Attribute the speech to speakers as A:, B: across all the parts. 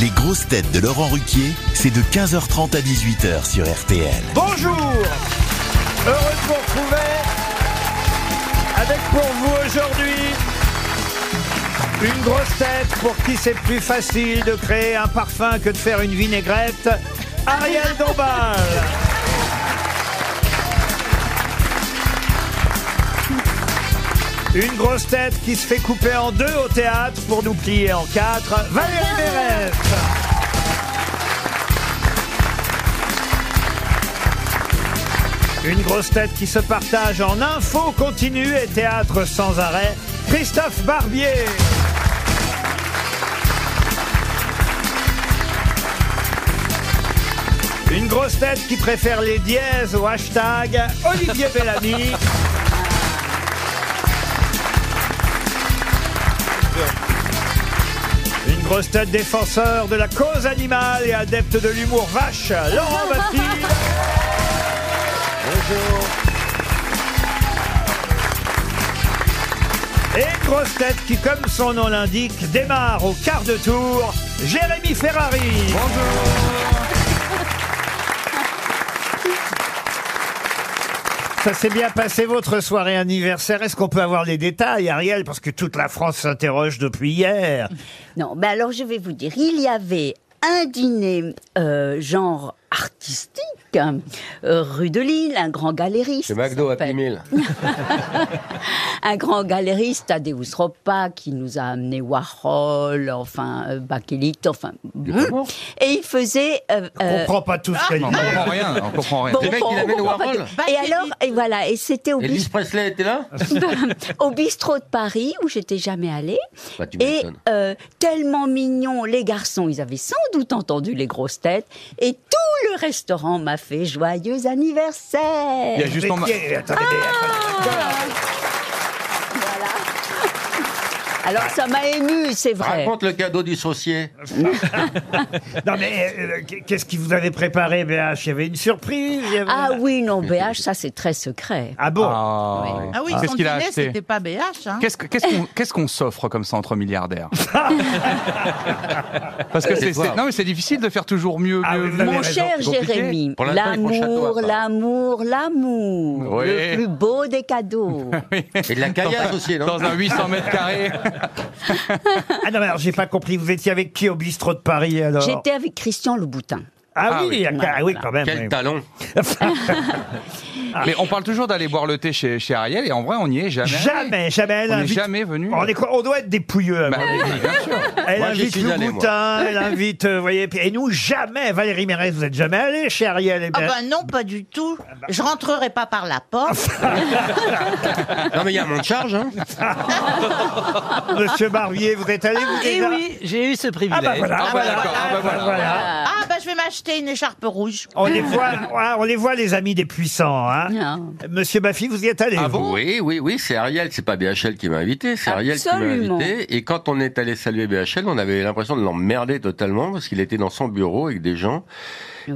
A: Les grosses têtes de Laurent Ruquier, c'est de 15h30 à 18h sur RTL.
B: Bonjour Heureux de vous retrouver avec pour vous aujourd'hui une grosse tête pour qui c'est plus facile de créer un parfum que de faire une vinaigrette, Ariel Dombal. Une grosse tête qui se fait couper en deux au théâtre pour nous plier en quatre, Valérie Mérès. Une grosse tête qui se partage en info continue et théâtre sans arrêt, Christophe Barbier. Une grosse tête qui préfère les dièses au hashtag Olivier Bellamy. Une grosse tête défenseur de la cause animale et adepte de l'humour vache, Ah, Laurent Bastille. Et une grosse tête qui, comme son nom l'indique, démarre au quart de tour, Jérémy Ferrari. Ça s'est bien passé votre soirée anniversaire. Est-ce qu'on peut avoir les détails, Ariel Parce que toute la France s'interroge depuis hier.
C: Non, ben alors je vais vous dire, il y avait un dîner euh, genre artistique, hein, euh, rue de Lille, un grand galériste.
D: C'est McDo Happy Meal.
C: Un grand galériste, Tadeusz Ropa, qui nous a amené Warhol, enfin euh, Bakelite, enfin. bon. Et il faisait. euh,
B: On
C: euh,
B: comprend pas tout ce qu'elle
E: On
B: dit.
E: comprend rien, on comprend rien.
C: bon,
D: Les mecs,
C: bon,
D: ils amènent
C: on comprend
D: Warhol.
C: pas tout. Et alors, et voilà, et c'était au,
D: Elvis
C: bis-
D: Presley était là
E: Ah,
C: au bistrot de Paris où j'étais jamais allée.
D: Bah, tu
C: Et
D: m'étonnes.
C: euh, tellement mignon, les garçons, ils avaient sans doute entendu les grosses têtes. Et tout le restaurant m'a fait joyeux
E: Il y a
C: anniversaire. Ah,
E: justement.
B: Mais qui- attendez,
C: Voilà. Alors ça m'a ému, c'est vrai.
D: Raconte le cadeau du saucier.
B: attendez. Non mais euh, qu'est-ce qui vous avait préparé, BH Il y avait une surprise il y avait-
C: Ah oui, non, BH, ça c'est très secret.
B: Ah bon
E: Ah.
F: Oh. Ah oui,
E: Qu'est-ce
F: son
E: qu'il a
F: dîner,
E: acheté
F: c'était pas BH. Hein.
E: Qu'est-ce que- qu'est-ce qu'on qu'est-ce qu'on s'offre comme ça entre milliardaires Parce que c'est c'est- non mais c'est difficile de faire toujours mieux.
B: Ah
E: mieux,
B: oui, vous
E: mieux.
B: avez
C: Mon
B: raison,
C: cher
E: c'est compliqué.
C: Jérémy,
D: Pour l'instant, il faut le château,
C: l'amour,
D: apparemment.
C: l'amour, l'amour.
E: Oui.
C: Le plus beau des cadeaux.
D: Et de la caillasse aussi, non
E: Dans un 800 mètres carrés.
B: Ah non mais alors j'ai pas compris. Vous étiez avec qui au bistrot de Paris alors
C: J'étais avec Christian Louboutin.
B: Ah,
E: Ah
B: oui,
E: oui.
B: ah, ah oui, quand même.
D: Quel
B: oui.
D: talon
E: Mais on parle toujours d'aller boire le thé chez, chez Ariel et en vrai on n'y est jamais.
B: Jamais, jamais. Elle
E: On n'est
B: invite-
E: jamais venu.
B: On, est quoi- on doit être des pouilleux. à
E: Bah,
B: mon avis. hein.
E: bien sûr.
B: Elle
D: hein. Moi, j'y
B: invite
D: suis
B: le
D: allé, moi.
B: Boutin, elle invite, euh, vous voyez, puis- et nous jamais, Valérie Mérez, vous êtes jamais allée chez Ariel et
F: Ah
B: Ber-
F: bah non, pas du tout. Je rentrerai pas par la porte.
D: Non, mais il y a un monde de charge, hein
B: Monsieur Barbier, vous êtes allé vous
G: Eh
B: déjà
G: oui, j'ai eu ce privilège.
B: Ah bah voilà,
E: Ah bah
B: voilà,
E: d'accord, ah bah voilà.
B: voilà.
F: Ah bah je vais m'acheter une écharpe rouge.
B: On les voit, ah, on les voit les amis des puissants. hein.
C: Non.
B: Monsieur Baffy, vous y êtes allé
E: Ah
B: vous
E: bon
D: Oui, oui, oui, c'est Ariel, c'est pas BHL qui m'a invité, c'est Ariel qui m'a
C: Absolument.
D: invité. Et quand on est allé saluer BHL, on avait l'impression de l'emmerder totalement parce qu'il était dans son bureau avec des gens.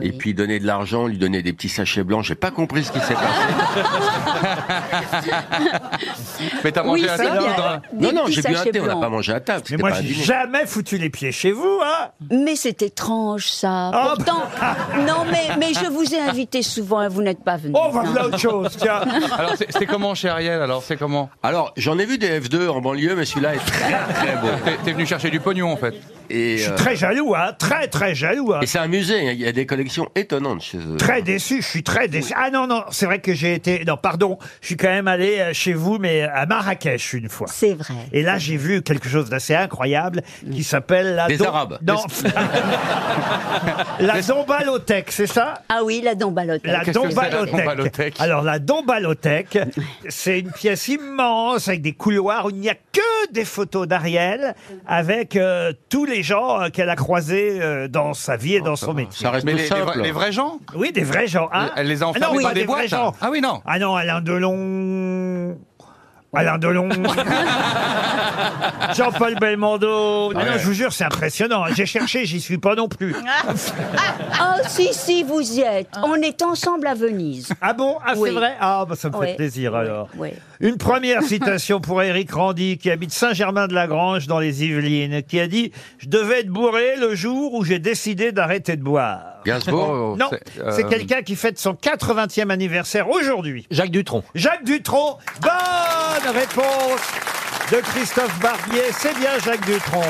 D: Et puis il donnait de l'argent, lui donnait des petits sachets blancs. J'ai pas compris ce qui s'est
H: Ah,
D: passé.
E: Mais t'as mangé
C: Oui,
E: à
C: c'est
E: ta
C: bien.
E: poudre.
C: Des
D: Non, non,
C: petits
D: j'ai bu un
C: sachets
D: thé, on n'a
C: blancs.
D: pas mangé à table.
B: Mais
D: C'était
B: moi,
D: pas un
B: j'ai
D: dîner.
B: jamais foutu les pieds chez vous. Hein
C: Mais c'est étrange ça.
B: Oh,
C: Pourtant, non mais, mais je vous ai invité souvent et vous n'êtes pas venu.
B: oh, voilà autre chose. Tiens.
E: Alors c'est c'est comment chez Ariel Alors c'est comment
D: Alors, j'en ai vu des F2 en banlieue, mais celui-là est très, très beau.
E: T'es t'es venu chercher du pognon en fait.
D: Et,
B: Je suis
D: euh,
B: très jaloux, hein, très très jaloux. hein.
D: Et c'est un musée, il y a des collections étonnantes chez eux.
B: Très déçu, je suis très déçu. Ah non, non, c'est vrai que j'ai été... Non, pardon, je suis quand même allé euh, chez vous, mais à Marrakech une fois.
C: C'est vrai.
B: Et là, j'ai vu quelque chose d'assez incroyable qui s'appelle la...
D: Des
B: dom-
D: Arabes.
B: Non. la Dombalothèque, c'est ça
C: Ah oui, la dombalote.
B: la
E: Qu'est-ce que c'est, la
B: dombalothèque.
E: dombalothèque
B: Alors la dombalothèque, c'est une pièce immense avec des couloirs où il n'y a que des photos d'Ariel avec euh, tous les gens euh, qu'elle a croisés euh, dans sa vie et dans son métier.
D: Oh, Ça reste
E: Mais les, les
D: simple.
E: vrais, les vrais gens
B: Oui, des vrais gens. hein.
E: Elle les a
B: Ah non,
E: enfermés
B: oui,
E: dans
B: pas
E: des,
B: des vrais
E: boîtes.
B: gens.
E: Ah oui non.
B: Ah non, Alain Delon. Alain Delon. Jean-Paul Belmondo. Ah non, je vous jure, c'est impressionnant. J'ai cherché, j'y suis pas non plus.
C: Oh, si, si, vous y êtes. On est ensemble à Venise.
B: Ah bon Ah,
C: Oui.
B: c'est vrai Ah, bah, ça me
C: Ouais.
B: fait plaisir alors.
C: Ouais.
B: Une première citation pour Éric Randy, qui habite Saint-Germain-de-la-Grange dans les Yvelines, qui a dit Je devais être bourré le jour où j'ai décidé d'arrêter de boire.
E: Gainsbourg,
B: Non,
E: c'est, euh,
B: c'est quelqu'un qui fête son 80e anniversaire aujourd'hui.
G: Jacques Dutronc.
B: Jacques Dutronc, bonne réponse de Christophe Barbier. C'est bien Jacques Dutronc.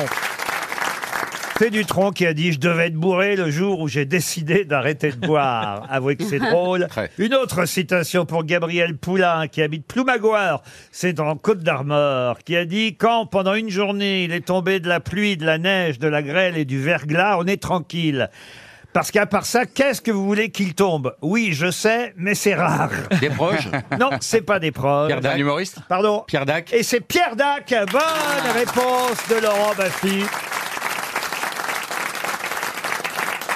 B: C'est Dutronc qui a dit Je devais être bourré le jour où j'ai décidé d'arrêter de boire. Avouez que c'est drôle.
E: Très.
B: Une autre citation pour Gabriel Poulain, qui habite Ploumagoire, c'est dans Côte d'Armor, qui a dit Quand pendant une journée il est tombé de la pluie, de la neige, de la grêle et du verglas, on est tranquille. Parce qu'à part ça, qu'est-ce que vous voulez qu'il tombe Oui, je sais, mais c'est rare.
D: Des proches
B: Non, c'est pas des proches.
E: C'est un humoriste
B: Pardon.
D: Pierre Dac
B: Et c'est Pierre Dac. Bonne réponse de Laurent Baffy.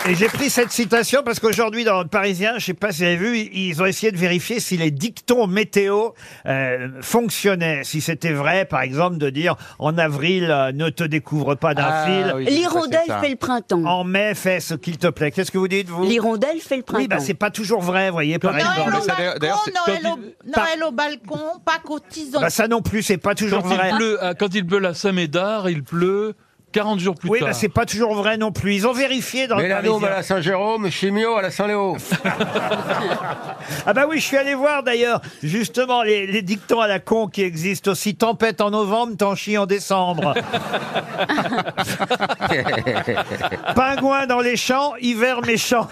B: Et j'ai pris cette citation parce qu'aujourd'hui dans le Parisien, je sais pas si vous avez vu, ils ont essayé de vérifier si les dictons météo euh, fonctionnaient, si c'était vrai, par exemple, de dire en avril euh, ne te découvre pas d'un
E: Ah,
B: fil,
E: oui,
C: L'hirondelle
E: c'est ça.
C: fait le printemps.
B: en mai fais ce qu'il te plaît. Qu'est-ce que vous dites vous
C: L'hirondelle fait le
B: Oui, bah
C: printemps.
B: c'est pas toujours vrai, voyez. Par exemple.
F: Noël
E: mais
F: au
E: ça, d'ailleurs- d'ailleurs,
F: balcon,
E: c'est-
F: Noël
I: quand
F: au, Noël au balcon, Pâques aux tisons.
B: Bah, ça non plus, c'est pas toujours
I: Quand
B: vrai.
I: il, pleut, à- quand il pleut la Saint-Médard, il pleut 40 jours plus
B: Oui,
I: tard.
B: bah, c'est pas toujours vrai non plus. Ils ont vérifié dans le
D: Mélanome à
B: Parisien.
D: la Saint-Jérôme, Chimio à la Saint-Léo.
B: Ah bah oui, je suis allé voir d'ailleurs justement les, les dictons à la con qui existent aussi. Tempête en novembre, t'en chies en décembre. Pingouin dans les champs, hiver méchant.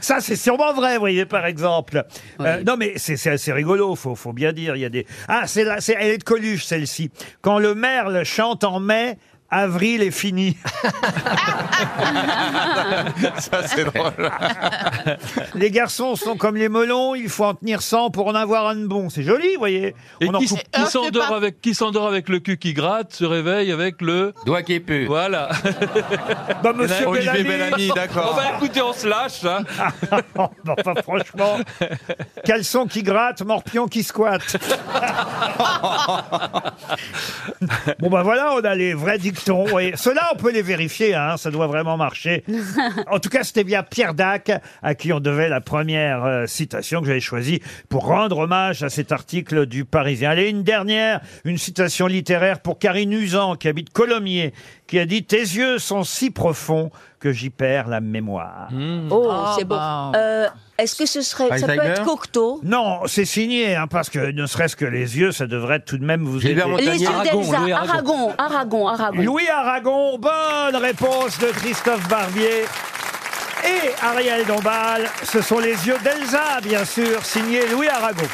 B: Ça, c'est sûrement vrai, vous voyez, par exemple. Euh, non, mais c'est c'est assez rigolo, faut, faut bien dire. Il y a des... Ah, c'est là, c'est- elle est de Coluche, celle-ci. Quand le merle chante en mai, avril est fini.
E: Ça, c'est drôle.
B: Les garçons sont comme les melons, il faut en tenir 100 pour en avoir un de bon. C'est joli, vous voyez.
I: Et
B: en
I: qui,
B: coupe-
I: qui
F: Euh, c'est
I: s'endort
F: pas-
I: avec, qui s'endort avec le cul qui gratte se réveille avec le...
D: Doigt qui pue.
I: Voilà.
B: Bah, monsieur
E: Olivier
B: Bellamy. Ah,
E: Bellamy,
I: On
E: d'accord.
I: va écouter, bah, on se lâche. hein.
B: Non, non, pas franchement. Caleçon qui gratte, morpion qui squatte. bon, bah voilà, on a les vrais dictons. Et ceux-là, on peut les vérifier, hein, ça doit vraiment marcher. En tout cas, c'était bien Pierre Dac à qui on devait la première euh, citation que j'avais choisie pour rendre hommage à cet article du Parisien. Allez, une dernière, une citation littéraire pour Karine Usan, qui habite Colomiers, qui a dit Tes yeux sont si profonds que j'y perds la mémoire.
C: Oh,
B: Ah,
C: c'est beau.
B: bah.
C: Euh, Est-ce que ce serait. Ça peut
D: Alzheimer
C: être Cocteau
B: Non, c'est signé, hein, parce que ne serait-ce que les yeux, ça devrait tout de même vous aider.
D: Gilbert Montagnier.
C: Les yeux
I: Aragon,
C: d'Elsa.
I: Louis
C: Aragon,
I: Aragon.
C: Aragon, Aragon.
B: Louis Aragon, bonne réponse de Christophe Barbier. Et Ariel Dombal, ce sont les yeux d'Elsa, bien sûr, signé Louis Aragon.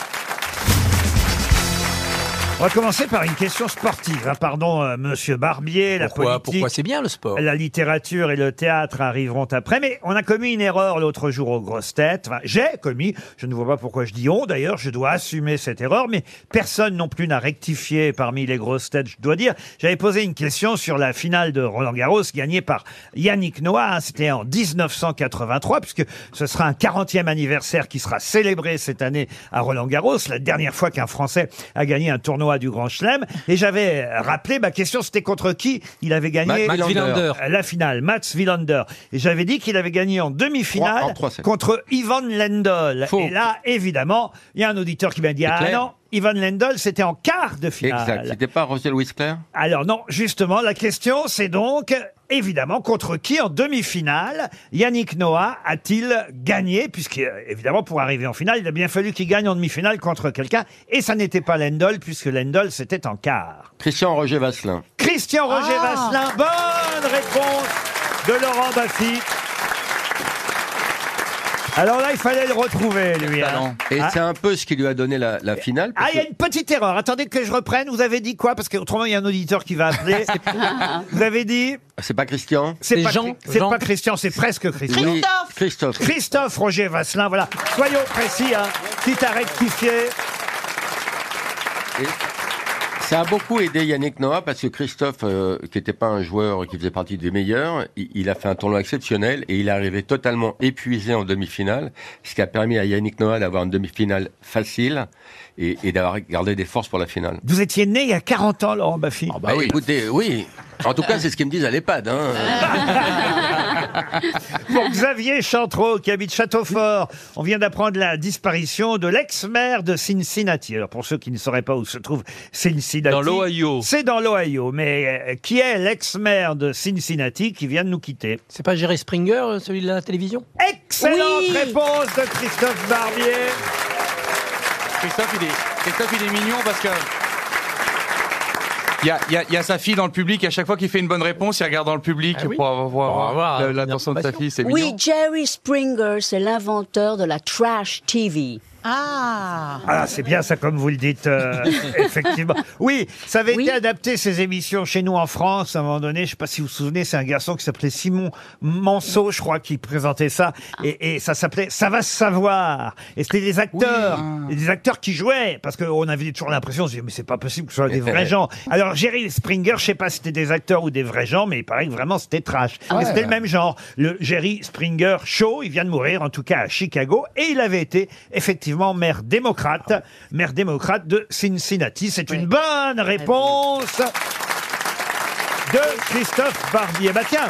B: On va commencer par une question sportive. hein. Pardon, euh, Monsieur Barbier, la
G: Pourquoi,
B: politique.
G: pourquoi c'est bien le sport
B: La littérature et le théâtre arriveront après. Mais on a commis une erreur l'autre jour aux grosses têtes. Enfin, j'ai commis. Je ne vois pas pourquoi je dis on. D'ailleurs, je dois assumer cette erreur. Mais personne non plus n'a rectifié parmi les grosses têtes, je dois dire. J'avais posé une question sur la finale de Roland Garros gagnée par Yannick Noah. hein. C'était en 1983, puisque ce sera un 40e anniversaire qui sera célébré cette année à Roland Garros. La dernière fois qu'un Français a gagné un tournoi du Grand Chelem. Et j'avais rappelé, ma question, c'était contre qui il avait gagné
D: Matt Wilander.
B: euh, la finale, Mats Wilander. Et j'avais dit qu'il avait gagné en
D: Trois- en
B: demi-finale
D: trois sets.
B: contre Ivan Lendl.
D: Faux.
B: Et là, évidemment, il y a un auditeur qui m'a dit Ah
D: clair.
B: non, Ivan Lendl, c'était en quart de finale.
D: Exact. C'était pas Rosel Whistler
B: Alors non, justement, la question, c'est donc évidemment contre qui en demi-finale Yannick Noah a-t-il gagné Puisque euh, évidemment, pour arriver en finale, il a bien fallu qu'il gagne en demi-finale contre quelqu'un. Et ça n'était pas Lendl, puisque Lendl, c'était en quart.
D: Christian Roger Vasselin.
B: Christian Roger Vasselin, bonne réponse de Laurent Baffy. Alors là, il fallait le retrouver, lui. hein.
E: talent.
D: Et
B: Ah.
D: c'est un peu ce qui lui a donné la, la finale.
B: Ah,
D: parce
B: il y a une petite erreur. Attendez que je reprenne. Vous avez dit quoi Parce qu'autrement, il y a un auditeur qui va appeler. Vous avez dit.
D: que C'est pas Christian
B: C'est
G: C'est
B: pas,
G: Jean-
B: c'est
G: Jean-
B: pas Christian, c'est presque Christian.
D: Oui,
F: Christophe.
D: Christophe.
B: Christophe Roger Vasselin, voilà. Soyons précis, hein. Quitte à rectifier.
D: Ça a beaucoup aidé Yannick Noah parce que Christophe, euh, qui n'était pas un joueur qui faisait partie des meilleurs, il, il a fait un tournoi exceptionnel et il est arrivé totalement épuisé en demi-finale, ce qui a permis à Yannick Noah d'avoir une demi-finale facile et, et d'avoir gardé des forces pour la finale.
B: Vous étiez né il y a 40 ans, Laurent Baffy.
D: Bah oui, écoutez, oui. En tout cas, c'est ce qu'ils me disent à l'EHPAD. Hein.
B: Bon, Xavier Chantreau, qui habite Châteaufort, on vient d'apprendre la disparition de l'ex-maire de Cincinnati. Alors, pour ceux qui ne sauraient pas où se trouve Cincinnati.
I: Dans l'Ohio.
B: C'est dans l'Ohio. Mais euh, qui est l'ex-maire de Cincinnati qui vient de nous quitter
G: C'est pas Jerry Springer, euh, celui de la télévision
B: Excellente
F: Oui.
B: réponse de Christophe Barbier.
E: Christophe, il est, Christophe, il est mignon parce que. Il y, a, il y a- il y a sa fille dans le public, à chaque fois qu'il fait une bonne réponse, il regarde dans le public
G: Ah oui.
E: pour avoir,
G: Pour avoir
E: la-
G: une
E: l'attention de sa
G: information.
E: fille, c'est
C: Oui,
E: mignon.
C: Jerry Springer, c'est l'inventeur de la trash TV.
F: Ah
B: Ah, c'est bien ça, comme vous le dites, euh, effectivement. Oui, ça avait
C: Oui.
B: été adapté, ces émissions, chez nous en France, à un moment donné. Je sais pas si vous vous souvenez, c'est un garçon qui s'appelait Simon Manceau, je crois, qui présentait ça. Et, et ça s'appelait Ça va se savoir. Et c'était des acteurs, et des acteurs qui jouaient. Parce qu'on avait toujours l'impression, on se disait, mais c'est pas possible que ce soit des vrais gens. Alors, Jerry Springer, je sais pas si c'était des acteurs ou des vrais gens, mais il paraît que vraiment c'était trash. Mais c'était le même genre. Le Jerry Springer Show, il vient de mourir, en tout cas à Chicago, et il avait été effectivement maire démocrate, maire démocrate de Cincinnati. C'est une bonne réponse de Christophe Barbier. Bah tiens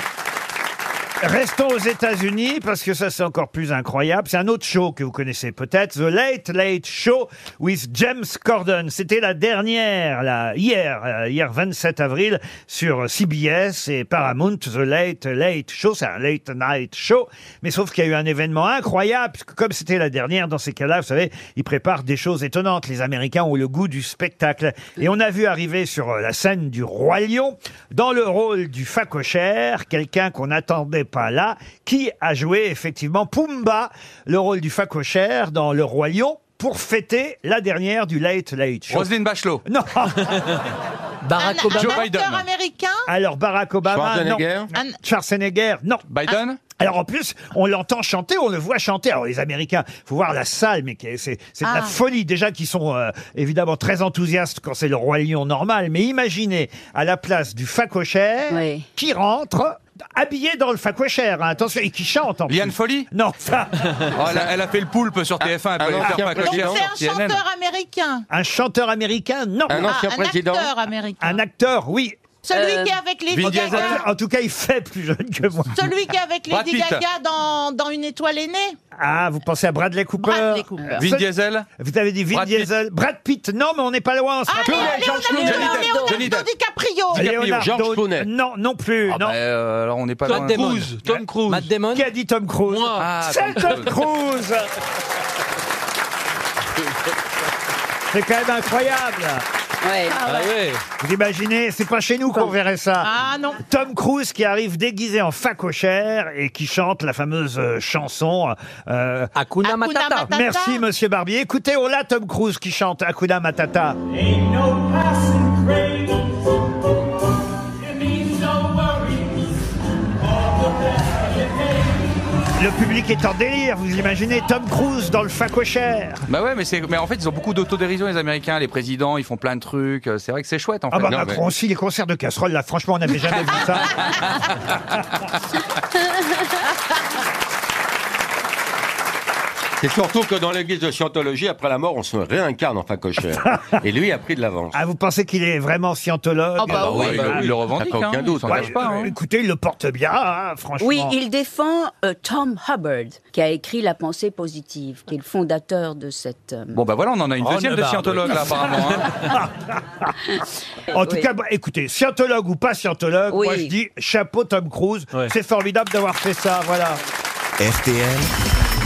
B: Restons aux États-Unis parce que ça c'est encore plus incroyable. C'est un autre show que vous connaissez peut-être, The Late Late Show with James Corden. C'était la dernière, là, hier, euh, hier 27 avril sur CBS et Paramount. The Late Late Show, c'est un late night show, mais sauf qu'il y a eu un événement incroyable puisque comme c'était la dernière, dans ces cas-là, vous savez, ils préparent des choses étonnantes. Les Américains ont le goût du spectacle et on a vu arriver sur euh, la scène du Roi Lion dans le rôle du facochère, quelqu'un qu'on n'attendait pas là, qui a joué effectivement Pumba, le rôle du facochère dans Le Roi Lion, pour fêter la dernière du Late Late Show.
E: Roselyne Bachelot. Oh,
B: Non,
G: Barack Obama.
E: Joe
F: Ah, Un
E: Biden.
F: acteur américain
B: alors Barack Obama, non.
D: Schwarzenegger
F: Un-
B: Schwarzenegger, non. Ah,
E: Biden
B: Alors en plus, on l'entend chanter, on le voit chanter. Alors les Américains, faut voir la salle, mais qui- c'est c'est de la
F: Ah.
B: folie déjà qu'ils sont euh, évidemment très enthousiastes quand c'est le roi lion normal. Mais imaginez à la place du facochère
C: Oui.
B: qui rentre habillé dans le facochère, hein, attention, et qui chante en
E: Liane
B: plus.
E: Folly
B: Non, ça,
E: Oh, elle, a, elle a fait le poulpe sur
B: Ah,
E: TF1, elle peut
D: un
E: aller
D: ancien
E: faire pas hein.
D: président.
E: cocher sur
F: Donc c'est un
E: CNN.
F: chanteur américain.
B: un chanteur américain, non.
D: Un
F: Ah,
D: ancien
F: un
D: président.
F: acteur américain.
B: Un acteur, oui.
F: Celui
C: Euh,
F: qui est avec Lady
E: Vin Diesel.
F: Gaga.
B: En tout cas, il fait plus jeune que moi.
F: Celui qui est avec
E: Brad
F: Lady
E: Pitt.
F: Gaga dans, dans Une étoile aînée.
B: Ah, vous pensez à Bradley Cooper
F: Bradley Cooper.
E: Vin
B: Ce-
E: Diesel
B: Vous avez dit Vin
E: Brad Pitt.
B: Diesel. Brad Pitt, non, mais on n'est pas loin. on se
F: Ah,
B: rappelle.
F: Léonardo,
E: Johnny Depp, Johnny
F: Leonardo
E: Depp.
F: DiCaprio.
E: DiCaprio,
D: George Clooney.
B: Non, non plus.
E: Ah
B: non.
E: bah, euh, alors on n'est pas
I: Tom
E: loin.
I: Cruise. Tom Cruise.
G: Matt Damon.
B: Qui a dit Tom Cruise
I: Moi.
E: Ah,
B: C'est
E: Tom
B: Tom Cruise C'est quand même incroyable.
C: Ouais.
I: Ah ouais.
B: Vous imaginez, c'est pas chez nous qu'on verrait ça.
F: Ah non.
B: Tom Cruise qui arrive déguisé en facochère et qui chante la fameuse euh, chanson. euh,
G: Hakuna
F: Hakuna
G: Matata.
F: Matata.
B: merci Monsieur Barbier. Écoutez, on l'a Tom Cruise qui chante Akuna Matata.
J: Ain't no passing craze. It means no worries. All the better you pay.
B: Le public est en délire. Vous imaginez Tom Cruise dans le facochère.
E: Bah ouais, mais, c'est- mais en fait, ils ont beaucoup d'autodérision, les Américains. Les présidents, ils font plein de trucs. euh, C'est vrai que c'est chouette, en fait.
B: Ah bah
D: Non,
B: Macron
D: mais-
B: aussi, les concerts de casseroles, là franchement on n'avait jamais vu ça.
D: C'est surtout que dans l'église de Scientologie, après la mort, on se réincarne en facochère. Et lui a pris de l'avance.
B: Ah vous pensez qu'il est vraiment scientologue
F: Ah bah
D: Ah
E: Ah ouais,
D: oui,
E: bah
D: bah
E: oui,
D: oui.
E: il le revendique.
D: Ça n'a
E: hein,
D: aucun
E: il
D: doute.
E: s'en
B: Ouais,
E: cache pas. hein.
B: euh, Écoutez, il le porte bien, hein, franchement.
C: Oui, il défend euh, Tom Hubbard, qui a écrit La pensée positive, qui est le fondateur de cette. euh,
E: Bon bah voilà, on en a une
G: Oh,
E: deuxième de
G: Neubard,
E: scientologue, là, apparemment. hein.
B: En tout
C: oui.
B: cas, bah, écoutez, scientologue ou pas scientologue,
C: Oui.
B: moi je dis chapeau Tom Cruise.
I: Ouais.
B: C'est formidable d'avoir fait ça, voilà.
A: RTL,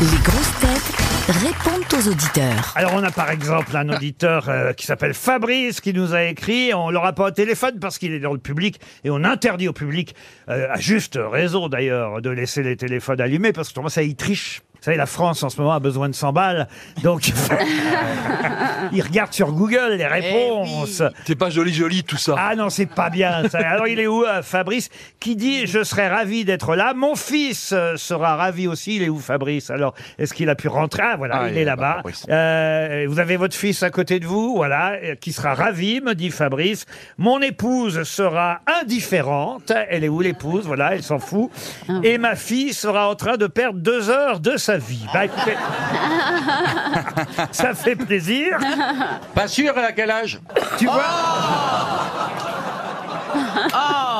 K: Les grosses têtes répondent aux auditeurs.
B: Alors on a par exemple un auditeur euh, qui s'appelle Fabrice qui nous a écrit. On l'aura pas au téléphone parce qu'il est dans le public et on interdit au public, euh, à juste raison d'ailleurs, de laisser les téléphones allumés parce que autrement ça y triche. savez, la France en ce moment a besoin de 100 balles, donc Ah. il regarde sur Google les réponses.
I: C'est pas joli, joli tout ça.
B: Ah non, c'est pas bien. ça. Alors il est où euh, Fabrice qui dit je serais ravi d'être là. Mon fils euh, sera ravi aussi. Il est où Fabrice Alors est-ce qu'il a pu rentrer Ah voilà,
E: Ah,
B: il
E: il
B: est
E: est là-bas,
B: là-bas.
E: Fabrice.
B: Euh, vous avez votre fils à côté de vous, voilà, euh, qui sera ravi, me dit Fabrice. Mon épouse sera indifférente. Elle est où l'épouse Voilà, elle s'en fout. Et ma fille sera en train de perdre deux heures de sa vie. Bah écoutez, ça fait plaisir.
D: Pas sûr à quel âge
B: Tu vois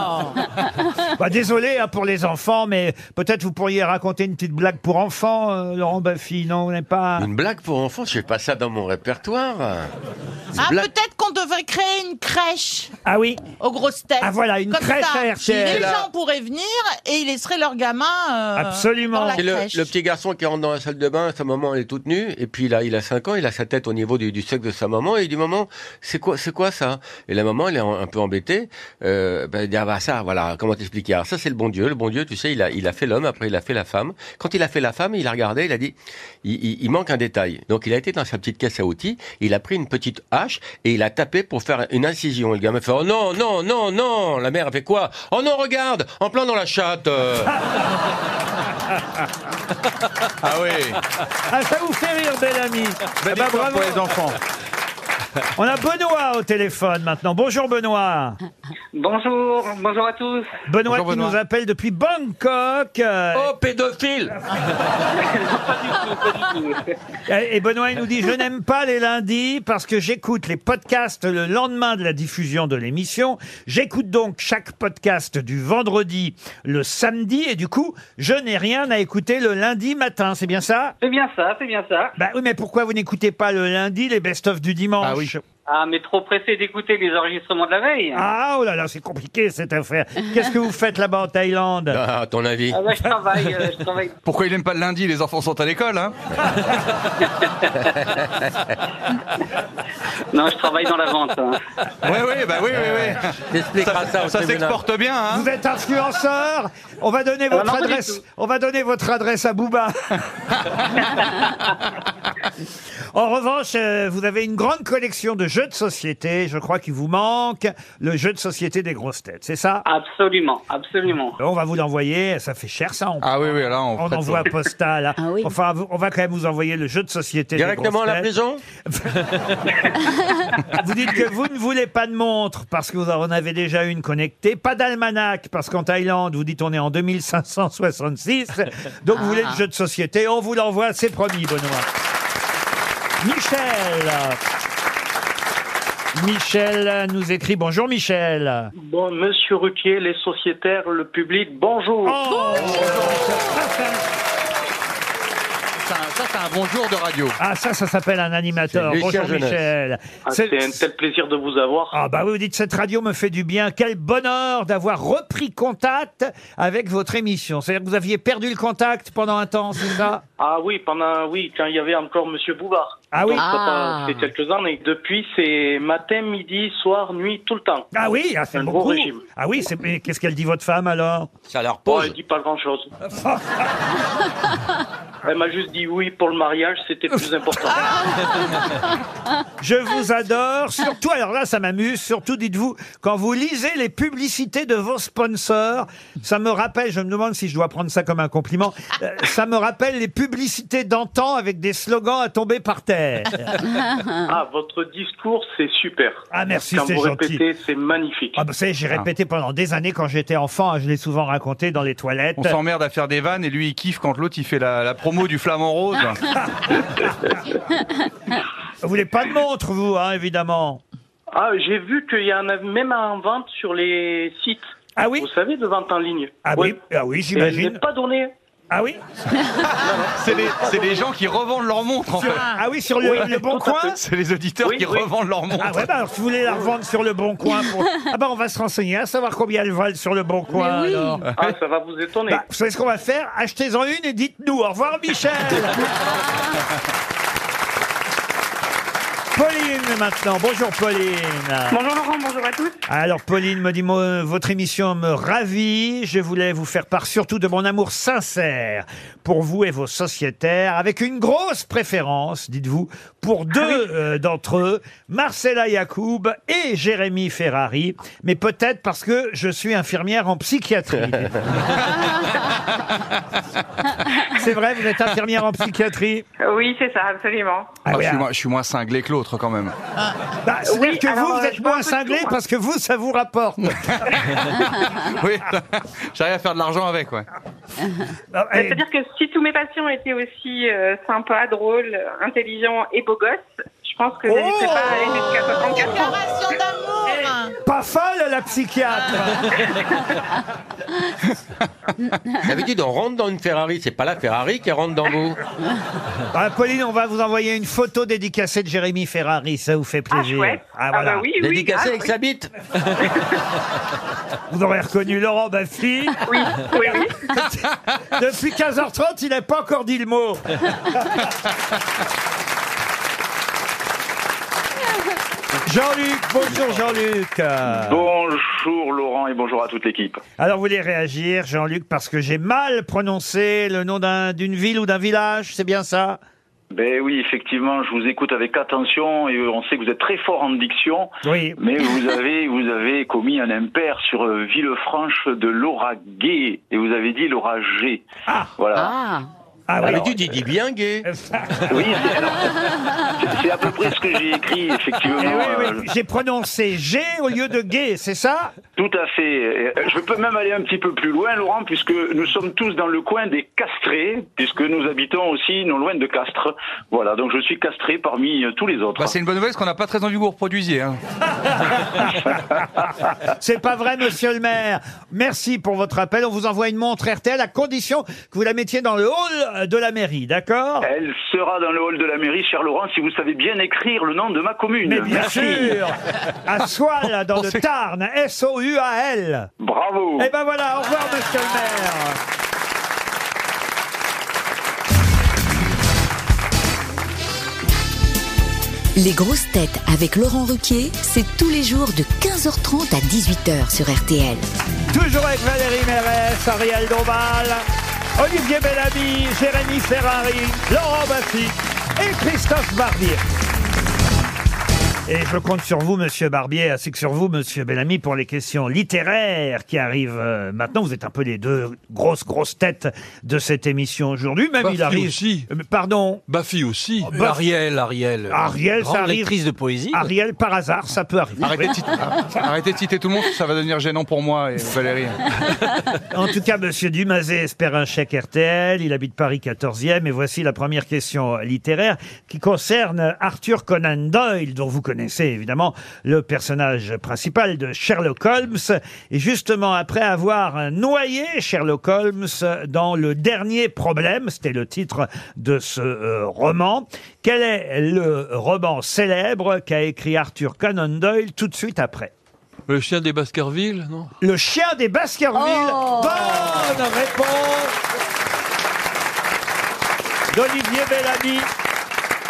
B: Bah, désolé hein, pour les enfants, mais peut-être vous pourriez raconter une petite blague pour enfants, euh, Laurent Baffy. Non, on n'est pas.
D: Une blague pour enfants, je n'ai pas ça dans mon répertoire. Une
F: Ah,
D: blague-
F: peut-être qu'on devrait créer une crèche
B: Ah oui,
F: aux grosses têtes.
B: Ah, voilà, une
F: Comme
B: crèche
F: ça,
B: à RTL.
F: Les gens pourraient venir et ils laisseraient leurs gamins euh,
B: Absolument.
F: dans la
D: C'est le,
F: crèche.
D: le petit garçon qui rentre dans la salle de bain, sa maman elle est toute nue, et puis là il a 5 ans, il a sa tête au niveau du, du sexe de sa maman, et il dit maman, c'est quoi, c'est quoi ça Et la maman elle est en- un peu embêtée, euh, ben, elle dit ah bah ça, voilà, comment t'expliquer Alors ça c'est le bon Dieu, le bon Dieu, tu sais, il a, il a fait l'homme, après il a fait la femme. Quand il a fait la femme, il a regardé, il a dit, il, il- il manque un détail. Donc il a été dans sa petite caisse à outils, il a pris une petite hache et il a tapé pour faire une incision. Et Le gamin fait oh non, non, non, non. La mère elle fait quoi Oh non, regarde, en plein dans la chatte. euh.
E: Ah oui.
B: ah, ça vous fait rire, bel ami.
E: Belle
B: bah,
E: histoire
B: bravo.
E: pour les enfants.
B: On a Benoît au téléphone maintenant. Bonjour Benoît.
H: Ah.
L: Bonjour, bonjour à tous.
E: Bonjour,
B: Benoît qui
E: Benoît.
B: nous appelle depuis Bangkok. euh,
D: Oh pédophile
L: Pas du tout, pas du tout.
B: Et et Eh, Benoît, il nous dit Je n'aime pas les lundis parce que j'écoute les podcasts le lendemain de la diffusion de l'émission. J'écoute donc chaque podcast du vendredi le samedi et du coup, je n'ai rien à écouter le lundi matin. C'est bien ça
L: C'est bien ça, c'est bien ça.
B: Bah oui, mais pourquoi vous n'écoutez pas le lundi les best-of du dimanche
D: Bah
E: Ah oui.
L: Ah, mais trop pressé d'écouter les enregistrements de la veille. Ah,
B: Ah, oh là là, c'est compliqué cette affaire. Qu'est-ce que vous faites là-bas en Thaïlande
D: Ah, à ton avis
L: bah, je travaille, euh, je travaille.
E: Pourquoi il aime pas le lundi Les enfants sont à l'école, hein
L: Non, je travaille dans la vente. hein.
E: Oui, oui, bah oui, oui, oui.
D: T'expliqueras ça au
E: ça
D: tribunal.
E: s'exporte bien, hein
B: Vous êtes influenceur On va donner
L: Ah,
B: votre
L: non, pas du
B: adresse.
L: tout.
B: On va donner votre adresse à Bouba. en revanche, euh, vous avez une grande collection de jeux de société. Je crois qu'il vous manque le jeu de société des grosses têtes. C'est ça
L: Absolument, absolument.
B: On va vous l'envoyer. Ça fait cher, ça. On,
E: Ah oui, oui, là, on,
B: on
E: fait-
B: envoie postal.
C: Ah oui.
B: Enfin, vous- on va quand même vous envoyer le jeu de société. des
D: Directement
B: grosses
D: à la
B: têtes.
D: prison
B: Vous dites que vous ne voulez pas de montre parce que vous en avez déjà une connectée. Pas d'almanach parce qu'en Thaïlande, vous dites on est en 2566. Donc vous voulez le jeu de société. On vous l'envoie, c'est promis, Benoît. Michel. Michel nous écrit Bonjour Michel.
L: Bon, monsieur Ruquier, les sociétaires, le public, bonjour.
B: Oh
E: Ça, ça, c'est un bon jour de radio.
B: ah ça, ça s'appelle un animateur.
D: C'est Lucien
B: Bonjour
D: Jeunesse.
B: Michel.
L: Ah,
B: C'est-
L: c'est un tel plaisir de vous avoir.
B: Ah bah oui, vous dites cette radio me fait du bien. Quel bonheur d'avoir repris contact avec votre émission. C'est-à-dire que vous aviez perdu le contact pendant un temps, c'est ça
L: Ah oui, pendant, oui, quand il y avait encore monsieur Bouvard.
B: Ah oui.
L: Donc, ça
C: Ah.
L: fait quelques années. Depuis, c'est matin, midi, soir, nuit, tout le temps.
B: Ah oui, ah, c'est
L: Un
B: beaucoup.
L: gros régime.
B: Ah oui, c'est mais qu'est-ce qu'elle dit votre femme alors
D: Ça leur
L: Bon,
D: pose.
L: elle dit pas grand chose. elle m'a juste dit oui pour le mariage, c'était plus important.
B: Je vous adore, surtout alors là ça m'amuse, surtout dites-vous quand vous lisez les publicités de vos sponsors, ça me rappelle, je me demande si je dois prendre ça comme un compliment, euh, ça me rappelle les publicités d'antan avec des slogans à tomber par terre.
L: Ah, votre discours, c'est super.
B: Ah, merci,
L: Quand
B: c'est
L: vous
B: gentil.
L: répétez, c'est magnifique.
B: Ah bah, vous savez, j'ai répété pendant des années quand j'étais enfant, hein, je l'ai souvent raconté dans les toilettes.
E: On s'emmerde à faire des vannes et lui, il kiffe quand l'autre, il fait la, la promo du flamant rose.
B: Vous voulez pas de montre, vous, hein, évidemment.
L: Ah, j'ai vu qu'il y en a même en vente sur les sites.
B: Ah oui
L: Vous savez, de vente en ligne.
B: Ah oui, ah oui,
L: Et Elle
B: j'imagine.
L: n'est pas donnée.
B: Ah oui
E: C'est les, c'est les gens qui revendent leur montre, en fait.
B: Ah oui, sur le,
L: Oui,
B: le bon
L: tout à
B: coin
L: fait.
E: C'est les auditeurs
L: Oui,
E: qui
L: oui.
E: revendent leur montre.
B: Ah ouais, bah alors, si vous voulez la revendre sur le bon coin, pour- ah bah on va se renseigner à savoir combien elles valent sur le bon coin.
C: oui.
B: alors.
L: Ah, ça va vous étonner.
B: Bah, vous savez ce qu'on va faire Achetez-en une et dites-nous. Bah, Au revoir, Michel Pauline Pauline maintenant. Bonjour Pauline.
M: Bonjour Laurent, bonjour à tous.
B: Alors Pauline me dit, Mo- votre émission me ravit, je voulais vous faire part surtout de mon amour sincère pour vous et vos sociétaires, avec une grosse préférence, dites-vous, pour deux euh, d'entre eux, Marcella Yacoub et Jérémy Ferrari, mais peut-être parce que je suis infirmière en psychiatrie. C'est vrai, vous êtes infirmière en psychiatrie
M: Oui, c'est ça, absolument.
E: Ah, je,
B: hein.
E: suis moins, je suis moins cinglé que l'autre quand même.
B: Bah, C'est-à-dire
M: Oui,
B: que
M: alors,
B: vous,
M: euh,
B: vous
M: je
B: êtes
M: vois un
B: moins
M: peu
B: cinglé
M: tout, hein.
B: parce que vous, ça vous rapporte.
E: oui, j'arrive à faire de l'argent avec, ouais.
B: Bah, eh,
M: Euh, C'est-à-dire que si tous mes patients étaient aussi euh, sympas, drôles, intelligents et beaux gosses, je pense que je n'hésiterais pas à
F: Oh
M: aller jusqu'à 64 ans.
H: Déclaration d'amour
B: pas folle, la psychiatre
D: D'habitude, on rentre dans une Ferrari, c'est pas la Ferrari qui rentre dans vous.
B: Ah, Pauline, on va vous envoyer une photo dédicacée de Jérémy Ferrari, ça vous fait plaisir.
M: chouette. Ah, bah oui, oui, grave,
D: Dédicacé avec
M: oui.
D: sa bite.
B: Vous aurez reconnu Laurent Baffy.
M: Oui, oui, oui.
B: Depuis 15h30, il n'a pas encore dit le mot. Jean-Luc, bonjour Jean-Luc. Euh,
N: Bonjour Laurent et bonjour à toute l'équipe.
B: Alors, vous voulez réagir, Jean-Luc, parce que j'ai mal prononcé le nom d'un- d'une ville ou d'un village, c'est bien ça
N: Ben oui, effectivement, je vous écoute avec attention et on sait que vous êtes très fort en diction,
B: Oui.
N: mais vous avez vous avez commis un impair sur euh, Villefranche de l'Auragais et vous avez dit l'Oragé. Voilà.
O: Ah,
B: Ah oui.
N: Alors,
D: D'habitude, il dit bien gay.
N: oui, c'est- alors, c'est- c'est à peu près ce que j'ai écrit, effectivement.
B: Eh oui, oui,
N: euh,
B: J'ai prononcé G au lieu de gay, c'est ça
N: Tout à fait. Euh, Je peux même aller un petit peu plus loin, Laurent, puisque nous sommes tous dans le coin des castrés, puisque nous habitons aussi non loin de Castres. Voilà, donc je suis castré parmi euh, tous les autres.
E: Bah, c'est une bonne nouvelle parce qu'on n'a pas très envie que vous reproduisiez. hein.
B: C'est pas vrai, monsieur le maire. Merci pour votre appel. On vous envoie une montre RTL à condition que vous la mettiez dans le hall de la mairie, d'accord
N: Elle sera dans le hall de la mairie, cher Laurent, si vous savez bien écrire le nom de ma commune.
B: Mais bien
N: Merci.
B: sûr À Soal, dans le Tarn, S-O-U-A-L.
N: Bravo.
B: Eh ben voilà, au revoir, monsieur le maire.
C: Les grosses têtes avec Laurent Ruquier, c'est tous les jours de 15h30 à 18h sur RTL.
B: Toujours avec Valérie Mérès, Ariel Dombal, Olivier Bellamy, Jérémy Ferrari, Laurent Bassi et Christophe Barbier. Et je compte sur vous, Monsieur Barbier, ainsi que sur vous, Monsieur Bellamy, pour les questions littéraires qui arrivent euh, maintenant. Vous êtes un peu les deux grosses, grosses têtes de cette émission aujourd'hui. Même
I: Baffy
B: il arrive.
I: aussi.
B: Euh, Pardon.
I: Baffy aussi.
B: Bah-
G: Ariel, Ariel. euh,
B: Ariel,
G: grande
B: ça arrive.
G: lectrice de poésie.
B: Ariel, par hasard, ça peut arriver.
E: Arrêtez, de citer- arrêtez de citer tout le monde, ça va devenir gênant pour moi et Valérie.
B: En tout cas, Monsieur Dumazet espère un chèque RTL. Il habite Paris 14e. Et voici la première question littéraire qui concerne Arthur Conan Doyle, dont vous connaissez évidemment le personnage principal de Sherlock Holmes. Et justement, après avoir noyé Sherlock Holmes dans le dernier problème, c'était le titre de ce euh, roman, quel est le roman célèbre qu'a écrit Arthur Conan Doyle tout de suite après
I: Le chien des Baskerville, non
B: le chien des Baskerville.
O: Oh
B: Bonne réponse d'Olivier Bellamy.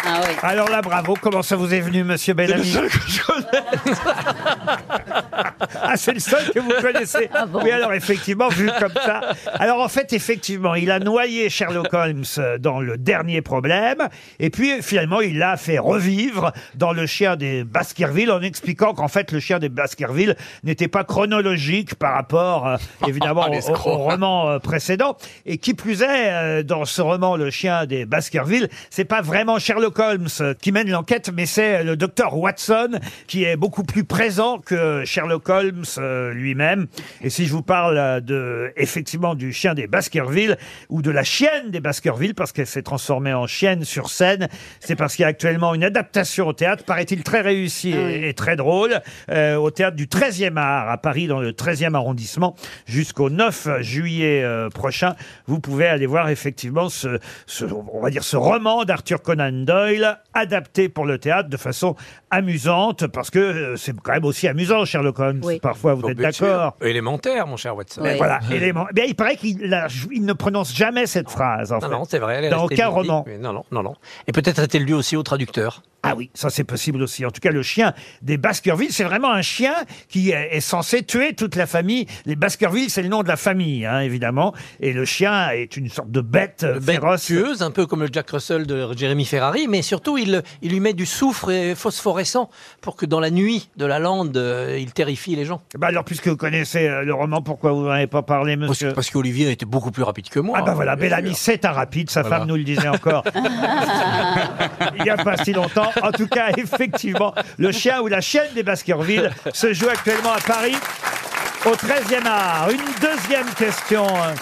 O: ah oui.
B: Alors là, bravo. Comment ça vous est venu, monsieur Bellamy Ah, c'est le seul que vous connaissez. Oui, alors effectivement, vu comme ça. Alors en fait, effectivement, il a noyé Sherlock Holmes euh, dans le dernier problème, et puis finalement, il l'a fait revivre dans le chien des Baskerville en expliquant qu'en fait, le chien des Baskerville n'était pas chronologique par rapport, euh, évidemment, au, au- au roman euh, précédent. Et qui plus est, euh, dans ce roman, le chien des Baskerville, c'est pas vraiment Sherlock Holmes euh, qui mène l'enquête, mais c'est euh, le docteur Watson qui est beaucoup plus présent que Sherlock Holmes euh, lui-même. Et si je vous parle euh, de, effectivement du chien des Baskerville ou de la chienne des Baskerville, parce qu'elle s'est transformée en chienne sur scène, c'est parce qu'il y a actuellement une adaptation au théâtre, paraît-il très réussie et, et très drôle, euh, au théâtre du 13e art à Paris, dans le 13e arrondissement, jusqu'au 9 juillet euh, prochain. Vous pouvez aller voir effectivement ce, ce- on va dire ce roman d'Arthur Conan Doyle, adapté pour le théâtre de façon amusante, parce que euh, c'est quand même aussi amusant, Sherlock Holmes,
O: Oui.
B: parfois, vous
G: Oh,
B: êtes
G: bien sûr. Hum.
B: d'accord
G: Élémentaire, mon cher Watson.
B: mais
O: Oui.
B: voilà, élément. Ben, il paraît qu'il la- il ne prononce jamais cette phrase, en
G: Non,
B: fait.
G: non, c'est vrai. Elle est
B: Dans
G: restée
B: aucun
G: biblique,
B: roman.
G: mais Non, non, non, non. Et peut-être a-t-elle lu aussi au traducteur.
B: Ah oui, ça c'est possible aussi. En tout cas, le chien des Baskerville, c'est vraiment un chien qui est est censé tuer toute la famille. Les Baskerville, c'est le nom de la famille, hein, évidemment. Et le chien est une sorte de bête euh, féroce.
G: tueuse, un peu comme le Jack Russell de Jeremy Ferrari, mais surtout il, il lui met du soufre et phosphorescent pour que dans la nuit de la lande, euh, il terrifie les gens.
B: Bah alors, puisque vous connaissez euh, le roman, pourquoi vous n'en avez pas parlé, monsieur
G: Parce qu'Olivier était beaucoup plus rapide que moi.
B: Ah bah voilà,
G: hein, bien
B: Bellamy,
G: sûr.
B: c'est un rapide, sa
G: Voilà.
B: femme nous le disait encore. Il n'y a pas si longtemps. En tout cas, effectivement, le chien ou la chienne des Baskerville se joue actuellement à Paris au 13e art. Une deuxième question. hein.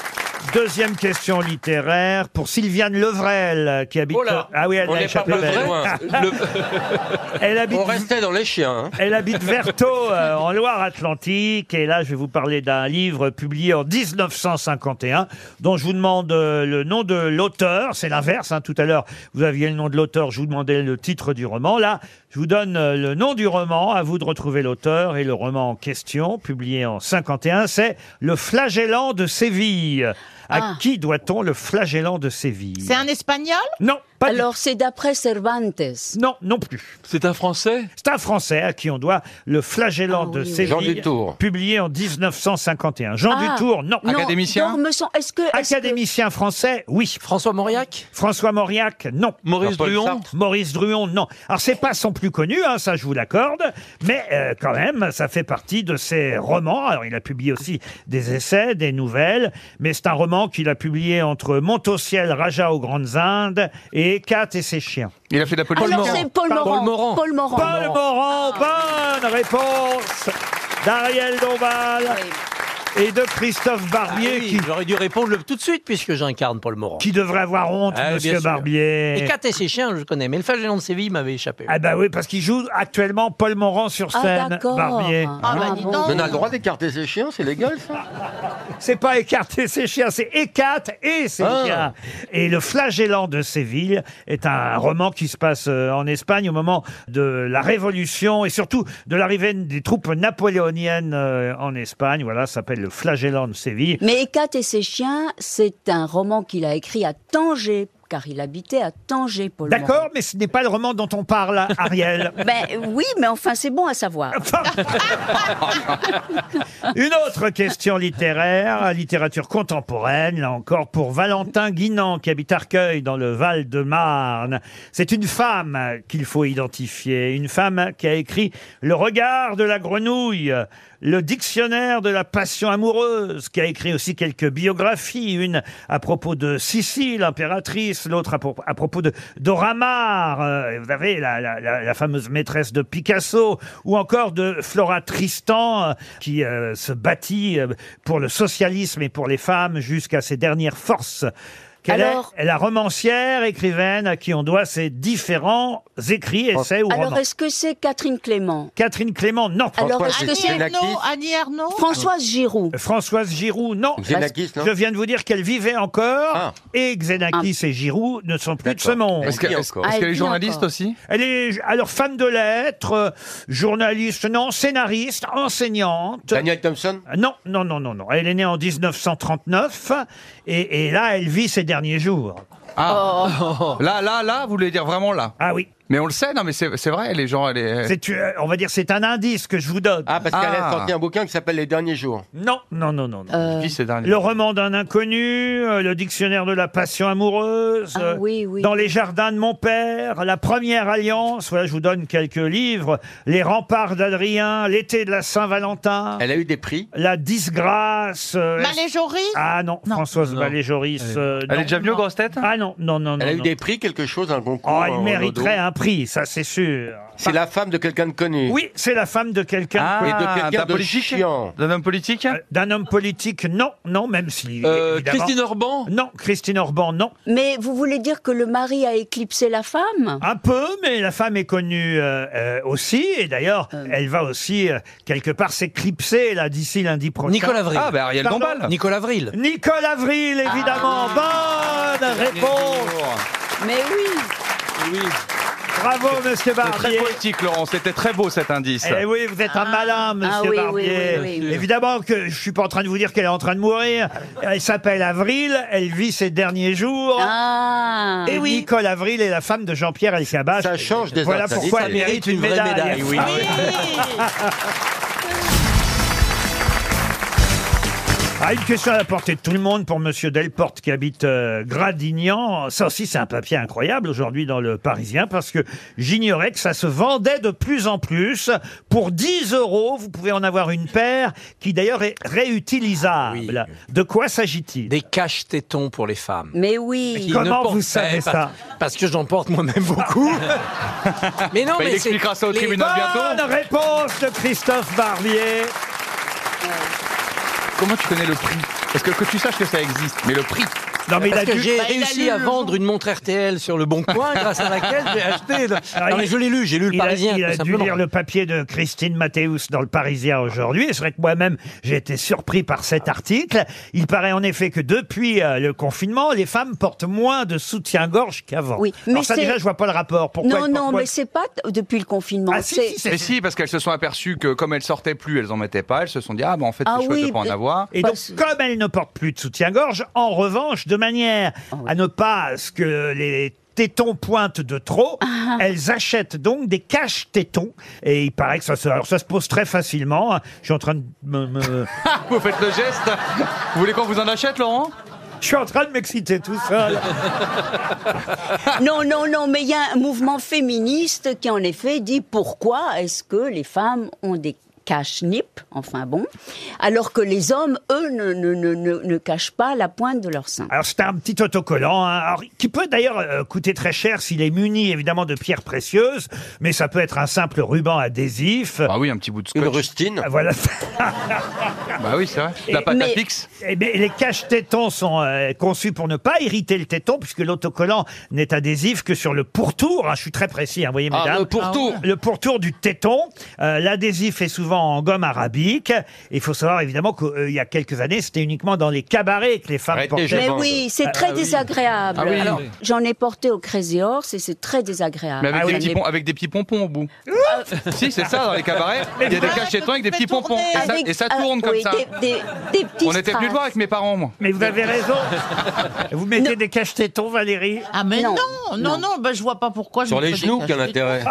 B: Deuxième question littéraire pour Sylviane Levrel euh, qui habite.
D: Oh là
B: ah oui, elle
D: On
B: l'a
D: n'est pas
B: échappé
D: pas
B: belle.
D: très loin.
B: Elle habite
D: On restait dans les chiens. hein.
B: Elle habite Vertot, euh, en Loire-Atlantique. Et là, je vais vous parler d'un livre publié en 1951, dont je vous demande euh, le nom de l'auteur. C'est l'inverse. hein. Tout à l'heure, vous aviez le nom de l'auteur, je vous demandais le titre du roman. Là, je vous donne euh, le nom du roman. À vous de retrouver l'auteur et le roman en question, publié en 51. C'est Le flagellant de Séville. À
C: Ah.
B: qui doit-on le flagellant de Séville
C: un espagnol
B: Non, pas du
C: Alors c'est d'après Cervantes.
B: Non, non plus.
I: C'est un Français
B: C'est un Français à qui on doit le flagellant de
C: Ah oui, oui.
B: Séville.
D: Jean Dutour.
B: Publié en 1951. Jean
C: Ah,
B: Dutour, non.
C: non, me semble- Est-ce que est-ce que-
B: Académicien français, oui. François Mauriac François Mauriac, non.
I: Maurice Jean-Paul Druon Sartre
B: Maurice Druon, non. Alors, c'est pas son plus connu, hein, ça je vous l'accorde, mais euh, quand même, ça fait partie de ses romans. Alors, il a publié aussi des essais, des nouvelles, mais c'est un roman qu'il a publié entre Montauciel, Raja aux Grandes Indes et Cat et ses chiens.
E: Il a fait de la politique.
C: Alors c'est Paul Morand. Paul Morand. Ah.
B: Paul Morand, bonne réponse d'Ariel Dombal et de Christophe
G: Ah
B: Barbier
G: oui,
B: qui,
G: J'aurais dû répondre le- tout de suite puisque j'incarne Paul Morand.
B: qui devrait avoir honte,
G: Ah, bien
B: monsieur
G: sûr.
B: Barbier.
G: Et Cat et ses chiens, je connais, mais le flagellant de Séville m'avait échappé.
B: Ah bah oui, parce qu'il joue actuellement Paul Morand sur
G: Ah,
B: scène,
G: d'accord.
B: Barbier.
G: Ah
F: bah, dis donc.
D: On a le droit d'écarter ses chiens, c'est légal ça
B: C'est pas écarter ses chiens, c'est écarte et ses
D: Ah.
B: chiens. Et le flagellant de Séville est un roman qui se passe euh, en Espagne au moment de la Révolution et surtout de l'arrivée des troupes napoléoniennes euh, en Espagne. Voilà, ça s'appelle le flagellant de Séville.
C: Mais Ekat et ses chiens, c'est un roman qu'il a écrit à Tanger, car il habitait à Tanger, Paul Morand.
B: D'accord, mais ce n'est pas le roman dont on parle, Ariel.
C: Ben oui, mais enfin c'est bon à savoir.
B: Une autre question littéraire, littérature contemporaine, là encore pour Valentin Guinan qui habite Arcueil dans le Val-de-Marne. C'est une femme euh, qu'il faut identifier, une femme qui a écrit Le regard de la grenouille, le dictionnaire de la passion amoureuse, qui a écrit aussi quelques biographies, une à propos de Sicile, l'impératrice, l'autre à, pro- à propos de Dora Maar, euh, vous avez la, la- la- la fameuse maîtresse de Picasso, ou encore de Flora Tristan, euh, qui euh, se battit euh, pour le socialisme et pour les femmes jusqu'à ses dernières forces. Quelle
C: Alors-
B: est la romancière, écrivaine, à qui on doit ses différents écrits, essais ben, ou
C: Alors
B: romans
C: est-ce que c'est Catherine Clément
B: Catherine Clément, non.
C: Alors est-ce que
F: Annie
C: c'est
F: Ernaux, Annie Ernaux
C: Françoise Giroud
B: Euh, Françoise Giroud, non.
D: Xenakis,
B: Parce-
D: non
B: Je viens de vous dire qu'elle vivait encore.
D: Ah.
B: Et Xenakis et Giroud ne sont plus de ce monde.
E: Est-ce que-
D: Qui
E: est-ce- est-ce
D: encore
E: qu'elle
C: Ah,
E: est
C: qui
E: journaliste
C: encore
E: aussi
B: Elle est alors fan de lettres, euh, journaliste, non, scénariste, enseignante.
D: Daniel Thompson
B: Euh, Non, non, non, non, non. Elle est née en 1939 et, et là, elle vit ses derniers jours.
E: Ah.
C: Oh.
E: Là, là, là, vous voulez dire vraiment là
B: Ah oui,
E: Mais on le sait, non, mais c'est c'est vrai, les gens, elle est.
B: c'est, euh, on va dire c'est un indice que je vous donne.
D: Ah, parce qu'elle a
E: Ah.
D: sorti un bouquin qui s'appelle Les Derniers Jours.
B: Non, non, non, non. non.
C: Euh,
E: Qui c'est dernier
B: Le roman d'un inconnu, euh, le dictionnaire de la passion amoureuse,
C: Ah
B: euh,
C: oui, oui.
B: dans les jardins de mon père, la première alliance, voilà, je vous donne quelques livres, les remparts d'Adrien, l'été de la Saint-Valentin,
D: Elle a eu des prix.
B: la disgrâce. euh,
F: Maléjorie
B: ah non,
F: Non.
B: Françoise
G: Non.
B: Valéjoris. euh,
E: Elle
B: non.
E: est déjà venue aux grosses têtes hein
B: Ah non, non, non,
D: Elle a
B: non,
D: eu
B: non.
D: des prix, quelque chose, un concours.
B: Oh,
D: un
B: elle
D: dodo.
B: mériterait un prix, ça c'est sûr.
D: C'est la femme de quelqu'un de connu.
B: Oui, c'est la femme de quelqu'un.
E: Ah,
D: Et de quelqu'un
E: d'un
D: de
E: politique
D: chiant.
E: D'un homme politique
B: euh, D'un homme politique, non, non, même si.
I: Euh,
B: évidemment-
I: Christine Orban
B: Non, Christine Orban, non.
C: Mais vous voulez dire que le mari a éclipsé la femme
B: Un peu, mais la femme est connue euh, euh, aussi, et d'ailleurs, elle va aussi euh, quelque part s'éclipser là d'ici lundi prochain.
G: Nicolas Vril.
E: Ah, bah Ariel
B: Pardon
E: Dombal
G: Nicolas Vril.
B: Nicole Avril, évidemment. Bonne réponse
C: Mais oui.
B: Bravo, monsieur
E: C'est
B: Barbier.
E: très poétique, Laurent. C'était très beau cet indice.
B: Eh oui, vous êtes un malin, monsieur
E: Ah oui, oui,
B: Barbier.
E: oui, oui, oui.
B: Évidemment que je suis pas en train de vous dire qu'elle est en train de mourir. Elle s'appelle Avril, elle vit ses derniers jours.
C: Ah
E: Eh
B: Et Nicole Avril est la femme de Jean-Pierre Elkabbach. Ça change
D: des
B: Voilà
D: autres, ça
B: pourquoi
D: dit,
B: elle
D: ça
B: mérite une médaille.
D: oui.
B: Ah, une question à la portée de tout le monde pour Monsieur Delporte qui habite euh, Gradignan. Ça aussi, c'est un papier incroyable aujourd'hui dans le Parisien parce que j'ignorais que ça se vendait de plus en plus. Pour 10 euros, vous pouvez en avoir une paire qui d'ailleurs est
E: Ah
B: réutilisable. De quoi s'agit-il
G: Des caches-tétons pour les femmes.
C: Mais oui.
G: Qui ne portent- Eh, par- Parce que j'en porte moi-même beaucoup. mais non,
E: Bah, il
G: mais c'est-
E: expliquera ça au
G: les-
E: tribunal bientôt.
B: Bonne réponse de Christophe Barbier.
E: Comment tu connais le prix Parce que que tu saches que ça existe, mais le prix.
B: Non, mais il
G: parce
B: a
G: que
B: dû-
G: j'ai
B: Bah, il a lu
G: réussi à
B: le
G: vendre une montre RTL sur le bon coin grâce à laquelle j'ai acheté.
B: Alors,
G: Non,
B: il-
G: mais je l'ai lu, j'ai lu le
B: Ah il a-
G: Parisien.
B: Il
G: tout
B: a dû
G: simplement.
B: lire le papier de Christine Mathéus dans le Parisien aujourd'hui. Et c'est vrai que moi-même, j'ai été surpris par cet article. Il paraît en effet que depuis euh, le confinement, les femmes portent moins de soutien-gorge qu'avant.
C: Oui,
B: Alors
C: mais
B: ça
C: c'est-
B: déjà, je vois pas le rapport. Pourquoi Ah,
C: non,
B: elles
C: non,
B: portent moins
C: mais c'est pas t- depuis le confinement. c'est-
E: Mais si, parce qu'elles se sont aperçues que comme elles sortaient plus, elles en mettaient pas. Elles se sont dit ah ben en fait
B: Ah
E: c'est chouette
B: oui,
E: de pas en
B: mais-
E: avoir.
B: Et donc, comme elle ne porte plus de soutien-gorge, en revanche, de manière à ne pas ce que les tétons pointent de trop, elles achètent donc des caches tétons. Et il paraît que ça se, alors ça se pose très facilement. hein. Je suis en train de me- me...
E: vous faites le geste. Vous voulez qu'on vous en achète, Laurent
B: Je suis en train de m'exciter tout seul.
C: Non, non, non, mais il y a un mouvement féministe qui en effet dit pourquoi est-ce que les femmes ont des cache-nips, enfin bon, alors que les hommes, eux, ne, ne- ne- ne- ne cachent pas la pointe de leur sein.
B: Alors c'est un petit autocollant, hein, alors, qui peut d'ailleurs euh, coûter très cher s'il est muni évidemment de pierres précieuses, mais ça peut être un simple ruban adhésif.
E: Ah oui, un petit bout de scotch.
B: Une rustine. Voilà.
E: Bah oui, c'est vrai. La pâte à fixe.
B: Eh bien, les caches tétons sont euh, conçus pour ne pas irriter le téton, puisque l'autocollant n'est adhésif que sur le pourtour. hein, je suis très précis, hein, voyez,
E: Ah,
B: mesdames.
E: le pourtour.
B: Le pourtour du téton. Euh, L'adhésif est souvent en gomme arabique. Et Il faut savoir évidemment qu'il y a quelques années, c'était uniquement dans les cabarets que les femmes portaient.
C: Mais oui,
E: Ah,
C: c'est très désagréable.
B: Ah oui.
C: Alors, J'en ai porté au Crazy Horse et c'est très désagréable.
E: Mais avec, des
C: Ah oui. Ah.
E: petits pom- avec des petits pompons au bout. si, c'est ça, dans les cabarets. Il y a des cachetons avec des petits pompons. Et ça,
C: Avec-
E: et ça tourne
C: ah,
E: comme
C: oui,
E: ça.
C: Des, des- des petits
E: On était venu
C: strass.
E: le voir avec mes parents, moi.
B: Mais vous avez raison. Vous mettez des caches-tétons, Valérie
F: Ah, mais
E: Non,
F: non, non, non, bah, je vois pas pourquoi je
D: Sur
F: me
D: les
F: fais des
D: genoux,
F: caches
D: quel
F: tétons.
D: intérêt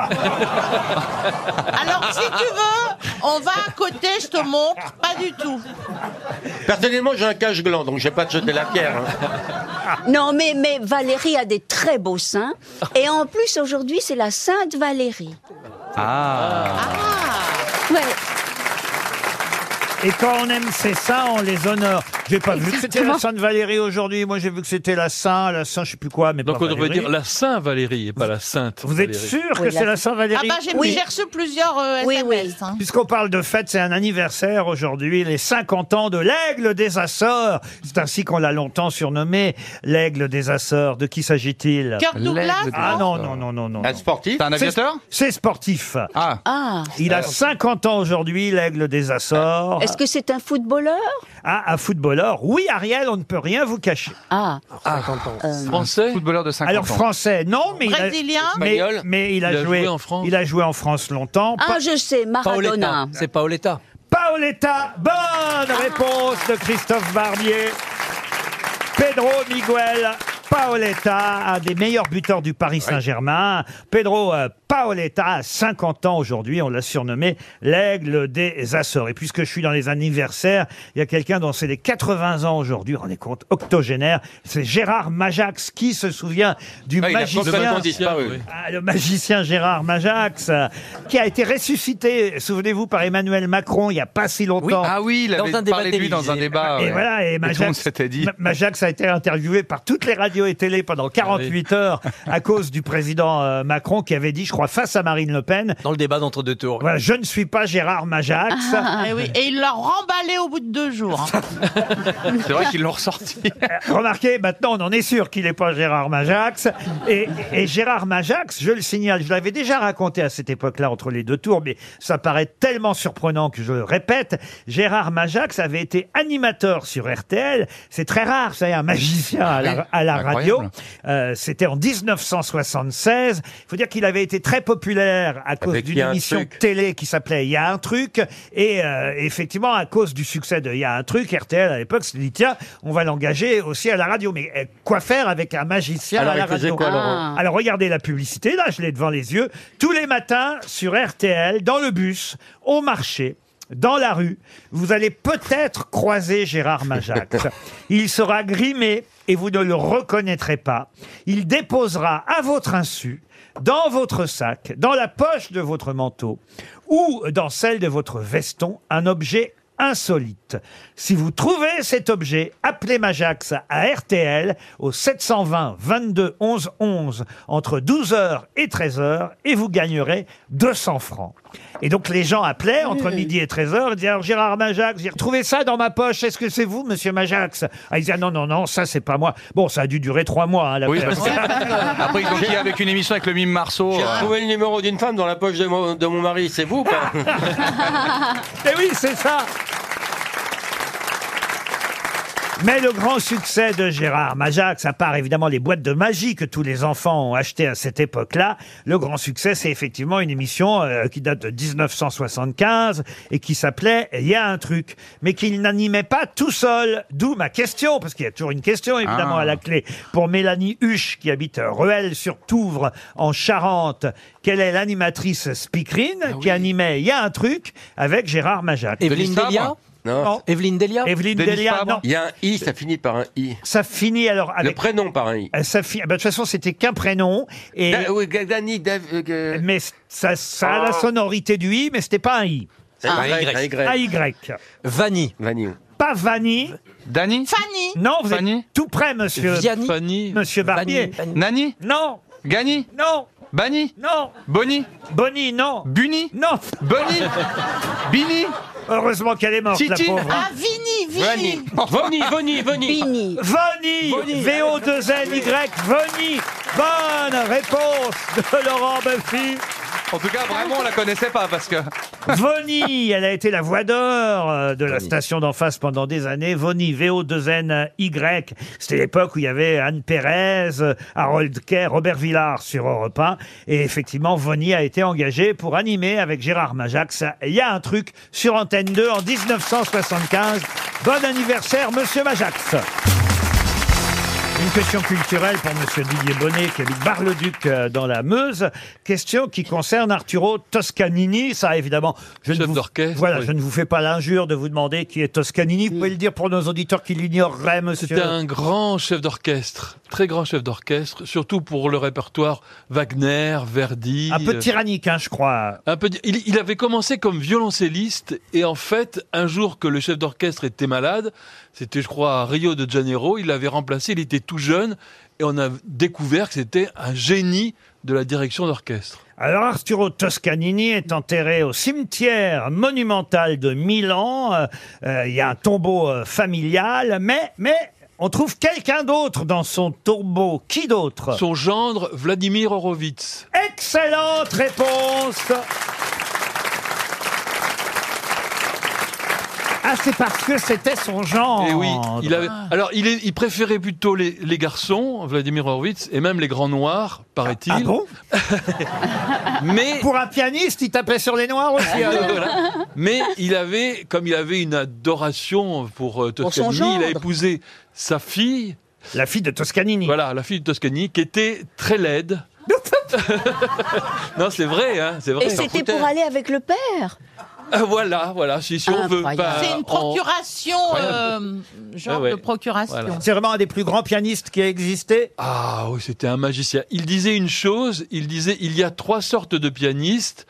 F: Alors, si tu veux, on va à côté, je te montre. Pas du tout. Ah,
D: Personnellement, j'ai un cache-gland, donc j'ai pas de jeter la pierre. hein.
C: Non, mais, mais Valérie a des très beaux seins. Et en plus, aujourd'hui, c'est la Sainte Valérie.
E: Ah.
C: Ouais.
B: Et quand on aime ses seins, on les honore. J'ai pas vu que c'était la Sainte Valérie aujourd'hui. Moi, j'ai vu que c'était la Saint, la Saint, je sais plus quoi, mais
I: Donc
B: pas
I: on devrait
B: Valérie.
I: dire la Saint Valérie et pas la Sainte.
B: Vous êtes
I: Valérie.
B: sûr que c'est la Saint Valérie
F: Ah bah, j'ai j'ai reçu plusieurs euh, SMS. hein.
B: Puisqu'on parle de fête, c'est un anniversaire aujourd'hui, les 50 ans de l'Aigle des Açores. C'est ainsi qu'on l'a longtemps surnommé l'Aigle des Açores. De qui s'agit-il
F: Kirk Douglas, L'Aigle des
B: Ah non,
F: Açores.
B: non, non, non, non.
D: Un sportif T'es un
B: C'est-
D: aviateur
B: C'est sportif.
E: Ah.
C: Ah.
B: Il a 50 ans aujourd'hui, l'Aigle des
I: Oh.
B: Açores.
C: Est-ce que c'est un footballeur
B: Ah, un footballeur. Oui, Ariel, on ne peut rien vous cacher.
C: Ah. Euh.
E: Français Footballeur de 50
B: Alors
E: ans.
B: français, non, mais il a-
C: Brésilien
B: mais,
E: Espagnol
B: mais il a, joué, en France. Il a joué en France longtemps.
C: Ah,
B: Pa-
C: je sais, Maradona.
G: C'est Paoletta.
B: Paoletta, bonne réponse de Christophe Barbier. Pedro Miguel Paoletta, un des meilleurs buteurs du Paris Saint-Germain. Pedro euh, Paoletta a 50 ans aujourd'hui. On l'a surnommé l'aigle des Açores. Et puisque je suis dans les anniversaires, il y a quelqu'un dont c'est les 80 ans aujourd'hui. Rendez compte, octogénaire. C'est Gérard Majax. Qui se souvient du
D: Ah, il a
B: magicien
D: complètement disparu.
B: Ah, le magicien Gérard Majax, euh, qui a été ressuscité, souvenez-vous, par Emmanuel Macron il n'y a pas si longtemps.
E: Ah oui, il avait parlé de lui dans un débat.
B: Et
E: ouais.
B: voilà, et
E: tout le monde
B: Majax,
E: s'était dit.
B: Ma- Majax a été interviewé par toutes les radios et télé pendant 48 heures à cause du président euh, Macron qui avait dit, je crois, 2023 face à Marine Le Pen.
G: Dans le débat d'entre deux tours.
B: Voilà, je ne suis pas Gérard Majax.
F: Ah, eh oui. Et il l'a remballé au bout de deux jours. hein.
B: C'est vrai qu'ils l'ont ressorti. Euh, Remarquez, maintenant, on en est sûr qu'il n'est pas Gérard Majax. Et, et Gérard Majax, je le signale, je l'avais déjà raconté à cette époque-là, entre les deux tours, mais ça paraît tellement surprenant que je le répète. Gérard Majax avait été animateur sur RTL. C'est très rare, vous savez, un magicien à la, à la radio. Euh, C'était en 1976. Il faut dire qu'il avait été très populaire à cause
D: Avec
B: d'une
D: Y a un
B: émission
D: truc.
B: télé qui s'appelait Il y a un truc. Et euh, effectivement, à cause du succès de Il y a un truc, RTL à l'époque se dit tiens, on va l'engager aussi à la radio. Mais euh, quoi faire avec un magicien
D: Alors,
B: à la
D: il faisait
B: radio
D: quoi, Laurent Ah.
B: Alors regardez la publicité, là, je l'ai devant les yeux. Tous les matins sur RTL, dans le bus, au marché. Dans la rue, vous allez peut-être croiser Gérard Majax. Il sera grimé et vous ne le reconnaîtrez pas. Il déposera à votre insu dans votre sac, dans la poche de votre manteau ou dans celle de votre veston un objet insolite. Si vous trouvez cet objet, appelez Majax à RTL au 720 22 11 11 entre 12h et 13h et vous gagnerez 200 francs. Et donc les gens appelaient entre midi et 13h, disaient alors Gérard Majax, j'ai retrouvé ça dans ma poche, est-ce que c'est vous monsieur Majax Ah ils disaient non non non, ça c'est pas moi. Bon, ça a dû durer trois mois hein, la
E: Oui,
B: période.
E: parce que- Après, ils ont lié avec une émission avec le mime Marceau.
D: J'ai
E: euh,
D: retrouvé le numéro d'une femme dans la poche de mon, de mon mari, c'est vous ou pas
B: Et Eh oui, c'est ça Mais le grand succès de Gérard Majax, à part évidemment les boîtes de magie que tous les enfants ont achetées à cette époque-là, le grand succès, c'est effectivement une émission euh, qui date de 1975 et qui s'appelait Il y a un truc, mais qu'il n'animait pas tout seul. D'où ma question, parce qu'il y a toujours une question évidemment
P: Ah.
B: à la clé. Pour Mélanie Huche, qui habite Ruelle sur Touvre, en Charente, quelle est l'animatrice speakerine
D: Ah
B: qui animait Il y a un truc avec Gérard Majax.
G: Evelyne Delia
D: Non.
G: Evelyne Delia
B: Evelyne Delia, non.
D: Il y a un I, ça finit par un I.
B: Ça finit alors avec.
D: Le prénom par un I.
B: Euh, sa fille- bah, de toute façon, c'était qu'un prénom. Et...
D: Da- oui, Ga- Dani, Dav- euh, que-
B: Mais c- ça, ça a
D: Ah.
B: la sonorité du I, mais c'était pas un I.
D: C'est un Y, un Y.
B: Un Y.
G: Vanny.
D: Vanny.
B: Pas Vanny.
E: Dani
F: Fanny
B: Non, vous
E: Fanny
B: êtes tout près, monsieur.
E: Vianney
B: Monsieur Barbier.
E: Nani
B: Non.
E: Gani
B: Non.
E: Bani
B: Non.
E: Boni
B: Boni, non.
E: Buni
B: Non.
E: Boni Bini
B: Heureusement qu'elle est morte, la
E: Titi
B: pauvre.
F: Ah, Vini, Vini
D: Voni, Voni, Voni.
B: Vony, V-O-2-N-Y, Vony. Bonne réponse de Laurent Buffy.
E: En tout cas, vraiment, on la connaissait pas parce que.
B: Vony, elle a été la voix d'or euh, de la station d'en face pendant des années. Vony, V-O-2-N-Y. C'était l'époque où il y avait Anne Pérez, euh, Harold Kerr, Robert Villard sur Europe 1. Et effectivement, Vony a été engagé pour animer avec Gérard Majax. Il y a un truc sur Antenne 2 en 1975. Bon anniversaire, monsieur Majax. Une question culturelle pour Monsieur Didier Bonnet, qui habite Bar-le-Duc euh, dans la Meuse. Question qui concerne Arturo Toscanini. Ça, évidemment, je ne vous, voilà, je ne vous fais pas l'injure de vous demander qui est Toscanini. Vous pouvez le dire pour nos auditeurs qui l'ignoreraient, Monsieur.
I: C'était un grand chef d'orchestre, très grand chef d'orchestre, surtout pour le répertoire Wagner, Verdi.
B: Un peu
I: euh,
B: tyrannique, hein, je crois.
I: un peu di- il, il avait commencé comme violoncelliste et en fait, un jour que le chef d'orchestre était malade, c'était je crois à Rio de Janeiro, il l'avait remplacé, il était tout jeune et on a découvert que c'était un génie de la direction d'orchestre.
B: Alors Arturo Toscanini est enterré au cimetière monumental de Milan. Euh, euh, Il y a un tombeau euh, familial, mais mais on trouve quelqu'un d'autre dans son tombeau. Qui d'autre
I: Son gendre, Vladimir Horowitz.
B: Excellente réponse Ah, c'est parce que c'était son genre Ah.
I: Eh oui, il avait- Alors, il, est- il préférait plutôt les, les garçons, Vladimir Horowitz, et même les grands noirs, paraît-il.
B: Ah bon Ah,
I: Mais Ah,
B: Pour un pianiste, il tapait sur les noirs aussi. alors.
I: Mais il avait, comme il avait une adoration pour euh,
B: Pour son
I: Toscanini, il a
B: gendre.
I: épousé sa fille.
B: La fille de Toscanini.
I: Voilà, la fille de Toscanini, qui était très laide. non, c'est vrai, hein, c'est vrai.
C: Et c'était pour aller avec le père.
I: Ah, Voilà, voilà, si, si on veut pas.
F: Ah, C'est une
I: on-
F: procuration, euh, genre
I: Ah ouais.
F: de procuration.
I: Voilà.
B: C'est vraiment un des plus grands pianistes qui a existé.
I: Ah oui, c'était un magicien. Il disait une chose, il disait il y a trois sortes de pianistes,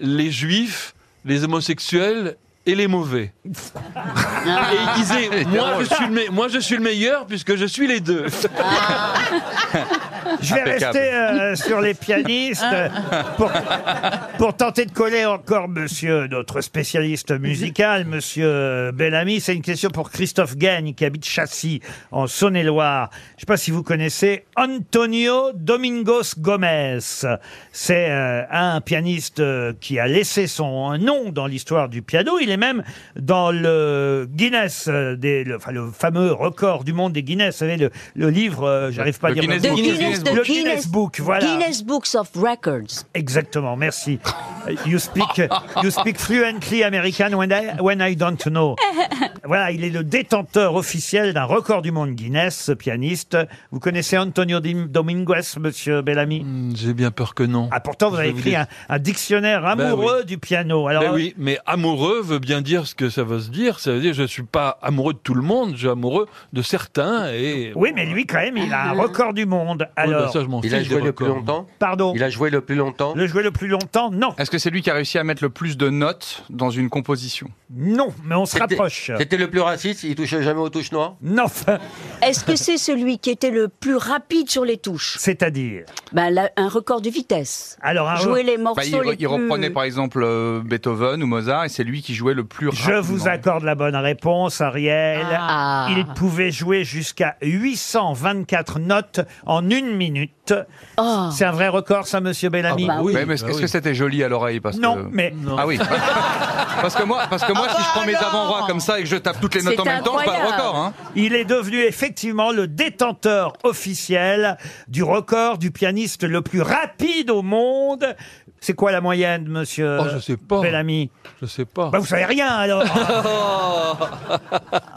I: les juifs, les homosexuels et les mauvais. Et il disait, moi je, suis le me- moi je suis le meilleur puisque je suis les deux.
B: Je vais
I: Impeccable.
B: rester euh, sur les pianistes euh, pour, pour tenter de coller encore monsieur, notre spécialiste musical, monsieur euh, Bellamy. C'est une question pour Christophe Gagne qui habite Châssis en Saône-et-Loire. Je ne sais pas si vous connaissez Antonio Domingos Gomez. C'est euh, un pianiste euh, qui a laissé son nom dans l'histoire du piano. Il est même dans le Guinness, euh, des, le, enfin, le fameux record du monde des Guinness. Vous savez, le, le livre, euh, j'arrive pas à
C: Le
B: dire
C: Guinness
B: le mot.
C: Book. Le Guinness-
B: Le
C: le
B: Guinness
C: Guinness-
B: Book, voilà.
C: Guinness Books of Records.
B: Exactement, merci. You speak, you speak fluently American when I, when I don't know. Voilà, il est le détenteur officiel d'un record du monde Guinness, ce pianiste. Vous connaissez Antonio Dim- Dominguez, monsieur Bellamy
I: Hmm, J'ai bien peur que non.
B: Ah, pourtant, vous
I: Je
B: avez
I: vais vous
B: écrit
I: dire.
B: un, un dictionnaire
I: Ben
B: amoureux
I: oui.
B: du piano. Alors,
I: Ben oui, mais amoureux veut bien dire ce que ça veut se dire. Ça veut dire je suis pas amoureux de tout le monde, je suis amoureux de certains. Et Ah.
B: Oui, mais lui, quand même, il a un record du monde.
I: Ouais,
B: Alors,
I: bah ça, je m'en
D: Il a
I: fiche
D: joué
I: des
D: le plus
I: records.
D: longtemps
B: Pardon
D: Il a joué le plus longtemps
B: Le jouer le plus longtemps, non.
E: Est-ce que c'est lui qui a réussi à mettre le plus de notes dans une composition
B: Non, mais on se rapproche.
D: C'était le plus raciste, il touchait jamais aux touches noires
B: Non
C: Est-ce que c'est celui qui était le plus rapide sur les touches
B: C'est-à-dire
C: ben, la- Un record de vitesse.
B: Alors, un
C: Jouer
B: re-
C: les morceaux
E: Bah, il,
C: les
E: il
C: plus...
E: reprenait par exemple euh, Beethoven ou Mozart et c'est lui qui jouait le plus
B: Je
E: rapidement.
B: vous accorde la bonne réponse, Ariel.
C: Ah.
B: Il pouvait jouer jusqu'à 824 notes en une minute. C'est un vrai record, ça, monsieur
C: Ah, bah
B: Bellamy
E: Ouais, mais est-ce que c'était joli à l'oreille parce
B: Bah Non,
E: que...
B: mais-
E: Ah oui. parce que moi, parce que
C: Ah
E: moi
C: bah
E: si je prends mes avant-bras comme ça et que je tape toutes les notes en même temps, c'est pas le record. Hein.
B: Il est devenu effectivement le détenteur officiel du record du pianiste le plus rapide au monde. C'est quoi la moyenne, monsieur
I: Oh, je sais pas.
B: Bellamy
I: Je sais pas. Ah
B: Bah, vous savez rien, alors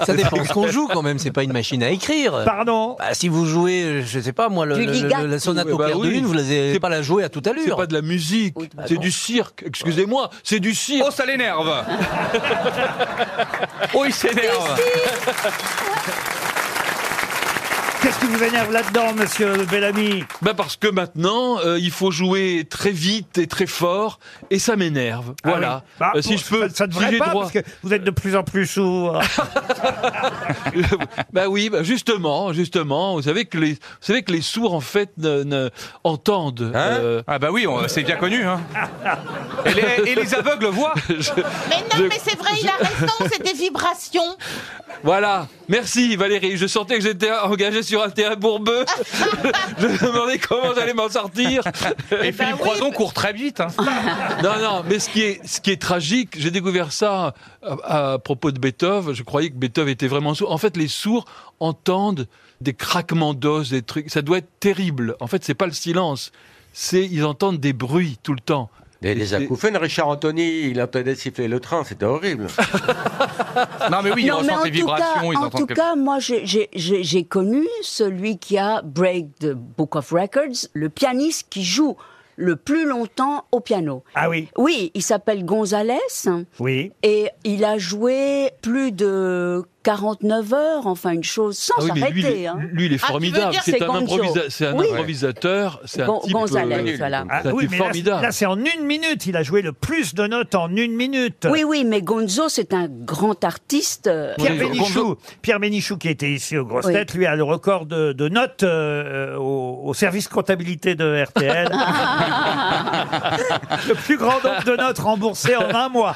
G: Ça dépend ce qu'on joue quand même, c'est pas une machine à écrire.
B: Pardon
G: Bah, Si vous jouez, euh, je sais pas moi, le,
I: Du
G: le-
I: Ligeti.
G: le- la sonate
I: Oui,
G: au
I: bah
G: clair de
I: oui.
G: lune, vous n'allez
I: C'est-
G: pas la jouer à toute
I: C'est
G: allure.
I: pas de la musique, c'est
G: bon.
I: du cirque. Excusez-moi, c'est du cirque. Oh,
E: ça l'énerve. oh, il s'énerve.
B: Qu'est-ce qui vous énerve là-dedans, monsieur Bellamy
I: Bah parce que maintenant, euh, il faut jouer très vite et très fort, et ça m'énerve.
B: Ah
I: voilà.
B: oui. Bah,
I: Euh, si
B: pour-
I: je peux,
B: ça, ça devrait
I: si j'ai
B: pas,
I: droit.
B: parce que vous êtes de plus en plus sourd.
I: bah oui, bah justement, justement, vous savez que les, vous savez que les sourds en fait ne, ne- entendent. euh,
E: Ah bah oui, on- c'est bien connu. Hein. Et, les, et les aveugles voient.
F: Mais non, mais c'est vrai, il a raison, c'est des vibrations.
I: Voilà. Merci Valérie. Je sentais que j'étais engagé sur un terrain bourbeux. je me demandais comment j'allais m'en sortir.
E: Et Philippe Croison court très vite. hein.
I: Non, non, mais ce qui est, ce qui est tragique, j'ai découvert ça à, à propos de Beethoven. Je croyais que Beethoven était vraiment sourd. En fait, les sourds entendent des craquements d'os, des trucs. Ça doit être terrible. En fait, c'est pas le silence. C'est, ils entendent des bruits tout le temps.
D: Mais les acouphènes, Richard Anthony, il entendait siffler le train, c'était horrible.
E: non Ah, mais
C: Non, mais en tout cas, en tout cas, moi, j'ai- j'ai- j'ai j'ai connu celui qui a break the Book of Records, le pianiste qui joue le plus longtemps au piano.
B: Ah oui
C: Oui, il s'appelle Gonzalez. hein,
B: Oui.
C: Et il a joué plus de 49 heures, enfin une chose sans
I: Ah oui, mais lui, il
C: s'arrêter.
I: est-
C: hein.
I: lui, il est formidable. c'est un,
C: Gonzo.
I: improvisa- c'est un
C: Oui.
I: improvisateur. C'est un
C: Gon-
I: type,
C: Gonzalez,
I: euh,
C: voilà.
I: c'est un
B: Ah oui,
I: type
B: mais là,
I: formidable.
B: là, c'est en une minute. Il a joué le plus de notes en une minute.
C: Oui, oui, mais Gonzo, c'est un grand artiste.
B: Pierre Bénichou, Pierre Bénichou, qui était ici au Grosses
C: Oui.
B: Têtes, lui a le record de, de notes euh, au, au service comptabilité de RTL. le plus grand nombre de notes remboursées en un mois.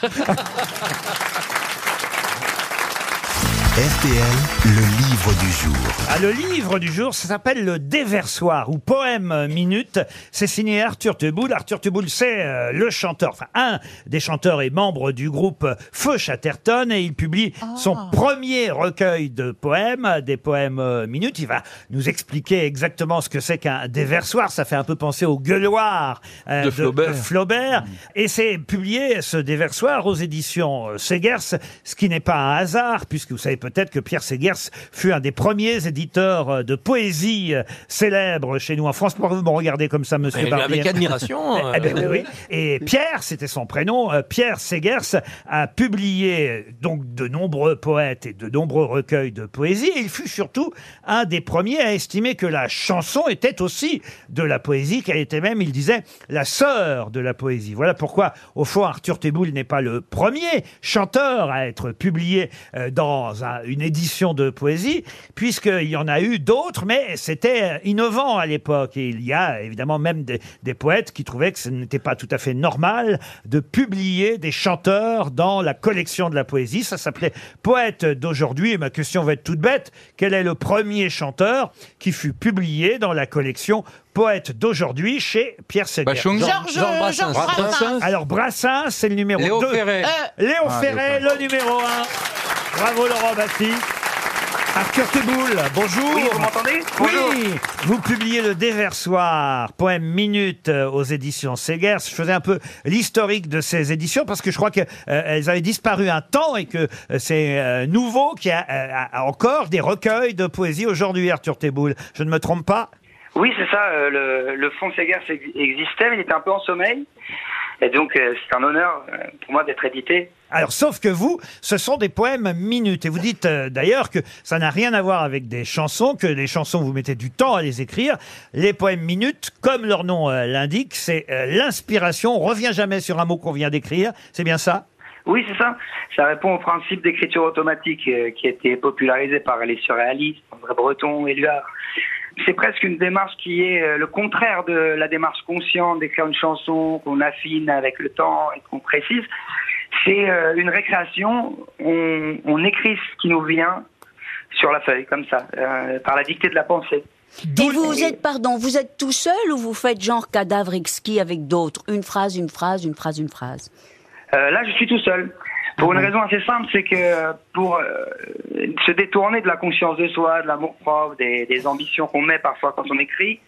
A: RTL, le livre du jour.
B: Ah, le livre du jour, ça s'appelle Le Déversoir ou Poème Minute. C'est signé Arthur Teboul. Arthur Teboul, c'est euh, le chanteur, enfin un des chanteurs et membre du groupe Feu Chatterton et il publie son premier recueil de poèmes, des poèmes euh, minutes. Il va nous expliquer exactement ce que c'est qu'un déversoir. Ça fait un peu penser au gueuloir euh,
I: De Flaubert.
B: Flaubert. Et c'est publié, ce déversoir, aux éditions euh, Segers, ce qui n'est pas un hasard, puisque vous savez peut-être que Pierre Segers fut un des premiers éditeurs euh, de poésie euh, célèbres chez nous en France. Pourquoi vous me regardez comme ça, monsieur
G: Mais
B: Barbier
G: Eh avec admiration,
B: Eh ben
G: euh,
B: oui. Et Pierre, c'était son prénom, euh, Pierre Segers a publié euh, donc de nombreux poètes et de nombreux recueils de poésie. Et il fut surtout un des premiers à estimer que la chanson était aussi de la poésie, qu'elle était même, il disait, la sœur de la poésie. Voilà pourquoi, au fond, Arthur Théboul n'est pas le premier chanteur à être publié euh, dans un- une édition de poésie, puisqu'il y en a eu d'autres, mais c'était euh, innovant à l'époque. Et il y a évidemment même des, des poètes qui trouvaient que ce n'était pas tout à fait normal de publier des chanteurs dans la collection de la poésie. Ça s'appelait Poète d'aujourd'hui. Et ma question va être toute bête. Quel est le premier chanteur qui fut publié dans la collection Poète d'aujourd'hui chez Pierre Séguier
E: Bachung Georges- Georges Brassens. Georges Brassens.
B: Alors Brassens, c'est le numéro
E: Léo
B: 2.
E: Ferré. Euh.
B: Léo
E: Ah,
B: Ferré,
E: Léo
B: le numéro 1. Bravo Laurent Baffi. Arthur Teboul, bonjour.
L: Oui, vous m'entendez Bonjour.
B: Oui, vous publiez le déversoir, poème minute euh, aux éditions Segers. Je faisais un peu l'historique de ces éditions parce que je crois qu'elles avaient disparu un temps et que euh, c'est euh, nouveau qu'il y a, euh, a- a encore des recueils de poésie aujourd'hui, Arthur Teboul. Je ne me trompe pas
L: Oui, c'est ça. euh, le, le fonds Segers ex- existait, mais il était un peu en sommeil. Et donc, euh, c'est un honneur euh, pour moi d'être édité.
B: Alors, sauf que vous, ce sont des poèmes minutes. Et vous dites euh, d'ailleurs que ça n'a rien à voir avec des chansons, que les chansons, vous mettez du temps à les écrire. Les poèmes minutes, comme leur nom euh, l'indique, c'est euh, l'inspiration. On revient jamais sur un mot qu'on vient d'écrire. C'est bien ça
L: Oui, c'est ça. Ça répond au principe d'écriture automatique euh, qui a été popularisé par les surréalistes, André Breton, Éluard. C'est presque une démarche qui est euh, le contraire de la démarche consciente d'écrire une chanson qu'on affine avec le temps et qu'on précise. C'est euh, une récréation. On, on écrit ce qui nous vient sur la feuille, comme ça, euh, par la dictée de la pensée.
C: Et vous êtes, pardon, vous êtes tout seul ou vous faites genre cadavre exquis avec d'autres Une phrase, une phrase, une phrase, une phrase.
L: Euh, là, je suis tout seul. Pour une raison assez simple, c'est que euh, pour euh, se détourner de la conscience de soi, de l'amour propre, des, des ambitions qu'on met parfois quand on écrit,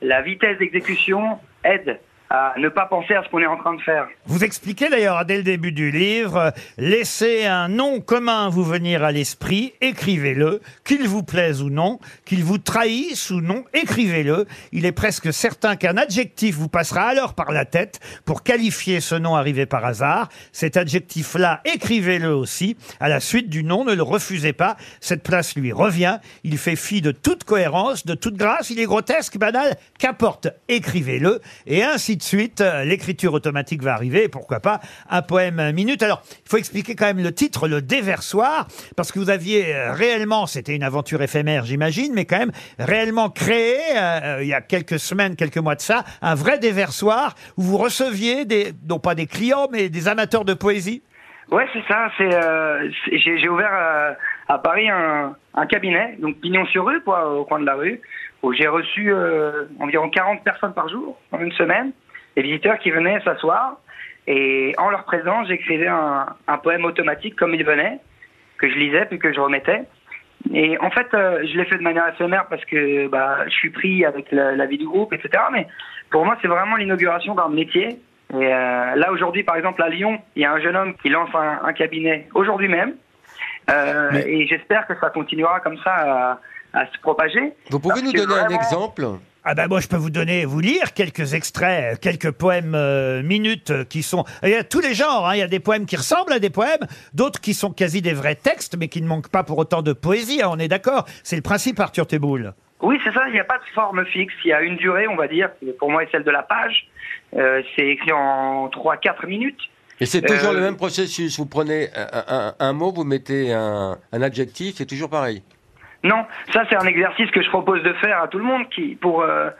L: la vitesse d'exécution aide à ne pas penser à ce qu'on est en train de faire.
B: Vous expliquez d'ailleurs dès le début du livre, euh, laissez un nom commun vous venir à l'esprit, écrivez-le, qu'il vous plaise ou non, qu'il vous trahisse ou non, écrivez-le. Il est presque certain qu'un adjectif vous passera alors par la tête pour qualifier ce nom arrivé par hasard. Cet adjectif-là, écrivez-le aussi. À la suite du nom, ne le refusez pas. Cette place lui revient. Il fait fi de toute cohérence, de toute grâce. Il est grotesque, banal. Qu'importe, écrivez-le. Et ainsi de suite, euh, l'écriture automatique va arriver. Et pourquoi pas un poème euh, minute. Alors, il faut expliquer quand même le titre, le déversoir, parce que vous aviez euh, réellement, c'était une aventure éphémère, j'imagine, mais quand même réellement créé, euh, euh, il y a quelques semaines, quelques mois de ça, un vrai déversoir où vous receviez des, non pas des clients, mais des amateurs de poésie.
L: Ouais, c'est ça. C'est euh, c'est- j'ai j'ai ouvert euh, à Paris un, un cabinet, donc pignon sur rue, quoi, au coin de la rue, où j'ai reçu euh, environ 40 personnes par jour en une semaine, des visiteurs qui venaient s'asseoir et en leur présence, j'écrivais un, un poème automatique comme il venait, que je lisais puis que je remettais. Et en fait, euh, je l'ai fait de manière éphémère parce que bah, je suis pris avec la, la vie du groupe, etc. Mais pour moi, c'est vraiment l'inauguration d'un métier.
B: Oh
L: Et euh, là, aujourd'hui, par exemple, à Lyon, il y a un jeune homme qui lance un, un cabinet aujourd'hui même. Euh, Et j'espère que ça continuera comme ça à, à se propager.
D: Vous pouvez nous donner un exemple
B: Ah ben moi je peux vous donner, vous lire quelques extraits, euh, quelques poèmes euh, minutes euh, qui sont. Il y a tous les genres, hein. il y a des poèmes qui ressemblent à des poèmes, d'autres qui sont quasi des vrais textes, mais qui ne manquent pas pour autant de poésie. hein, on est d'accord, c'est le principe Arthur Théboul.
L: Oui, c'est ça, il n'y a pas de forme fixe, il y a une durée, on va dire, qui pour moi est celle de la page. Euh, c'est écrit en 3-4 minutes.
D: Et c'est toujours
L: Euh,
D: le même processus. Vous prenez un, un- un mot, vous mettez un, un adjectif, c'est toujours pareil.
L: Non, ça c'est un exercice que je propose de faire à tout le monde qui, pour euh,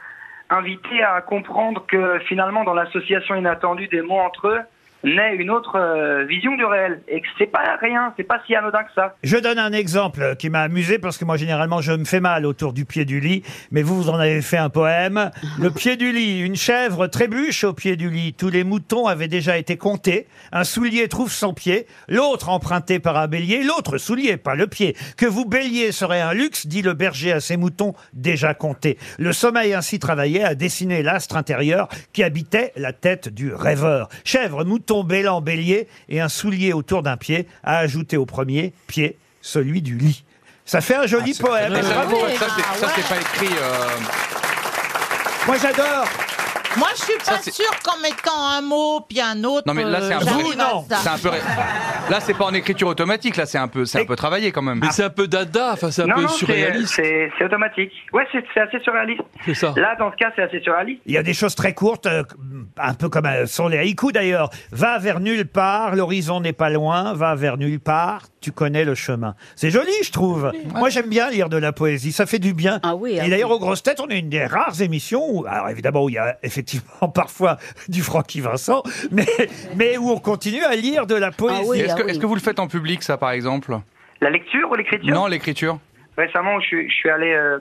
L: inviter à comprendre que finalement dans l'association inattendue des mots entre eux naît une autre euh, vision du réel et que c'est pas rien, c'est pas si anodin que ça.
B: Je donne un exemple qui m'a amusé parce que moi généralement je me fais mal autour du pied du lit, mais vous vous en avez fait un poème. Le pied du lit, une chèvre trébuche au pied du lit. Tous les moutons avaient déjà été comptés. Un soulier trouve son pied, l'autre emprunté par un bélier, l'autre soulier, pas le pied. Que vous bélier serait un luxe, dit le berger à ses moutons déjà comptés. Le sommeil ainsi travaillé a dessiné l'astre intérieur qui habitait la tête du rêveur. Chèvre, mouton, bélan, bélier et un soulier autour d'un pied a ajouté au premier pied celui du lit. Ça fait un
E: Ah,
B: joli poème.
E: Ça,
B: bravo.
E: ça, c'est- ça, c'est pas écrit. euh,
B: Ah Moi, j'adore.
F: Moi, je suis pas sûr qu'en mettant un mot puis un autre.
E: Non mais là c'est un
F: euh,
E: peu.
F: j'arrive à ça.
E: C'est un peu. ré- Là c'est pas en écriture automatique. Là c'est un peu. C'est un peu travaillé quand même. Mais c'est un peu dada. Enfin c'est
L: non, non, c'est- euh, c'est c'est automatique. Ouais, c'est c'est assez surréaliste. Là, dans ce cas, c'est assez surréaliste.
B: Il y a des choses très courtes, euh, un peu comme euh, sont les haïkus d'ailleurs. Va vers nulle part, l'horizon n'est pas loin, va vers nulle part, tu connais le chemin. C'est joli, je trouve. Moi, j'aime bien lire de la poésie, ça fait du bien. Et
C: ah
B: d'ailleurs,
C: oui.
B: aux grosses têtes, on est une des rares émissions où, alors évidemment, où il y a effectivement parfois du Francky Vincent, mais, mais où on continue à lire
C: Ah
B: de la poésie.
E: Et Ah Est-ce que, est-ce que vous le faites en public ça par exemple
L: La lecture ou l'écriture
E: Non l'écriture.
L: Récemment, je, suis- je suis allé euh,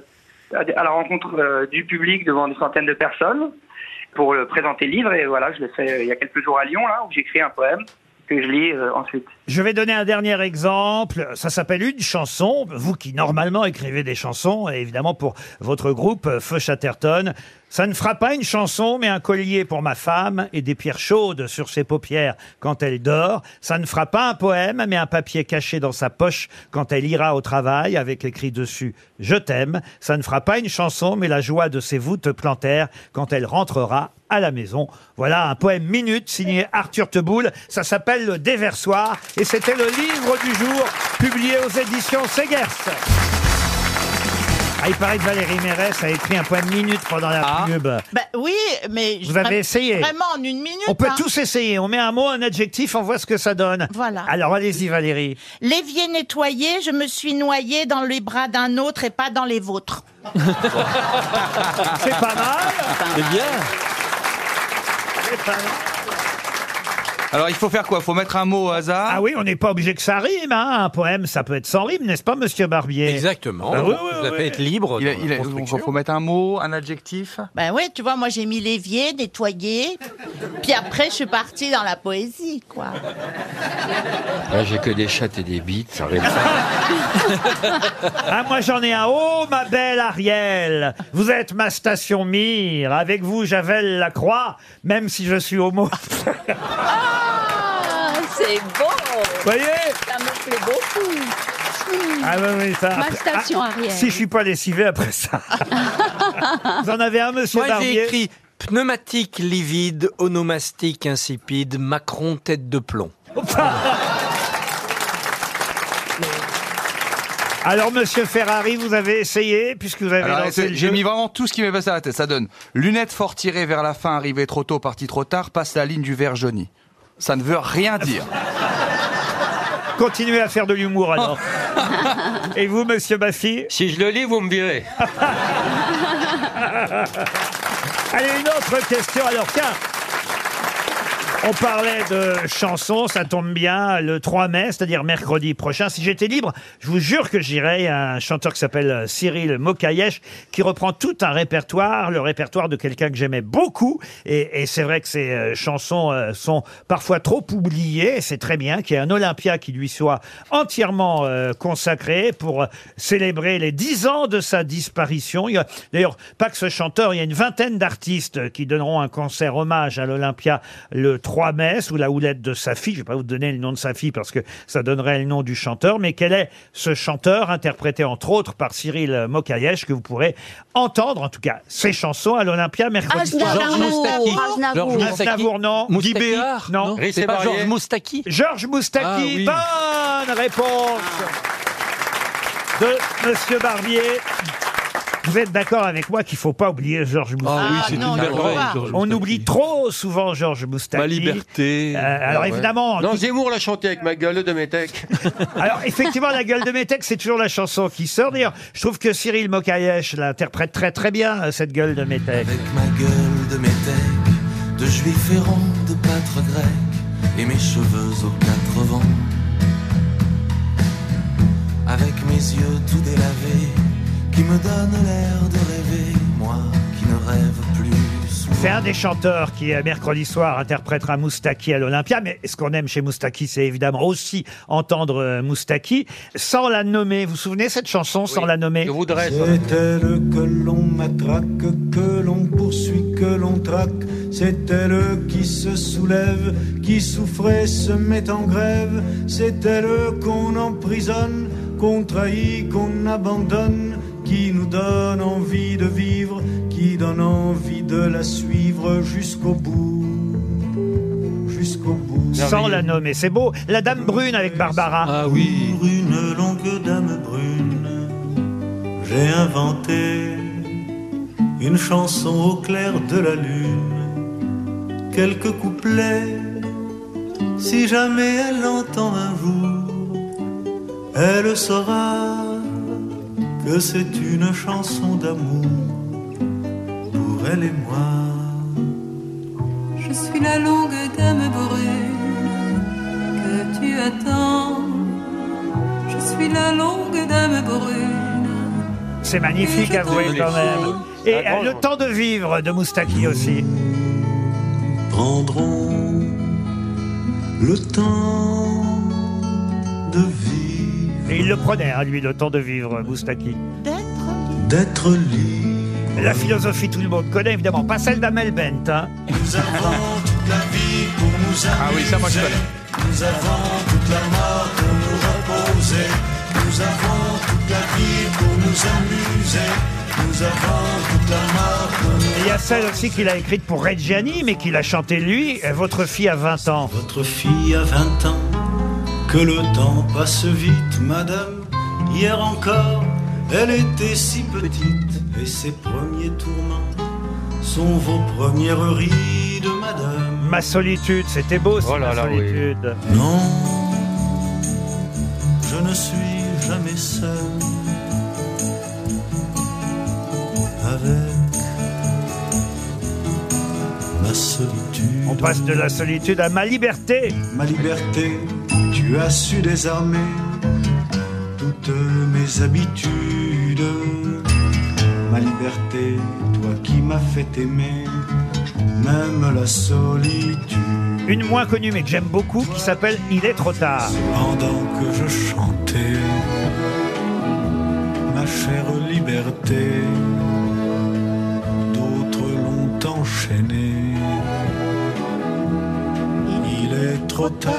L: à des- à la rencontre euh, du public devant des centaines de personnes pour euh, présenter le livre. Et voilà, je l'ai fait euh, il y a quelques jours à Lyon, là, où j'écris un poème que je lis euh, ensuite.
B: Je vais donner un dernier exemple. Ça s'appelle une chanson. Vous qui normalement écrivez des chansons, et évidemment pour votre groupe euh, Feu Chatterton, ça ne fera pas une chanson, mais un collier pour ma femme et des pierres chaudes sur ses paupières quand elle dort. Ça ne fera pas un poème, mais un papier caché dans sa poche quand elle ira au travail avec écrit dessus Je t'aime. Ça ne fera pas une chanson, mais la joie de ses voûtes plantaires quand elle rentrera à la maison. Voilà un poème minute signé Arthur Teboul. Ça s'appelle Le Déversoir et c'était le livre du jour publié aux éditions Segers. Ah, il paraît que Valérie Mérès a écrit un poème minute pendant la pub.
F: Bah oui, mais je-
B: Vous avez essayé.
F: Vraiment en une minute.
B: On peut
F: hein.
B: tous essayer. On met un mot, un adjectif, on voit ce que ça donne.
F: Voilà.
B: Alors allez-y Valérie.
F: L'évier nettoyé, je me suis noyé dans les bras d'un autre et pas dans les vôtres.
H: Eh
B: C'est pas mal.
E: C'est bien.
B: C'est pas mal.
E: Alors il faut faire quoi Faut mettre un mot au hasard.
B: Ah oui, on n'est pas obligé que ça rime. hein. Un poème, ça peut être sans rime, n'est-ce pas, Monsieur Barbier
E: Exactement.
B: Ah oui,
E: Vous
B: oui,
E: avez
B: oui.
E: être libre Il a- dans la il a- construction. faut mettre un mot, un adjectif.
F: Ben oui, tu vois, moi j'ai mis l'évier, nettoyé, puis après je suis partie dans la poésie, quoi.
D: Ah, J'ai que des chattes et des bites, ça arrive.
B: Ah, moi j'en ai un. Oh, ma belle Ariel, vous êtes ma station mire. Avec vous, j'avelle la croix, même si je suis homo.
C: Ah, c'est beau
B: Voyez
C: Ça me plaît beaucoup.
B: Ah, oui, oui, ça.
C: Ma
B: après-
C: station
B: ah,
C: Ariel.
B: Si je suis pas lessivé après ça. vous en avez un, monsieur
G: Moi,
B: Barbier
G: j'ai écrit pneumatique livide, onomastique insipide, Macron tête de plomb.
B: Alors, monsieur Ferrari, vous avez essayé, puisque vous avez
E: Alors,
B: lancé le
E: J'ai
B: jeu.
E: mis vraiment tout ce qui m'est passé à la tête. Ça donne lunettes fort tirées vers la fin, arrivé trop tôt, parti trop tard, passe la ligne du vert jauni. Ça ne veut rien dire.
B: Continuez à faire de l'humour alors. Et vous, monsieur Baffi
P: Si je le lis, vous me virez.
B: Allez, une autre question. Alors, tiens. On parlait de chansons, ça tombe bien, le 3 mai, c'est-à-dire mercredi prochain. Si j'étais libre, je vous jure que j'irais. Il y a un chanteur qui s'appelle euh, Cyril Mokayesh, qui reprend tout un répertoire, le répertoire de quelqu'un que j'aimais beaucoup. Et, et c'est vrai que ces euh, chansons euh, sont parfois trop oubliées. C'est très bien qu'il y ait un Olympia qui lui soit entièrement euh, consacré pour euh, célébrer les 10 ans de sa disparition. Il y a d'ailleurs pas que ce chanteur, il y a une vingtaine d'artistes qui donneront un concert hommage à l'Olympia le 3 mai sous la houlette de sa fille. Je vais pas vous donner le nom de sa fille parce que ça donnerait le nom du chanteur, mais quel est ce chanteur interprété entre autres par Cyril Mokayesh que vous pourrez entendre en tout cas ses chansons à l'Olympia mercredi soir.
C: Aznavour, Aznavour. Aznavour.
B: Georges Aznavour, non.
G: Moustaki.
B: Guy
G: Béard,
B: non.
G: non. C'est pas Georges Moustaki.
B: Georges Moustaki,
G: Ah, oui.
B: bonne réponse de Monsieur Barbier. Vous êtes d'accord avec moi qu'il faut pas oublier Georges Moustaki
I: oui, c'est Ah non, une il faut merveille, pas. Georges
B: On oublie trop souvent Georges Moustaki.
I: Ma liberté.
B: Euh, alors
D: Ouais.
B: évidemment,
D: Non,
B: tout-
D: Zemmour l'a chanté avec ma gueule de métèque.
B: alors effectivement, la gueule de Métèque, c'est toujours la chanson qui sort. D'ailleurs, je trouve que Cyril Mokayesh l'interprète très très bien euh, cette gueule de Métèque.
H: Ma gueule de métèque, de juif errant, de pâtre grec, et mes cheveux aux quatre vents. Avec mes yeux tout délavés, qui me donnent l'air de rêver, moi qui ne rêve plus souvent.
B: C'est un des chanteurs qui, euh, mercredi soir, interprétera Moustaki à l'Olympia. Mais ce qu'on aime chez Moustaki, c'est évidemment aussi entendre euh, Moustaki sans la nommer. Vous vous souvenez cette chanson sans la nommer Je
D: voudrais.
H: C'est elle que l'on matraque, que l'on poursuit, que l'on traque. C'est elle qui se soulève, qui souffre et se met en grève. C'est elle qu'on emprisonne,
P: qu'on trahit, qu'on abandonne, qui nous donne envie de vivre, qui donne envie de la suivre jusqu'au bout. Jusqu'au bout.
B: Sans la nommer, c'est beau. La dame brune avec Barbara. Ah oui.
P: Brune, longue dame brune, j'ai inventé une chanson au clair de la lune, quelques couplets, si jamais elle l'entend un jour, elle saura que c'est une chanson d'amour pour elle et moi.
Q: Je suis la longue dame brune que tu attends. Je suis la longue dame brune.
B: C'est magnifique, avouez quand même. Et
P: Ah,
B: euh, le temps de vivre de Moustaki aussi.
P: Prendront le temps de vivre.
B: Et il le prenait, hein, lui, le temps de vivre, Moustaki.
P: D'être libre.
B: La philosophie, tout le monde connaît, évidemment. Pas celle d'Amel Bent. hein.
P: Nous avons toute la vie pour nous amuser.
B: Ah oui, ça, moi, je connais.
P: Nous avons toute la mort pour nous reposer. Nous avons toute la vie pour nous amuser. Nous avons toute la mort pour nous
B: Et Il y a celle aussi qu'il a écrite pour Reggiani, mais qu'il a chantée lui, euh, Votre fille à 20 ans.
P: Votre fille à 20 ans, que le temps passe vite, madame. Hier encore, elle était si petite, et ses premiers tourments sont vos premières rides, madame.
B: Ma solitude, c'était beau, c'est ma solitude.
P: Non, je ne suis jamais seul avec ma solitude.
B: On passe de la solitude à ma liberté.
P: Ma liberté, tu as su désarmer toutes mes habitudes. Ma liberté, toi qui m'as fait aimer, même la solitude.
B: Une moins connue, mais que j'aime beaucoup, qui s'appelle Il est trop tard.
P: Pendant que je chantais, ma chère liberté, d'autres l'ont enchaînée. Il est trop tard,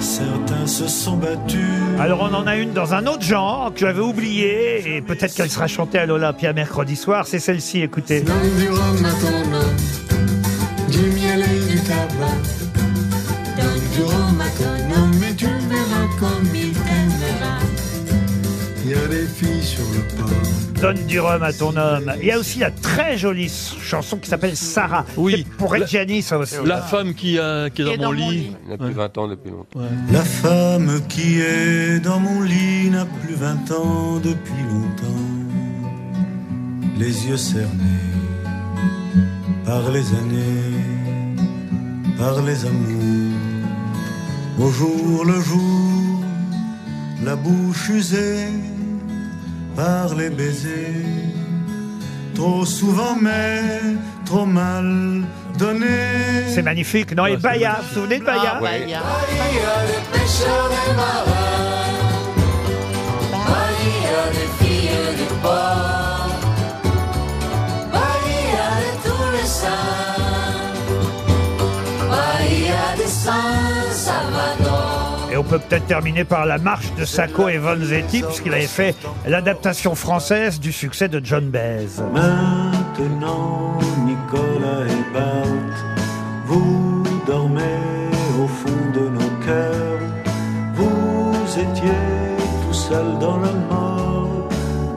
P: certains se sont battus.
B: Alors on en a une dans un autre genre que j'avais oublié et peut-être qu'elle sera chantée à l'Olympia mercredi soir. C'est celle-ci, écoutez.
R: L'homme du rhum attendra du miel et du tabac. L'homme du rhum attendra, mais tu verras comme il t'aimera. Il y a des filles sur le port.
B: Donne du rhum à ton homme. Il y a aussi la très jolie chanson qui s'appelle Sarah. Oui. Pour Reggiani, ça aussi. Ah.
I: La femme qui, euh, qui est dans, mon, lit.
D: Il y a plus 20 ans depuis longtemps.
P: La femme qui est dans mon lit n'a plus 20 ans depuis longtemps. Les yeux cernés par les années, par les amours. Au jour le jour, la bouche usée par les baisers. Trop souvent, mais trop mal donné.
B: C'est magnifique, non Et Baya, vous vous souvenez de
H: Ah,
P: Baya.
B: Baya
J: Maria, le pêcheur des marins. Maria, des filles du port. Maria, de tous les saints. Maria, des saints Salvador.
B: Et on peut peut-être terminer par la marche de Sacco et Vanzetti, puisqu'il avait fait l'adaptation française du succès de John Baez.
P: Maintenant, Nicolas et Bart, vous dormez au fond de nos cœurs. Vous étiez tout seul dans la mort,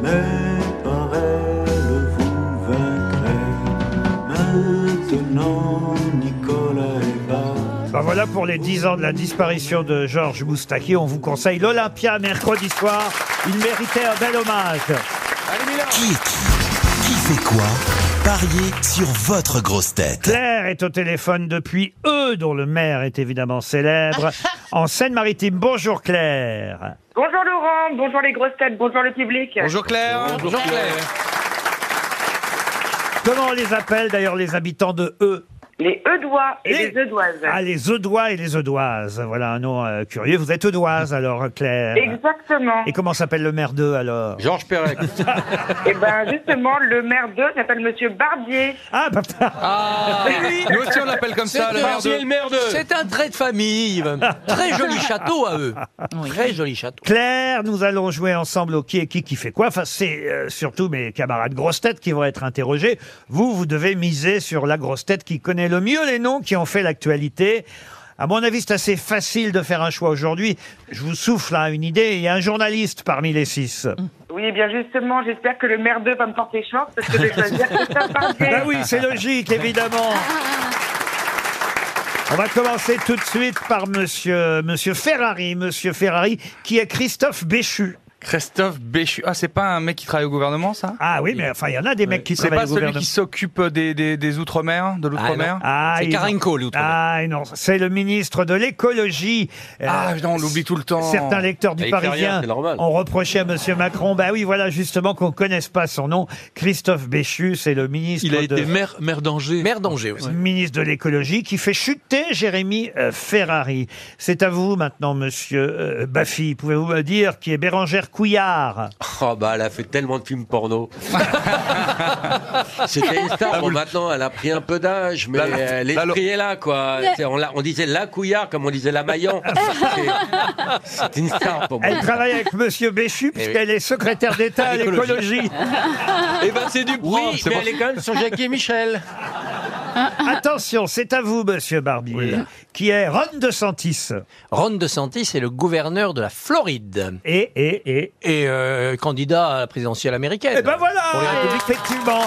P: mais par elle vous vaincrez. Maintenant, Nicolas et Bart,
B: Ben voilà pour les 10 ans de la disparition de Georges Moustaki. On vous conseille l'Olympia mercredi soir. Il méritait un bel hommage.
A: Qui est qui Qui fait quoi Pariez sur votre grosse tête.
B: Claire est au téléphone depuis eux, dont le maire est évidemment célèbre, en Seine-Maritime. Bonjour Claire.
S: Bonjour Laurent, bonjour les grosses têtes, bonjour le public.
B: Bonjour Claire. Comment on les appelle d'ailleurs les habitants de eux
S: Les Eudois et les, Eudoises.
B: Ah, les Eudois et les Eudoises. Voilà un nom euh, curieux. Vous êtes Eudoise alors, Claire
S: Exactement.
B: Et comment s'appelle le maire d'eux alors
D: Georges Perec.
S: Et ben justement, le maire d'eux s'appelle Monsieur Barbier.
B: Ah,
G: Ah, nous aussi on l'appelle comme ça,
S: C'est
G: le
S: un-
G: maire de-
S: c'est le maire de-
G: C'est un trait de famille. Très joli château à eux. Très joli château.
B: Claire, nous allons jouer ensemble au qui est qui qui fait quoi. Enfin, c'est euh, surtout mes camarades grosses têtes qui vont être interrogés. Vous, vous devez miser sur la grosse tête qui connaît le mieux les noms qui ont fait l'actualité. À mon avis, c'est assez facile de faire un choix aujourd'hui. Je vous souffle hein, une idée. Il y a un journaliste parmi les six.
S: Oui, eh bien justement, j'espère que le maire d'eux va me porter chance parce que je vais choisir Christophe Barbier.
B: Ben oui, c'est logique, évidemment. On va commencer tout de suite par monsieur, monsieur Ferrari. Monsieur Ferrari, qui est Christophe Béchu.
E: Christophe Béchu. Ah, c'est pas un mec qui travaille au gouvernement, ça
B: Ah oui, mais enfin, il y en a des mecs qui
E: C'est
B: travaillent
E: pas
B: au
E: celui
B: gouvernement.
E: qui s'occupe euh, des, des, des Outre-mer,
B: Ah,
E: de l'Outre-mer
B: il- Ah non, c'est le ministre de l'écologie. Euh,
E: Ah, non, on l'oublie tout le temps.
B: Certains lecteurs du
E: Il fait rien,
B: Parisien
E: c'est normal.
B: ont reproché à Monsieur Macron, bah oui, voilà justement qu'on connaisse pas son nom. Christophe Béchu, c'est le ministre
I: Il a
B: de-
I: été maire, maire d'Angers.
G: Maire d'Angers, oui.
B: ministre de l'écologie qui fait chuter Jérémy euh, Ferrari. C'est à vous maintenant, Monsieur euh, Baffy. Pouvez-vous me dire qui est Bérangère Couillard
D: Oh bah elle a fait tellement de films porno. C'était une star. Bon maintenant elle a pris un peu d'âge, mais
E: La-
D: euh, l'esprit est là quoi.
B: Mais-
D: C'est- On, l'a- on disait la couillard comme on disait la maillan. C'est- C'est une star pour moi.
B: Elle travaille avec Monsieur Béchu puisqu'elle est secrétaire d'État à l'écologie. Oh,
D: Eh ben c'est du bruit,
B: Oui,
D: mais
B: bon.
D: elle est quand même sur Jackie et Michel.
B: Attention, c'est à vous, Monsieur Barbier, qui est Ron DeSantis.
G: Ron DeSantis est le gouverneur de la Floride.
B: Et, et, et.
G: Et euh, candidat à la présidentielle américaine.
B: Eh ben voilà,
G: Pour les républicains.
B: effectivement,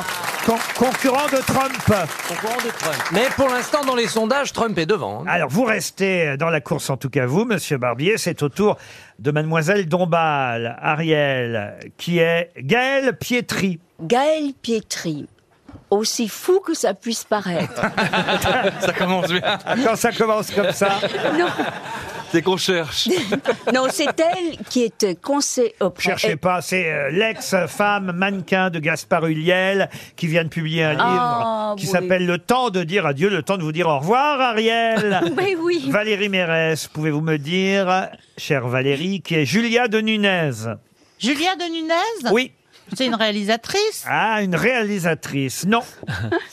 B: con- concurrent de Trump.
G: Concurrent de Trump. Mais pour l'instant, dans les sondages, Trump est devant. hein.
B: Alors, vous restez dans la course, en tout cas, vous, monsieur Barbier. C'est au tour de mademoiselle Dombal, Ariel, qui est Gaëlle Pietri.
C: Gaël Pietri, aussi fou que ça puisse paraître.
E: ça commence bien.
B: Quand ça commence comme ça.
C: Non.
I: C'est qu'on cherche.
C: non, c'est elle qui euh, était conseillère.
B: Cherchez pas, c'est euh, l'ex-femme mannequin de Gaspard Huliel qui vient de publier un livre
C: Ah,
B: qui
C: oui.
B: s'appelle Le temps de dire adieu, le temps de vous dire au revoir, Ariel.
C: Mais oui.
B: Valérie Mérès, pouvez-vous me dire, chère Valérie, qui est Julia de Nunez
F: Julia de Nunez
B: Oui.
F: C'est une réalisatrice
B: Ah, une réalisatrice, non.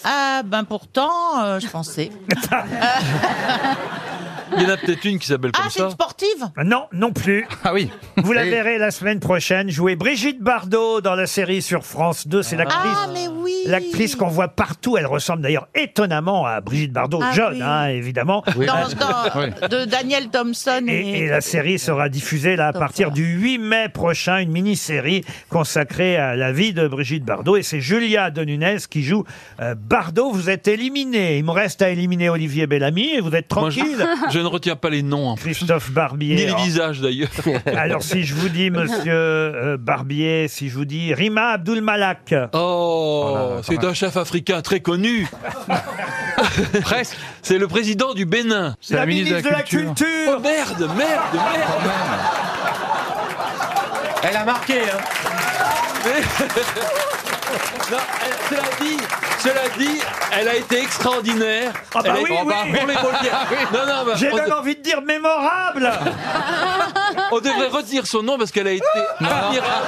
F: Ah, ben pourtant, euh, je pensais.
I: Il y en a peut-être une qui s'appelle
F: Ah,
I: comme
F: c'est une
I: ça.
F: sportive
B: Non, non plus.
E: Ah oui.
B: Vous la
I: Et-
B: verrez la semaine prochaine jouer Brigitte Bardot dans la série sur France 2. C'est l'actrice.
F: Ah, mais oui
B: L'actrice qu'on voit partout, elle ressemble d'ailleurs étonnamment à Brigitte Bardot,
F: Ah
B: jeune,
F: oui. Ah,
B: hein, évidemment.
F: Dans- dans- De Daniel Thompson et...
B: Et la série sera diffusée là à partir du 8 mai prochain, une mini-série consacrée à la vie de Brigitte Bardot. Et c'est Julia de Nunez qui joue euh, Bardot. Vous êtes éliminé. Il me reste à éliminer Olivier Bellamy et vous êtes
I: Moi, je,
B: tranquille.
I: je ne retiens pas les noms. en plus.
B: Christophe Barbier.
I: Ni les
B: Alors,
I: visages d'ailleurs.
B: Alors si je vous dis Monsieur euh, Barbier, si je vous dis Rima Abdul Malak.
I: Oh, c'est un chef africain très connu. Presque. C'est le président du Bénin.
B: C'est la La ministre de ministre la de la Culture.
I: Oh merde, merde, merde.
D: Elle a marqué. Hein.
I: Mais- Non, elle- cela dit, cela dit, elle a été extraordinaire.
B: Ah bah
I: Elle a-
B: oui,
I: oh bah,
B: oui.
I: pour les Molières. Non, non, bah,
B: J'ai
I: on,
B: même envie de dire mémorable.
I: on devrait retenir son nom parce qu'elle a été admirable.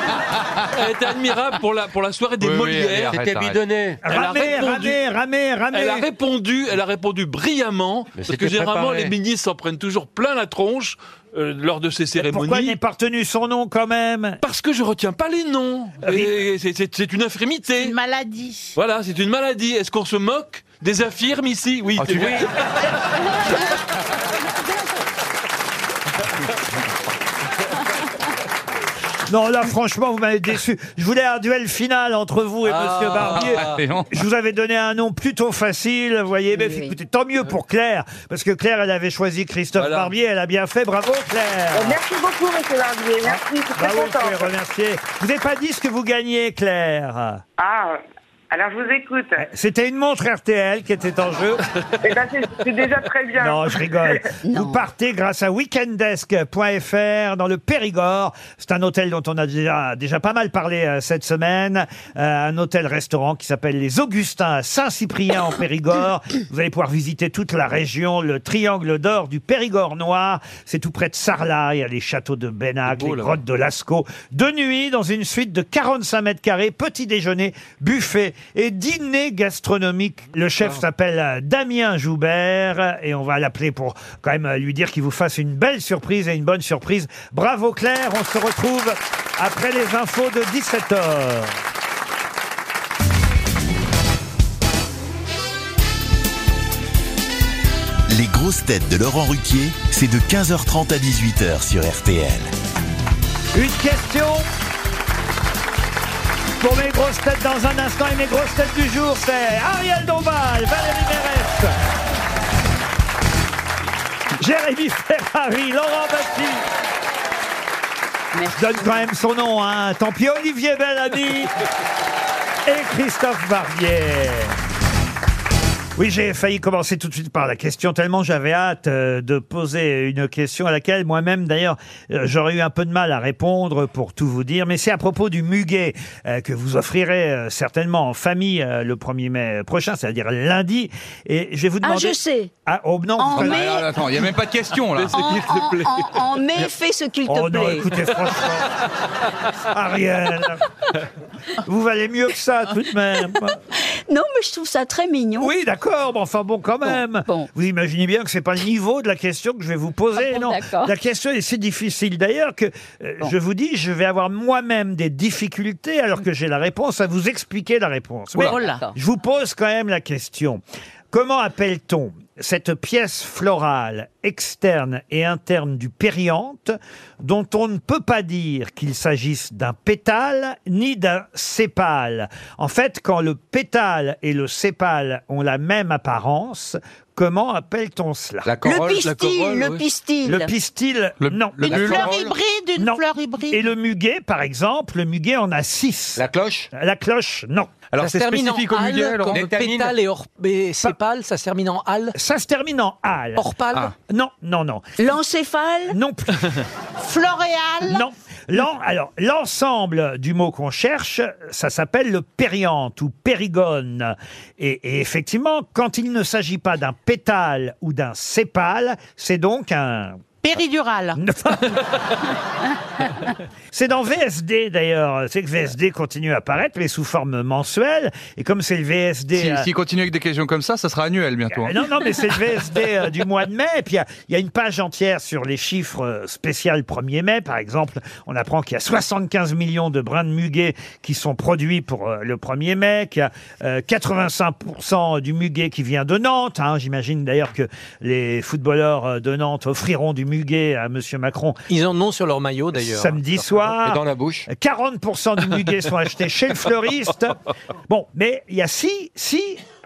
I: Elle a été admirable pour la, pour la soirée des
E: Oui, oui, allez,
I: Molières.
E: arrête, C'était arrête.
D: bidonné.
I: Elle a
B: Ramé,
I: répondu.
B: ramé, ramé, ramé.
I: Elle a répondu, elle a répondu brillamment, parce
D: c'était
I: que généralement
D: préparé.
I: les ministres s'en prennent toujours plein la tronche euh, lors de ces
B: Pourquoi il
I: cérémonies.
B: n'est pas retenu son nom quand même Ah
I: Parce que je retiens pas les noms. Et c'est- C'est c'est une infirmité.
F: Une maladie.
I: Voilà, c'est une maladie. Est-ce qu'on se moque des infirmes ici Oui.
E: Ah, tu
I: oui.
B: Non, là, franchement, vous m'avez déçu. Je voulais un duel final entre vous et
E: Ah.
B: Monsieur Barbier.
E: Et non.
B: Je vous avais donné un nom plutôt facile, vous voyez. Mais écoutez, tant mieux pour Claire, parce que Claire, elle avait choisi Christophe Barbier. Elle a bien fait. Bravo, Claire.
S: Oh, Merci beaucoup, monsieur Barbier.
B: Bah
S: Merci, je suis très
B: Bravo, vous pouvez
S: contente.
B: remercier. Vous n'avez pas dit ce que vous gagnez, Claire.
S: Ah, Alors, je vous écoute.
B: C'était une montre RTL qui était en jeu.
S: Eh ben, c'est- c'est déjà très bien.
B: Non, je rigole. Vous partez grâce à weekendesk.fr dans le Périgord. C'est un hôtel dont on a déjà, déjà pas mal parlé euh, cette semaine. Euh, un hôtel-restaurant qui s'appelle les Augustins à Saint-Cyprien en Périgord. Vous allez pouvoir visiter toute la région, le triangle d'or du Périgord noir. C'est tout près de Sarlat. Il y a les châteaux de Benac, les grottes de Lascaux. De nuit, dans une suite de 45 mètres carrés, petit déjeuner, buffet et dîner gastronomique. Le chef s'appelle euh, Damien Joubert et on va l'appeler pour quand même euh, lui dire qu'il vous fasse une belle surprise et une bonne surprise. Bravo Claire, on se retrouve après les infos de 17h.
A: Les grosses têtes de Laurent Ruquier, c'est de 15h30 à 18h sur RTL.
B: Une question pour mes grosses têtes dans un instant et mes grosses têtes du jour, c'est Ariel Dombal, Valérie Mérès, Jérémy Ferrari, Laurent Basti. Je donne quand même son nom, hein. tant pis, Olivier Bellamy et Christophe Barbier. Oui, j'ai failli commencer tout de suite par la question, tellement j'avais hâte euh, de poser une question à laquelle moi-même, d'ailleurs, euh, j'aurais eu un peu de mal à répondre pour tout vous dire. Mais c'est à propos du muguet euh, que vous offrirez euh, certainement en famille euh, le 1er mai prochain, c'est-à-dire lundi. Et je vais vous
C: Ah,
B: demander...
C: je sais.
B: Ah, oh non,
C: En
B: vous-
C: mai-
E: Ah, là, attends, il n'y a même pas de question là. Ah.
C: En, en- en- en mai, fais ce qu'il te
B: Oh
C: plaît.
B: non, écoutez, franchement, Ariel, vous valez mieux que ça tout de même.
C: Non, mais je trouve ça très mignon.
B: Oui, d'accord, mais enfin bon, quand même. Vous imaginez bien que c'est pas le niveau de la question que je vais vous poser.
C: Ah
B: non, la question est si difficile d'ailleurs que euh, je vous dis, je vais avoir moi-même des difficultés alors que j'ai la réponse à vous expliquer la réponse.
C: Oula.
B: Mais
C: Oula.
B: je vous pose quand même la question. Comment appelle-t-on cette pièce florale externe et interne du périanthe dont on ne peut pas dire qu'il s'agisse d'un pétale ni d'un sépale En fait, quand le pétale et le sépale ont la même apparence, comment appelle-t-on cela
C: corole, Le pistil, la corole, le oui. pistil.
B: Le pistil, non.
F: Une fleur hybride, une fleur hybride.
B: Et le muguet, par exemple, le muguet en a six. La
D: cloche
B: La cloche, non.
G: ça se termine en al, comme pétale et, or, et sépale, ça se termine en al.
B: Ça se termine en al.
G: Orpale
B: Ah. Non, non, non.
C: L'encéphale
B: Non plus.
F: Floréal
B: Non. L'en- alors, l'ensemble du mot qu'on cherche, ça s'appelle le périanthe ou périgone. Et, et effectivement, quand il ne s'agit pas d'un pétale ou d'un sépale, c'est donc un...
F: Péridural.
B: C'est dans VSD d'ailleurs. C'est que VSD continue à apparaître, mais sous forme mensuelle. Et comme c'est le VSD...
E: S'il
B: euh, Ah,
E: s'il continue avec des questions comme ça, ça sera annuel bientôt. hein.
B: Non, non, mais c'est le VSD euh, du mois de mai. Et puis, il y a- il y, a une page entière sur les chiffres euh, spéciales 1er mai. Par exemple, on apprend qu'il y a 75 millions de brins de muguet qui sont produits pour euh, le 1er mai, qu'il y a euh, 85% du muguet qui vient de Nantes. hein. J'imagine d'ailleurs que les footballeurs euh, de Nantes offriront du muguet à Monsieur Macron
G: Ils en ont sur leur maillot d'ailleurs.
B: Samedi soir.
G: Et dans
B: la bouche. 40% du muguet sont achetés chez le fleuriste. Bon, mais il y a si, si,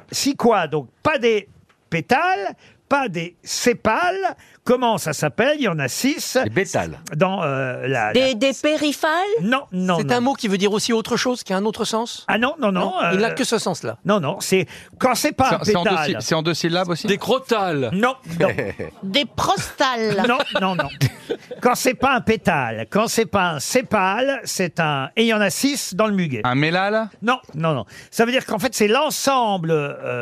B: si quoi Donc, pas des pétales, pas des sépales. Comment ça s'appelle Il y en a six. Des
D: pétales.
B: Dans euh, la.
C: Des, des périphales
B: Non, non.
G: C'est un mot qui veut dire aussi autre chose, qui a un autre sens
B: Ah non, non, non.
G: il
B: euh,
G: n'a que ce sens-là.
B: Non, non, c'est quand c'est pas un
E: C'est- c'est en deux
B: pétale.
E: sy- C'est en deux syllabes aussi Des
I: crotales.
B: Non, non.
F: Des prostales.
B: Non, non, non. Quand c'est pas un pétale, quand c'est pas un sépale, c'est un. Et il y en a six dans le muguet.
E: Un mélal
B: Non, non, non. Ça veut dire qu'en fait, c'est l'ensemble.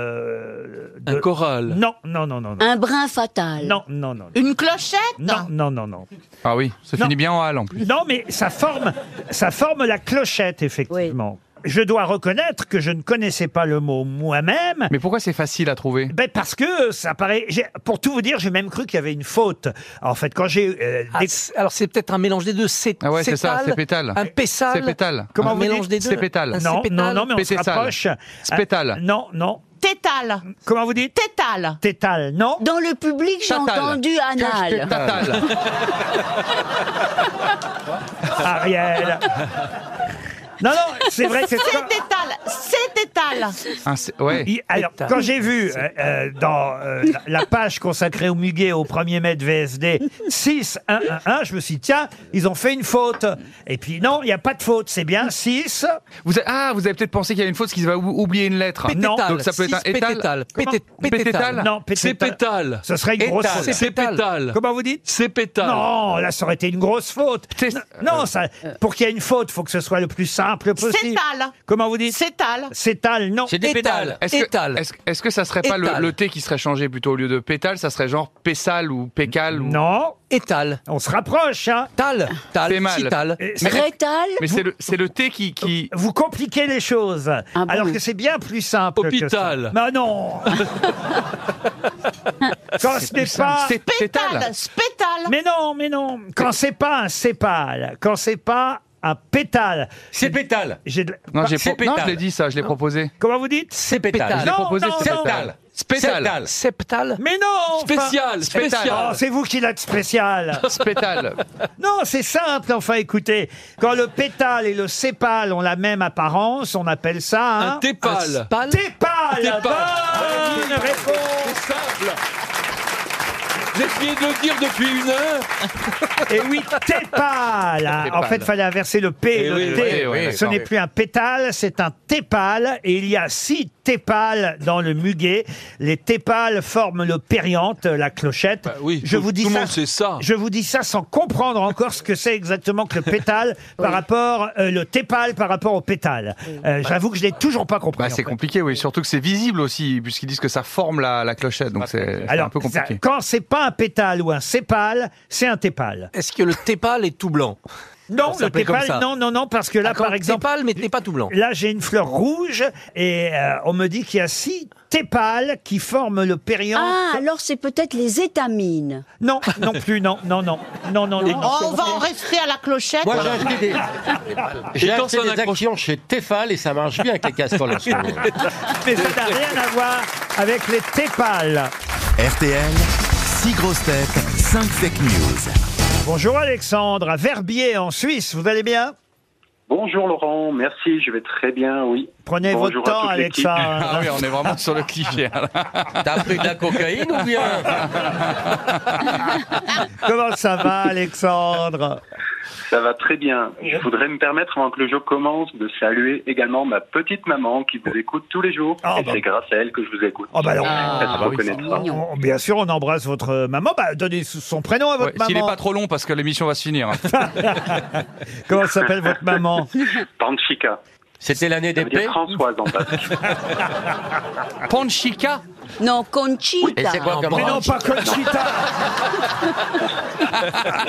B: euh, de-
I: Un choral.
B: Non, non, non, non. non.
C: Un brin fatal.
B: Non, non, non.
F: Une clochette
B: Non, non, non, non.
E: Ah oui, ça finit bien en al en plus.
B: Non, mais ça forme, ça forme la clochette, effectivement. Je dois reconnaître que je ne connaissais pas le mot moi-même.
E: Mais pourquoi c'est facile à trouver
B: Ben parce que ça paraît. j'ai- Pour tout vous dire, j'ai même cru qu'il y avait une faute. En fait, quand j'ai. euh, dé-
G: Alors Ah, c'est peut-être un mélange des deux. C'est
E: Ah ouais, c'est ça,
G: sétale,
E: c'est pétale.
G: Un pétale.
E: C'est pétale.
G: Comment
E: Un
G: vous
E: mélange
G: dites
E: des deux. C'est pétale.
G: Un
B: Non, non,
G: sépétale.
B: non, mais on se
E: Pétale.
B: rapproche.
E: Spétale.
B: Euh, Non, non.
F: Tétale.
B: Comment vous dites
F: Tétale.
B: Tétale, non
C: Dans le public, j'ai
B: Tatal.
C: entendu anal.
E: Tatal.
B: Ariel. Non, non, c'est vrai que c'est.
F: C'est tétale. C'est tétale. pétale.
E: Ah,
B: Il- alors,
F: Pétale.
B: quand j'ai vu euh, euh, dans euh, la la page consacrée au muguet au 1er mai de VSD 6 1 1 1, je me suis dit, tiens, ils ont fait une faute. Et puis non, il n'y a pas de faute, c'est bien 6.
E: Vous avez- ah, vous avez peut-être pensé qu'il y a une faute, parce qu'ils va ou- oublier une lettre.
B: Non,
E: Donc ça peut être un étal. Comment Pététale.
B: Non,
E: C'est pétale.
B: Ce serait une grosse
E: Étale.
B: faute.
E: C'est pétale.
B: Comment vous dites
I: C'est pétale.
B: Non, là, ça aurait été une grosse faute. Non, ça, pour qu'il y ait une faute, il faut que ce soit le plus simple possible.
F: Cétale.
B: Comment vous dites
F: Cétale.
B: Cétale, non.
E: C'est des pétales. Est-ce que, est-ce, est-ce que ça serait pas le,
B: Étale.
E: le T qui serait changé plutôt au lieu de pétale Ça serait genre pétale ou pécale ou...
B: Non.
E: Étale.
B: On se rapproche, hein.
E: Tal. Tal. Fait mal.
G: Cital.
E: Mais-
G: Rétal.
E: Mais c'est le, c'est le T qui. qui...
B: Vous compliquez les choses, alors que c'est bien plus simple. que ça.
E: Hôpital.
B: Mais non Quand ce n'est pas.
F: Spétale. Spétale.
B: Mais non, mais non. Quand c'est pas un sépale, quand c'est pas un pétale.
D: C'est pétale.
B: Ah,
E: Non, j'ai pro- non, je l'ai dit ça, je l'ai proposé.
B: Comment vous dites
D: C'est
E: pétale. Je l'ai
B: Non,
E: proposé,
B: non,
E: c'est
B: non.
E: pétale. Spétale.
G: Septal.
B: Mais non enfin-
E: Spécial, spécial.
B: Oh, C'est vous qui l'êtes spécial
E: Spétale.
B: Non, c'est simple, enfin, écoutez. Quand le pétale et le sépale ont la même apparence, on appelle ça un...
I: Un tépale.
B: Un Tépale
I: Tépale.
B: Ah, Bonne
I: Ah oui.
B: réponse
I: C'est simple. J'essayais de le dire depuis une heure.
B: Et Eh oui, tépale. hein. En fait, fallait inverser le P et,
I: Eh
B: le
I: oui,
B: T.
I: oui, oui,
B: Ce
I: oui.
B: n'est plus un pétale, c'est un tépale. Et il y a six tépales dans le muguet. Les tépales forment le périanthe, la clochette.
I: Bah oui,
B: je
I: tout-
B: vous dis
I: tout le
B: ça,
I: monde sait ça.
B: Je vous dis ça sans comprendre encore ce que c'est exactement que le pétale par rapport, euh, le tépale par rapport au pétale. Euh, J'avoue que je n'ai toujours pas compris.
E: Bah, c'est compliqué, oui. Surtout que c'est visible aussi, puisqu'ils disent que ça forme la, la clochette, donc c'est, c'est
B: Alors,
E: un peu compliqué.
B: ça- quand c'est pas un pétale ou un sépale, c'est un tépale.
G: Est-ce que le tépale est tout blanc
B: Non,
G: Ça
B: le
G: s'appelait comme ça.
B: tépale, non, non, non, parce que là, par exemple.
G: Tépale, mais n'est pas tout blanc.
B: Là, j'ai une fleur rouge et euh, on me dit qu'il y a six tépales qui forment le périanthe.
C: Ah, alors c'est peut-être les étamines.
B: Non, non plus, non, non, non, non, non, non.
F: Oh, on va en rester à la clochette.
D: Moi, j'ai acheté des- J'ai acheté des actions chez Tefal et ça marche bien avec les casseroles en ce moment.
B: Mais ça n'a rien à voir avec les tépales.
A: RTL, 6 grosses têtes, 5 fake news.
B: Bonjour Alexandre, à Verbier en Suisse, vous allez bien
N: Bonjour Laurent, merci, je vais très bien, oui.
B: Prenez
N: Bonjour
B: votre
N: à
B: temps,
N: toute l'équipe.
B: Alexandre.
E: Ah oui, on est vraiment sur le cliché. hein. T'as
D: pris de la cocaïne ou bien
B: Comment ça va Alexandre
N: Ça va très bien. Je voudrais me permettre, avant que le jeu commence, de saluer également ma petite maman qui vous écoute tous les jours.
B: Ah,
N: et
B: bah.
N: c'est grâce à elle que je vous écoute.
B: Oh, bah alors.
N: Elle se reconnaîtra.
B: On- Bien sûr, on embrasse votre maman. Bah, donnez son prénom à votre
E: Ouais, S'il n'est
B: maman.
E: pas trop long, parce que l'émission va se finir. hein.
B: Comment s'appelle votre maman
N: Panchika.
D: C'était l'année
N: Ça veut dire
D: d'épée
N: Françoise en basque.
E: Panchika
C: Non, Conchita.
N: Et c'est quoi comme Mais non, branche pas Conchita.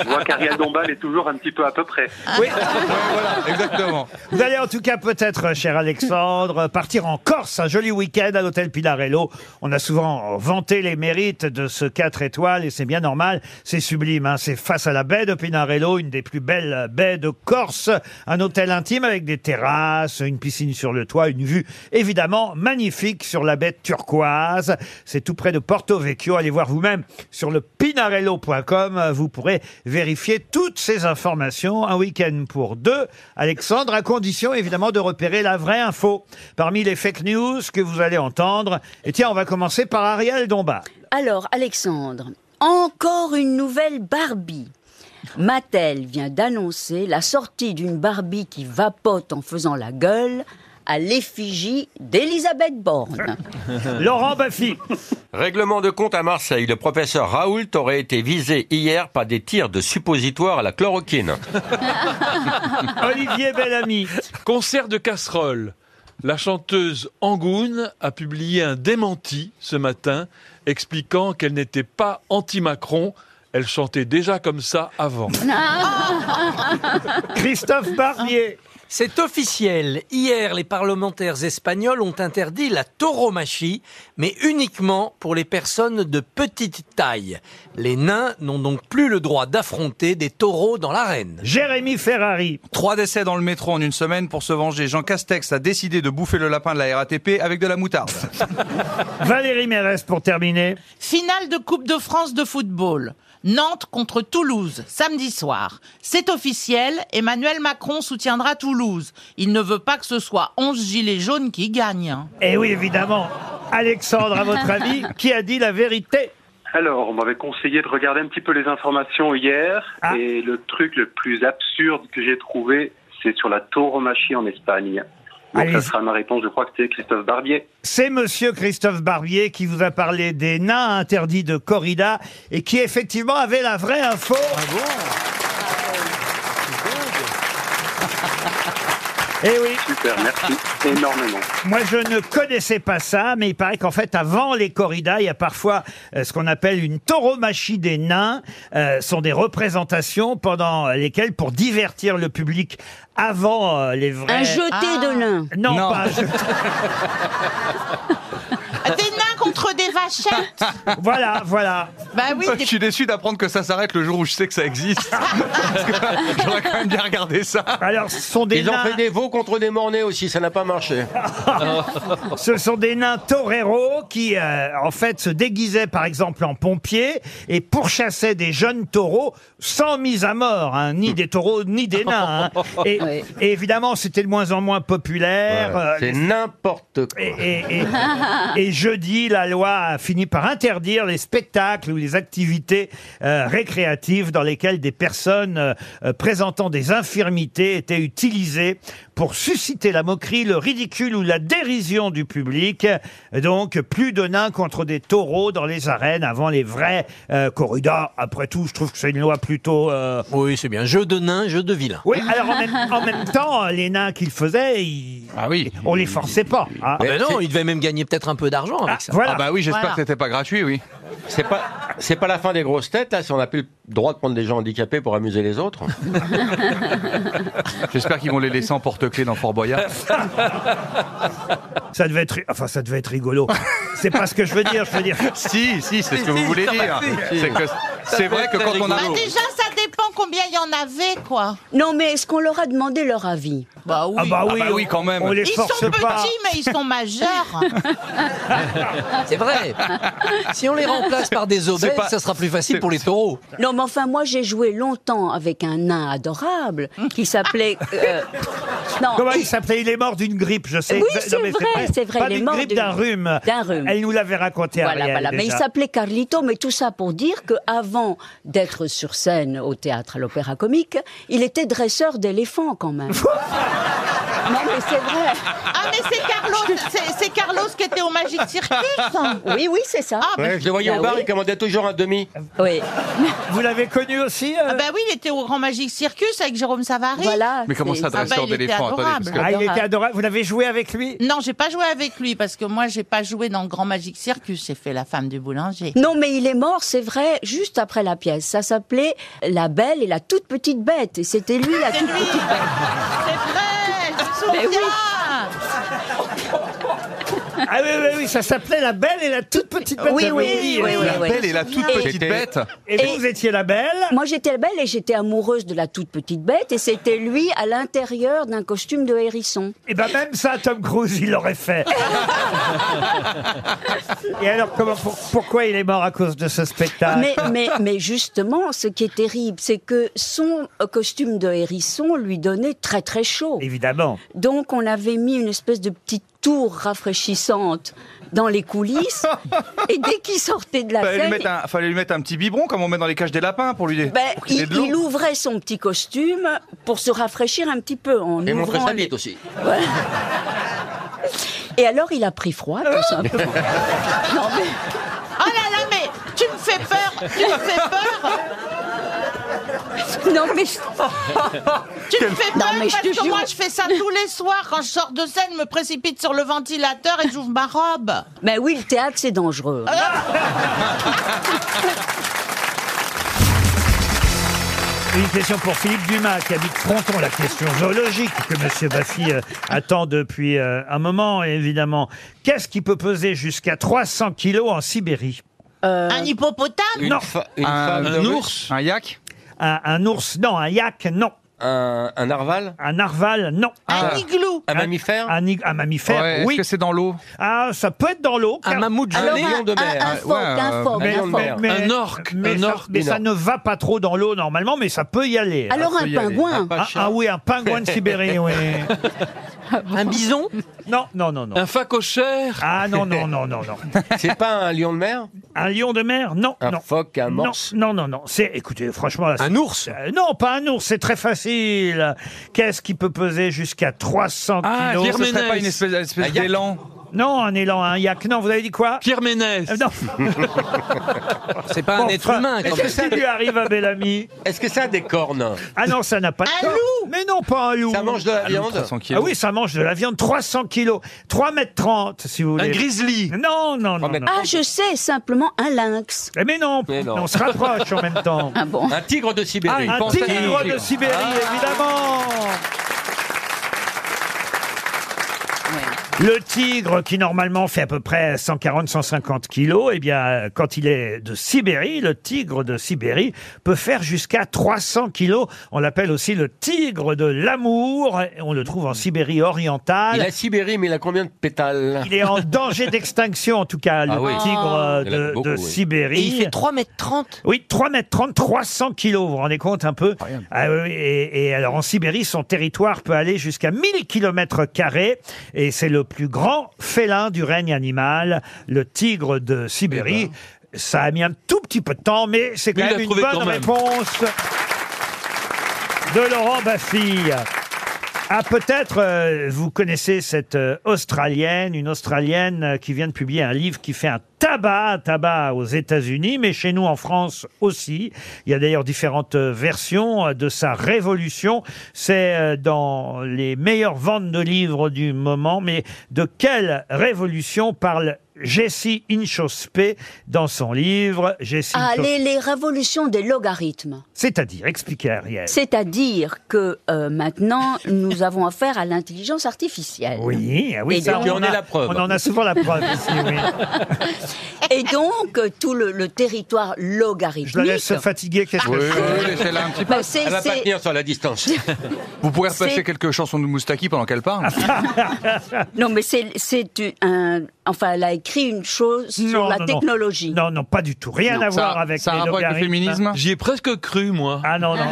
N: Je vois qu'Ariel Dombal est toujours un petit peu à peu près.
B: Oui.
E: voilà, exactement.
B: Vous allez en tout cas peut-être, euh, cher Alexandre, euh, partir en Corse, un joli week-end à l'hôtel Pilarello. On a souvent euh, vanté les mérites de ce 4 étoiles et c'est bien normal, c'est sublime. hein. C'est face à la baie de Pinarello, une des plus belles euh, baies de Corse. Un hôtel intime avec des terrasses, une piscine sur le toit, une vue évidemment magnifique sur la baie turquoise. C'est tout près de Porto Vecchio. Allez voir vous-même sur le pinarello.com. Vous pourrez vérifier toutes ces informations. Un week-end pour deux. Alexandre, à condition évidemment de repérer la vraie info parmi les fake news que vous allez entendre. Et tiens, on va commencer par Ariel Dombas.
C: Alors, Alexandre, encore une nouvelle Barbie. Mattel vient d'annoncer la sortie d'une Barbie qui vapote en faisant la gueule à l'effigie d'Elisabeth Borne.
B: Laurent Baffy.
D: Règlement de compte à Marseille. Le professeur Raoult aurait été visé hier par des tirs de suppositoire à la chloroquine.
B: Olivier Bellamy.
I: Concert de casserole. La chanteuse Angoune a publié un démenti ce matin expliquant qu'elle n'était pas anti-Macron. Elle chantait déjà comme ça avant.
B: Christophe Barbier.
G: C'est officiel. Hier, les parlementaires espagnols ont interdit la tauromachie, mais uniquement pour les personnes de petite taille. Les nains n'ont donc plus le droit d'affronter des taureaux dans l'arène.
B: Jérémy Ferrari.
E: Trois décès dans le métro en une semaine pour se venger. Jean Castex a décidé de bouffer le lapin de la RATP avec de la moutarde.
B: Valérie Mérès pour terminer.
F: Finale de Coupe de France de football. Nantes contre Toulouse, samedi soir. C'est officiel, Emmanuel Macron soutiendra Toulouse. Il ne veut pas que ce soit 11 gilets jaunes qui gagnent. hein.
B: Eh oui, évidemment. Alexandre, à votre avis, qui a dit la vérité
N: Alors, on m'avait conseillé de regarder un petit peu les informations hier,
B: Ah.
N: et le truc le plus absurde que j'ai trouvé, c'est sur la tauromachie en Espagne. Donc, ça sera ma réponse, je crois que c'est Christophe Barbier.
B: C'est monsieur Christophe Barbier qui vous a parlé des nains interdits de corrida et qui effectivement avait la vraie info. Eh oui.
N: Super, merci énormément.
B: Moi, je ne connaissais pas ça, mais il paraît qu'en fait, avant les corridas, il y a parfois euh, ce qu'on appelle une tauromachie des nains. Euh, sont des représentations pendant lesquelles, pour divertir le public avant euh, les vrais...
C: Un jeté de nains.
B: Ah. Non, pas un jeté.
F: Des nains contre des vachettes
B: Voilà, voilà.
F: Bah oui,
E: Je suis déçu d'apprendre que ça s'arrête le jour où je sais que ça existe. Parce que J'aurais quand même bien regardé ça.
B: Alors, ce sont des
D: Ils ont
B: nains-
D: fait des veaux contre des mornais aussi, ça n'a pas marché.
B: Ce sont des nains toreros qui, euh, en fait, se déguisaient par exemple en pompiers et pourchassaient des jeunes taureaux sans mise à mort, hein, ni des taureaux, ni des nains. hein. Et,
D: Ouais.
B: et évidemment, c'était de moins en moins populaire.
D: Ouais,
B: euh,
D: c'est
B: les-
D: n'importe quoi.
B: et, et- et jeudi, la loi a fini par interdire les spectacles ou les activités euh, récréatives dans lesquelles des personnes euh, euh, présentant des infirmités étaient utilisées pour susciter la moquerie, le ridicule ou la dérision du public. Donc, plus de nains contre des taureaux dans les arènes avant les vrais euh, corridas. Après tout, je trouve que c'est une loi plutôt... euh,
G: Oui, c'est bien. Jeu de nains, jeu de vilain.
B: Oui, alors en même, en même temps, les nains qu'ils faisaient, ils- on les forçait pas. hein.
G: Ah ben non, il devait même gagner peut-être un peu d'argent avec ça.
B: voilà. Ah bah
E: oui, j'espère
B: Voilà. que
E: c'était pas gratuit, oui.
D: C'est pas, c'est pas la fin des grosses têtes, là, si on n'a plus le droit de prendre des gens handicapés pour amuser les autres.
E: J'espère qu'ils vont les laisser en porte-clés dans Fort Boyard.
F: Ah,
B: Ça devait être, enfin, ça devait être rigolo. C'est pas ce que je veux dire. Je veux dire.
E: Si, si, c'est ce que vous voulez dire. C'est que- c'est vrai que quand on a
F: Bah déjà, ça dépend combien il y en avait, quoi.
C: Non, mais est-ce qu'on leur a demandé leur avis
F: Bah oui.
E: Ah bah oui, Ah bah oui, quand même. on les
F: ils
E: force
F: sont
E: pas.
F: petits, mais ils sont majeurs.
G: C'est vrai. Si on les remplace par des obèses,
C: C'est pas-
G: ça sera plus facile pour les taureaux.
C: Non, mais enfin, moi, j'ai joué longtemps avec un nain adorable qui s'appelait. euh, non,
B: Comment
C: qui-
B: il s'appelait Il est mort d'une grippe, je sais.
C: Oui,
B: exa-
C: c'est
B: non, mais
C: vrai, c'est vrai,
B: Pas
C: il est
B: d'une
C: mort
B: grippe,
C: d'une-
B: d'un rhume.
C: d'un rhume.
B: Elle nous l'avait raconté.
C: Voilà,
B: Ariel,
C: voilà. Mais il
B: déjà.
C: s'appelait Carlito, mais tout ça pour dire que avant d'être sur scène au théâtre, à l'opéra comique, il était dresseur d'éléphants quand même. non, mais c'est vrai.
F: Ah, mais c'est Carlos, c'est- c'est Carlos qui était au Magic Circus. Ah, ben
C: Oui, oui, c'est ça.
F: bah,
D: Ouais, je les voyais au bar, ils commandaient toujours un demi.
C: Oui.
B: Vous l'avez connu aussi
E: euh.
B: euh
F: Ah bah oui, il était au Grand Magic Circus avec Jérôme Savary. ben,
C: Voilà.
E: Mais comment c'est- ça,
F: Ah bah,
E: dresseur d'éléphant Attendez, parce que-
B: Ah, il était adorable. Vous l'avez joué avec lui
F: Non, j'ai pas joué avec lui parce que moi, j'ai pas joué dans le Grand Magic Circus. J'ai fait la femme du boulanger.
C: Non, mais il est mort, c'est vrai, juste après la pièce. Ça s'appelait La Belle et la toute petite bête. Et c'était lui la toute petite
F: bête.
C: Mais oui.
B: Ah oui, oui, oui, ça s'appelait La Belle et la toute petite bête.
C: Oui,
B: j'avais
C: oui,
B: oublié.
C: oui, oui, La oui. Belle et la
E: toute petite bête.
B: Et vous, vous étiez la belle
C: Moi, j'étais la belle et j'étais amoureuse de la toute petite bête. Et c'était lui à l'intérieur d'un costume de hérisson.
B: Et ben même ça, Tom Cruise, il l'aurait fait. Et alors, comment, pour- pourquoi il est mort à cause de ce spectacle
C: Mais, mais, mais justement, ce qui est terrible, c'est que son euh, costume de hérisson lui donnait très très chaud.
B: Évidemment.
C: Donc on avait mis une espèce de petite tour rafraîchissante dans les coulisses. et dès qu'il sortait de la
E: Fallait lui,
C: scène,
E: mettre un, fallait lui mettre un petit biberon comme on met dans les cages des lapins pour lui
C: ben,
E: pour qu'il ait
C: il,
E: de l'eau.
C: il ouvrait son petit costume pour se rafraîchir un petit peu en
D: Et montrer
C: ouvrant
D: sa
C: les-
D: bite aussi.
C: Voilà. Et alors il a pris froid, tout simplement. Ah, Non, mais-
F: Oh là là, mais tu me fais peur, tu me fais peur.
C: Non mais
F: Tu me fais
C: Non,
F: peur
C: mais je
F: parce
C: te
F: que
C: jure.
F: moi je fais ça tous les soirs quand je sors de scène, je me précipite sur le ventilateur et j'ouvre ma robe.
C: Ben oui, le théâtre c'est dangereux.
B: Une question pour Philippe Dumas qui habite Fronton, la question zoologique que Monsieur Baffy euh, attend depuis euh, un moment, évidemment. Qu'est-ce qui peut peser jusqu'à 300 kilos en Sibérie
F: Un hippopotame
B: Non.
E: fa- une Un- femme de un ruche ours
B: Un yak un, un ours, non. Un yak, non.
D: Un, un narval
B: Un narval, non.
D: Un Ah. igloo. Un mammifère
B: Un, ig- un mammifère,
D: Ouais, est-ce
B: oui.
D: que c'est dans
E: l'eau
B: Ah, ça peut être dans l'eau.
D: Un
B: car-
D: mammouth gelé. Alors, un- lion de un- mer. un
E: phoque, un phoque,
B: Mais-
E: un phoque.
B: mais-
E: Un orque,
B: Mais,
E: un
B: ça,
E: orque.
B: mais ça
E: Une
B: ne va pas trop dans l'eau normalement, mais ça peut y aller.
C: Alors, Ça peut un y aller. pingouin. Un
B: ah,
C: pacha.
B: ah oui, un pingouin de Sibérie, oui. Ah
C: Un bison
B: Non, non, non, non. Un
I: facochère
B: Ah non, non, non, non, non.
D: C'est pas un lion de mer
B: Un lion de mer Non.
D: Un
B: non.
D: phoque, un
B: Non,
D: morse
B: Non, non, non. C'est, écoutez, franchement. un
G: ours
B: Non, pas un ours, c'est très facile. Qu'est-ce qui peut peser jusqu'à 300
E: Ah,
B: kilos
E: Pierre Ce serait Ménès. pas une espèce- une espèce Un yak d'élan
B: Non, un élan, un yak. Non, vous avez dit quoi Euh,
I: Pierre Ménès.
B: non.
G: C'est pas un
B: Bon,
G: être
B: enfin,
G: humain.
B: est-ce que ça lui arrive à Bellamy
D: Est-ce que ça a des cornes
B: Ah non, ça n'a pas de Un loup Mais non, pas un loup. Ça mange
D: de la Un loup, viande 300 kilos.
B: Ah oui, ça mange de la viande. 300 kilos. 3 mètres 30, si vous voulez.
I: grizzly
B: Non, non, non. non.
C: Ah, je sais, simplement un lynx.
B: Eh Mais non,
D: non.
B: on se rapproche en même temps. Ah,
C: Ah bon
D: Un tigre de Sibérie.
B: un tigre de Sibérie,
D: Ah.
B: évidemment Le tigre, qui normalement fait à peu près 140-150 kilos, eh bien, quand il est de Sibérie, le tigre de Sibérie peut faire jusqu'à 300 kilos. On l'appelle aussi le tigre de l'amour. On le trouve en Sibérie orientale.
D: Hmm. Il a Sibérie, mais il a combien de pétales
B: Il est en danger d'extinction, en tout cas, le
D: Ah oui.
B: tigre euh,
D: Il y en a
B: de,
D: beaucoup,
B: de
D: oui.
B: Sibérie.
D: Et il fait
G: 3 mètres 30
B: Oui, 3 mètres 30, 300 kilos, vous vous rendez compte un peu Ah oui, et, et alors en Sibérie, son territoire peut aller jusqu'à 1000 kilomètres carrés et c'est le plus grand félin du règne animal, le tigre de Sibérie. Ça a mis un tout petit peu de temps, mais c'est quand
I: Mais il
B: même
I: l'a
B: une
I: trouvé
B: bonne
I: quand même.
B: réponse de Laurent Baffy. Ah, peut-être euh, vous connaissez cette euh, Australienne, une Australienne euh, qui vient de publier un livre qui fait un tabac, tabac aux États-Unis, mais chez nous en France aussi. Il y a d'ailleurs différentes euh, versions euh, de sa révolution. C'est euh, dans les meilleures ventes de livres du moment, mais de quelle révolution parle Jessie Inchospé dans son livre Jessie
C: Ah,
B: Inchauspé-
C: les, les révolutions des logarithmes.
B: C'est-à-dire, expliquez Ariel.
C: C'est-à-dire que euh, maintenant, nous avons affaire à l'intelligence artificielle.
B: Oui, ah oui,
C: Et
B: ça,
C: donc-
B: on, en a, on en a souvent la preuve ici, oui.
C: Et donc, euh, tout le, le territoire logarithmique.
B: Je la laisse se fatiguer, qu'est-ce que
E: Oui,
B: je fais
E: oui, laissez-la un petit peu.
C: Bah, c'est- Elle va pas c'est- tenir
D: sur la distance.
E: Vous pourrez
C: C'est-
E: repasser quelques chansons de Moustaki pendant qu'elle parle.
C: Non, mais c'est- c'est du- un. Enfin, elle a écrit une chose sur la technologie.
B: Non, non, pas du tout. Rien
C: Non.
B: à
C: Ça-
B: voir avec
C: ça a
B: les
C: rapport avec le
B: logarithmes.
C: féminisme
I: J'y ai presque cru, moi.
B: Ah non, non.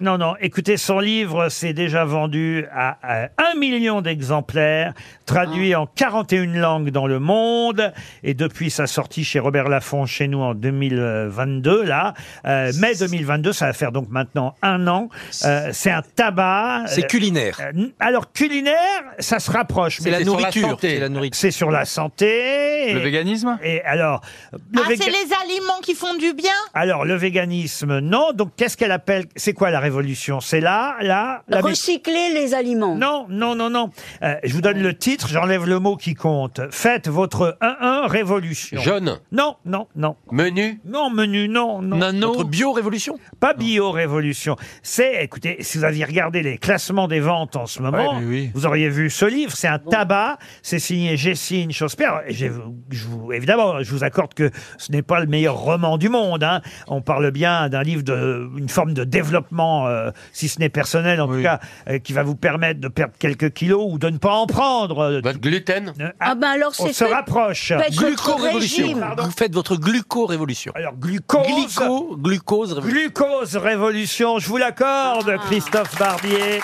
B: non, non. Écoutez, son livre s'est déjà vendu à, à 1 million d'exemplaires, traduit en 41 langues dans le monde. Et depuis sa sortie chez Robert Laffont, chez nous en 2022, là, euh, mai 2022, ça va faire donc maintenant un an. Euh, c'est un tabac.
G: C'est
B: Euh,
G: culinaire.
B: euh, n- alors, culinaire, ça se rapproche.
G: C'est
B: mais
G: la
B: sur
G: nourriture,
B: santé.
G: c'est la nourriture.
B: C'est sur la santé.
E: Le
B: Et-
E: véganisme
B: Et alors. le
F: Ah,
B: véga-
F: c'est les aliments qui font du bien
B: alors, le véganisme, non. Donc, qu'est-ce qu'elle appelle C'est quoi la révolution C'est là, là la mé-
C: Recycler les aliments.
B: Non, non, non, non. Euh, je vous donne le titre, j'enlève le mot qui compte. Faites votre 1-1 révolution.
D: Jeune.
B: Non, non, non.
D: Menu
B: Non, menu, non, non.
I: Nano. Votre
B: bio-révolution Pas bio-révolution. C'est, écoutez, si vous aviez regardé les classements des ventes en ce moment,
I: Ouais, mais oui.
B: vous auriez vu ce livre. C'est un tabac. C'est signé Jessine Chausper. Je vous, évidemment, je vous accorde que ce n'est pas le meilleur roman du monde. hein. On parle bien d'un livre de, une forme de développement, euh, si ce n'est personnel en tout cas, euh, qui va vous permettre de perdre quelques kilos ou de ne pas en prendre. euh,
D: Votre gluten
B: euh,
C: Ah, ben alors,
B: on
C: c'est.
B: se
C: fait-
B: rapproche.
C: faites votre
G: Gluco-révolution.
C: régime.
G: Vous faites votre gluco-révolution.
B: Alors, glucose.
G: Glyco, glucose, révolution.
B: Glucose Révolution, je vous l'accorde,
C: Ah.
B: Christophe Barbier.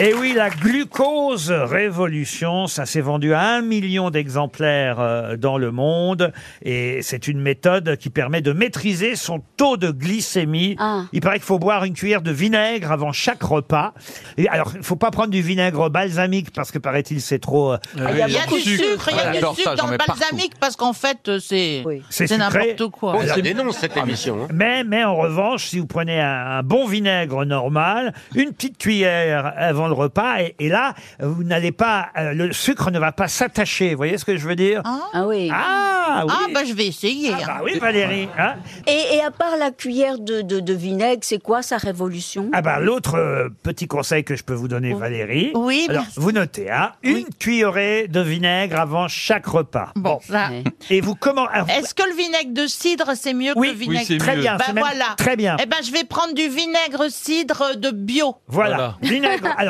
B: Et Eh oui, la glucose révolution, ça s'est vendu à un million d'exemplaires euh, dans le monde. Et c'est une méthode qui permet de maîtriser son taux de glycémie. Il paraît qu'il faut boire une cuillère de vinaigre avant chaque repas. Et alors, il faut pas prendre du vinaigre balsamique parce que paraît-il c'est trop. euh,
I: Ah
F: Il y a du sucre, Ah, il y a du
B: J'adore ça,
F: sucre
B: j'en
F: dans le
B: mets partout.
F: balsamique parce qu'en fait, euh, c'est
B: C'est
F: c'est
B: sucré.
F: n'importe quoi.
D: On ça dénonce cette émission. hein.
B: Mais, mais en revanche, si vous prenez un, un bon vinaigre normal, une petite cuillère avant avant le repas. Et, et là, vous n'allez pas, euh, le sucre ne va pas s'attacher. Vous voyez ce que je veux dire
C: Ah oui.
B: Ah, oui.
C: bah je vais essayer.
B: Ah oui, Valérie. hein.
C: Et, et à part la cuillère de, de, de vinaigre, c'est quoi sa révolution
B: Ah bah l'autre euh, petit conseil que je peux vous donner, Valérie.
C: Oui,
B: Alors
C: merci.
B: vous notez, hein, une cuillerée de vinaigre avant chaque repas.
F: Bon. ça.
B: Et vous comment ah, vous-
F: Est-ce que le vinaigre de cidre, c'est mieux
B: Oui,
F: que le vinaigre
B: oui, c'est Très mieux. bien,
F: Bah
B: c'est même
F: voilà.
B: très bien.
F: Eh ben, je vais prendre du vinaigre cidre de bio.
B: Voilà.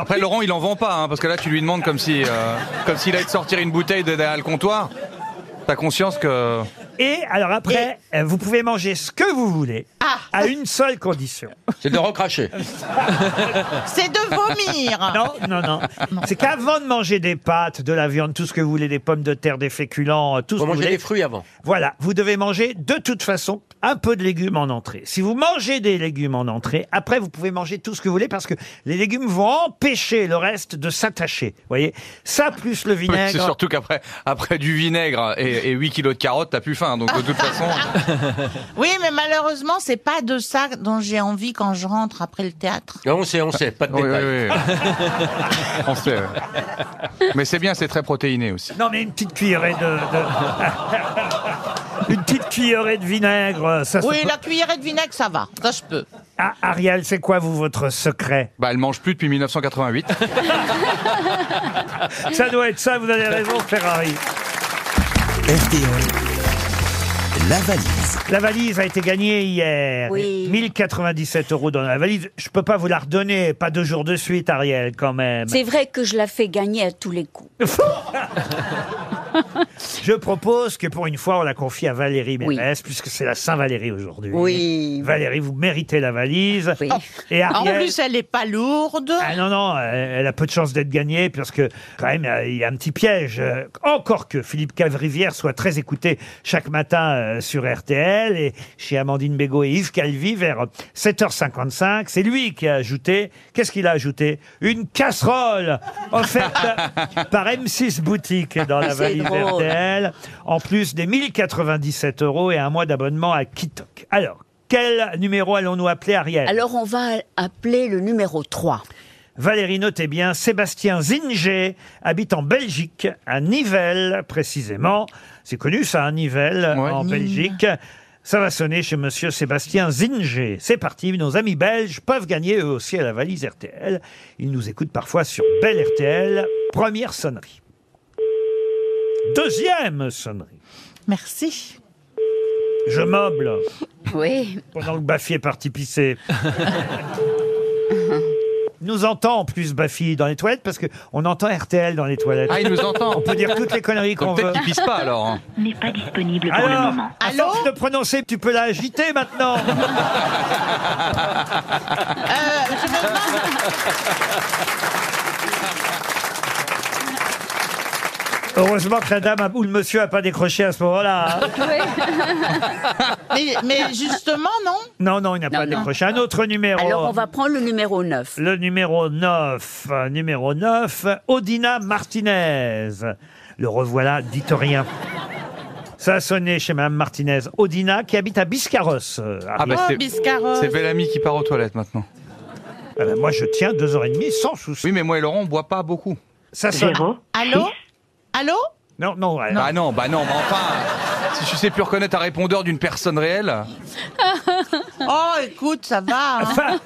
E: Après, Laurent, il en vend pas, hein, parce que là, tu lui demandes comme si, euh, comme s'il allait te sortir une bouteille de derrière le comptoir. T'as conscience que.
B: Et alors après, euh, vous pouvez manger ce que vous voulez
C: Ah.
B: à une seule condition.
D: C'est de recracher.
F: C'est de vomir.
B: Non, non, non. C'est qu'avant de manger des pâtes, de la viande, tout ce que vous voulez, des pommes de terre, des féculents, euh, tout ce que vous
D: manger
B: voulez.
D: des fruits avant.
B: Voilà, vous devez manger de toute façon un peu de légumes en entrée. Si vous mangez des légumes en entrée, après vous pouvez manger tout ce que vous voulez parce que les légumes vont empêcher le reste de s'attacher. Vous voyez Ça plus le vinaigre.
E: C'est surtout qu'après après du vinaigre et, et 8 kilos de carottes, t'as plus faim. Donc, de toute façon.
F: Oui, mais malheureusement, c'est pas de ça dont j'ai envie quand je rentre après le théâtre.
D: Ah, On sait, on sait, pas de
E: Oui, oui,
D: détails.
E: oui. On sait, ouais. Mais c'est bien, c'est très protéiné aussi.
B: Non, mais une petite cuillerée de. de- une petite cuillerée de vinaigre, ça se
F: oui,
B: peut.
F: la cuillerée de vinaigre, ça va. Ça, je peux.
B: Ah, Ariel, c'est quoi, vous, votre secret
E: Bah, elle mange plus depuis 1988.
B: Ça doit être ça, vous avez raison, Ferrari.
A: La valise.
B: La valise a été gagnée hier. 1097 euros dans la valise. Je peux pas vous la redonner, pas deux jours de suite, Ariel, quand même.
C: C'est vrai que je la fais gagner à tous les coups.
B: Je propose que pour une fois, on la confie à Valérie Mérès, puisque c'est la Saint-Valérie aujourd'hui.
C: Oui.
B: Valérie, vous méritez la valise. Oh, Et
F: Ah, En
B: Ariel-
F: plus, elle est pas lourde.
B: Ah non, non, euh, elle a peu de chances d'être gagnée, parce que quand même, euh, il y a un petit piège. Euh, Encore que Philippe Cavrivière soit très écouté chaque matin euh, sur RTL, et chez Amandine Bégaud et Yves Calvi, vers euh, 7h55, c'est lui qui a ajouté, qu'est-ce qu'il a ajouté Une casserole offerte par M6 Boutique dans
C: Ah,
B: la
H: C'est
B: valise
H: drôle.
B: RTL, en plus des 1097 euros et un mois d'abonnement à Kitok. Alors, quel numéro allons-nous appeler, Ariel
C: Alors on va appeler le numéro 3.
B: Valérie, notez bien, Sébastien Zinger habite en Belgique, à Nivelles précisément. C'est connu ça, à Nivelles, en
H: Nîmes.
B: Belgique. Ça va sonner chez monsieur Sébastien Zinger. C'est parti, nos amis belges peuvent gagner eux aussi à la valise RTL. Ils nous écoutent parfois sur Belle RTL. Première sonnerie. Deuxième sonnerie.
F: Merci.
B: Je meuble
C: Oui.
B: pendant que Baffy est parti pisser. nous entend en plus Baffy dans les toilettes parce que on entend RTL dans les toilettes.
E: Ah, il nous entend.
B: On peut dire toutes les conneries qu'on
E: Donc,
B: veut.
E: peut-être qu'il pisse pas alors. hein.
B: N'est pas disponible
E: pour le
B: Alors,
E: moment.
B: à force de prononcer, tu peux l'agiter maintenant.
F: Euh,
B: Heureusement que la dame a- ou le monsieur a pas décroché à ce moment-là. hein.
F: mais, mais justement, non
B: Non, non, il n'a pas
C: non.
B: décroché. Un autre numéro.
C: Alors on va prendre le numéro 9.
B: Le numéro 9. euh, Numéro 9, Odina Martinez. Le revoilà, dites rien. Ça a sonné chez Mme Martinez. Odina, qui habite à Biscarros. euh, à
E: Ah, bah,
B: Paris.
E: c'est- c'est Bellamy qui part aux toilettes maintenant.
B: Ah bah, moi, je tiens deux heures et demie sans souci.
E: Oui, mais moi et Laurent, on boit pas beaucoup.
B: Ça sonne.
F: Allô Allô
B: Non, non, ouais.
E: Bah non, bah non, mais enfin, si tu sais plus reconnaître un répondeur d'une personne réelle,
F: Oh, écoute, ça va. hein.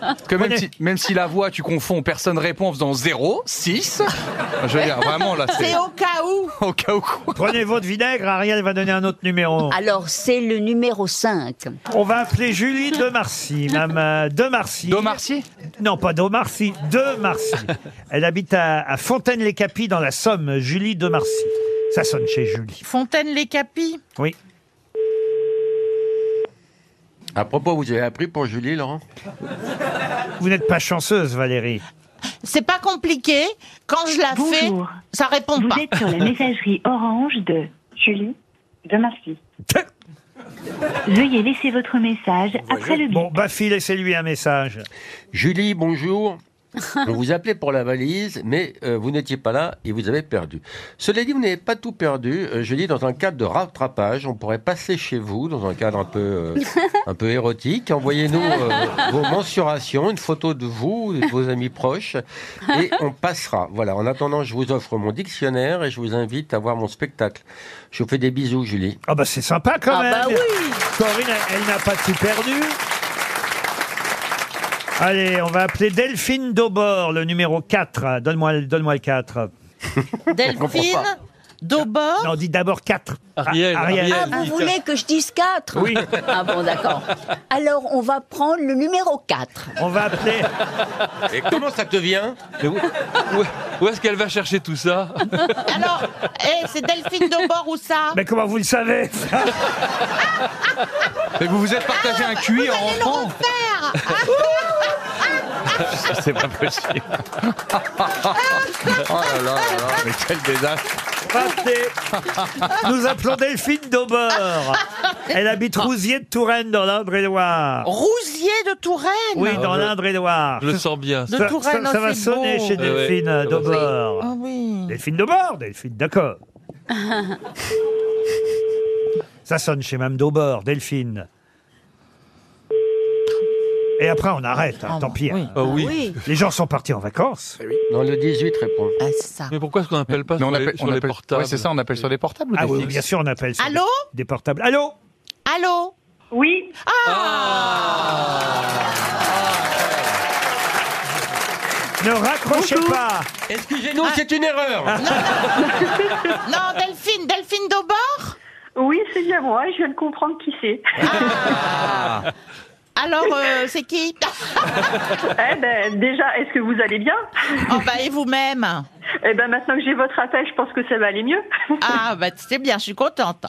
E: parce que même si, même si la voix, tu confonds, personne répond en faisant 0, 6, je veux dire, vraiment, là, c'est...
F: C'est au cas où.
E: Au cas où quoi.
B: Prenez votre vinaigre, Ariel va donner un autre numéro.
C: Alors c'est le numéro 5.
B: On va appeler Julie de Marcy, Mme euh, de Marcy. De
E: Marcy
B: Non, pas de Marcy, de Marcy. Elle habite à, à Fontaine-les-Capis dans la Somme, Julie de Marcy. Ça sonne chez Julie.
F: Fontaine-les-Capis.
B: Oui.
D: À propos, vous avez appris pour Julie, Laurent
B: Vous n'êtes pas chanceuse, Valérie.
F: C'est pas compliqué. Quand je la fais, ça répond pas.
M: Vous êtes sur la messagerie orange de Julie de Marcy.
B: Veuillez bah, laisser votre message après le bip. Bon, Bafi, laissez-lui un message.
D: hein. Julie, bonjour. On vous appelait pour la valise, mais euh, vous n'étiez pas là et vous avez perdu. Cela dit, vous n'avez pas tout perdu. Euh, je dis, dans un cadre de rattrapage, on pourrait passer chez vous, dans un cadre un peu, euh, un peu érotique. Envoyez-nous euh, vos mensurations, une photo de vous, de vos amis proches, et on passera. Voilà, en attendant, je vous offre mon dictionnaire et je vous invite à voir mon spectacle. Je vous fais des bisous, Julie.
B: Ah bah c'est sympa quand
D: Ah
B: même.
D: bah oui.
B: Corinne, elle, elle n'a pas tout perdu. Allez, on va appeler Delphine Daubord, le numéro 4. Donne-moi le- donne-moi le 4.
F: Delphine Daubord
B: Non, on dit d'abord 4.
I: Ariel,
C: Ah, vous voulez que je dise 4
B: Oui.
C: Ah bon, d'accord. Alors, on va prendre le numéro 4.
B: On va appeler.
D: Et comment ça devient
I: Où, où- où est-ce qu'elle va chercher tout ça
F: Alors, eh, c'est Delphine Daubord ou ça
B: Mais comment vous le savez
E: Mais vous vous êtes partagé un QI en rentrant
T: C'est pas possible. oh là là là là, mais quel désastre.
B: Nous appelons Delphine Daubord. Elle habite
I: Ah.
B: Rousier de Touraine dans l'Indre-et-Loire.
F: Rousier de Touraine
B: Oui, dans l'Indre-et-Loire.
I: Ah, Je le sens bien.
F: De
B: ça,
F: Touraine,
B: ça- ça va
F: c'est beau.
B: sonner chez
I: Ah ouais.
B: Delphine
I: Ah bah,
B: Daubord.
H: Oh
C: Oh,
F: Ah oui.
B: Delphine Daubord, Delphine, d'accord. Ça sonne chez Mme Daubord, Delphine. Et après, on arrête, hein, tant pis. hein.
I: Ah oui. Oui.
B: Les gens sont partis en vacances.
T: Eh
D: Non, le 18 répond.
I: Mais pourquoi est-ce qu'on n'appelle pas
T: Mais on
I: sur,
T: appelle-
I: les, sur
T: on
I: les
T: appelle-
I: portables
T: ouais, c'est ça, on appelle sur les portables ou
B: Ah
T: des
B: oui,
T: fixes
B: bien sûr, on appelle sur
F: Allô
B: des, des portables. Allô
F: Allô Ah.
M: Oui
B: Ne raccrochez pas
D: Excusez-nous, c'est une erreur.
F: Non, Delphine, Delphine Daubord
M: Oui, c'est bien moi, je viens de comprendre qui c'est.
F: Alors, euh, c'est qui
M: eh ben, déjà, est-ce que vous allez bien
F: Oh bah, et vous-même
M: Eh ben, maintenant que j'ai votre appel, je pense que ça va aller mieux.
F: Ah bah, c'est bien, je suis contente.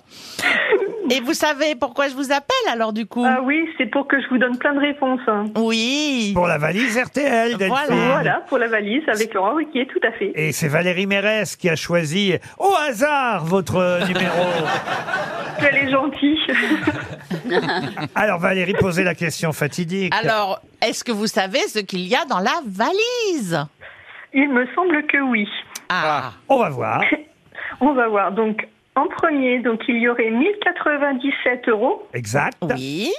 F: Et vous savez pourquoi je vous appelle alors du coup
M: Ah oui, c'est pour que je vous donne plein de réponses. hein.
F: Oui.
B: Pour la valise RTL, Delphine.
M: Voilà, pour la valise avec Laurent Ruquier, tout à fait.
B: Et c'est Valérie Mérès qui a choisi au hasard votre euh, numéro.
M: Elle est gentille.
B: Alors Valérie posez la question fatidique.
F: Alors, est-ce que vous savez ce qu'il y a dans la valise
M: Il me semble que oui.
F: Ah,
B: On va voir.
M: On va voir. Donc, en premier, donc il y aurait 1097 euros,
B: Exact.
F: oui.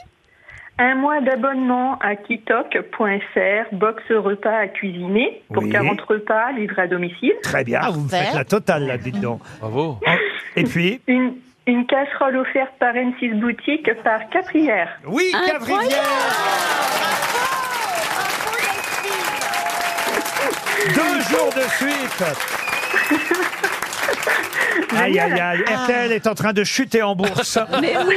M: un mois d'abonnement à kitok.fr, box repas à cuisiner pour
B: Oui.
M: 40 repas livrés à domicile,
B: Très bien. vous me faites la totale là, dites donc.
I: Bravo.
B: Et puis
M: une, une casserole offerte par N6 Boutique par Caprière.
B: oui, Cave Rivière. Deux jours de suite. Aïe, aïe, aïe. RTL est en train de chuter en bourse.
C: Mais oui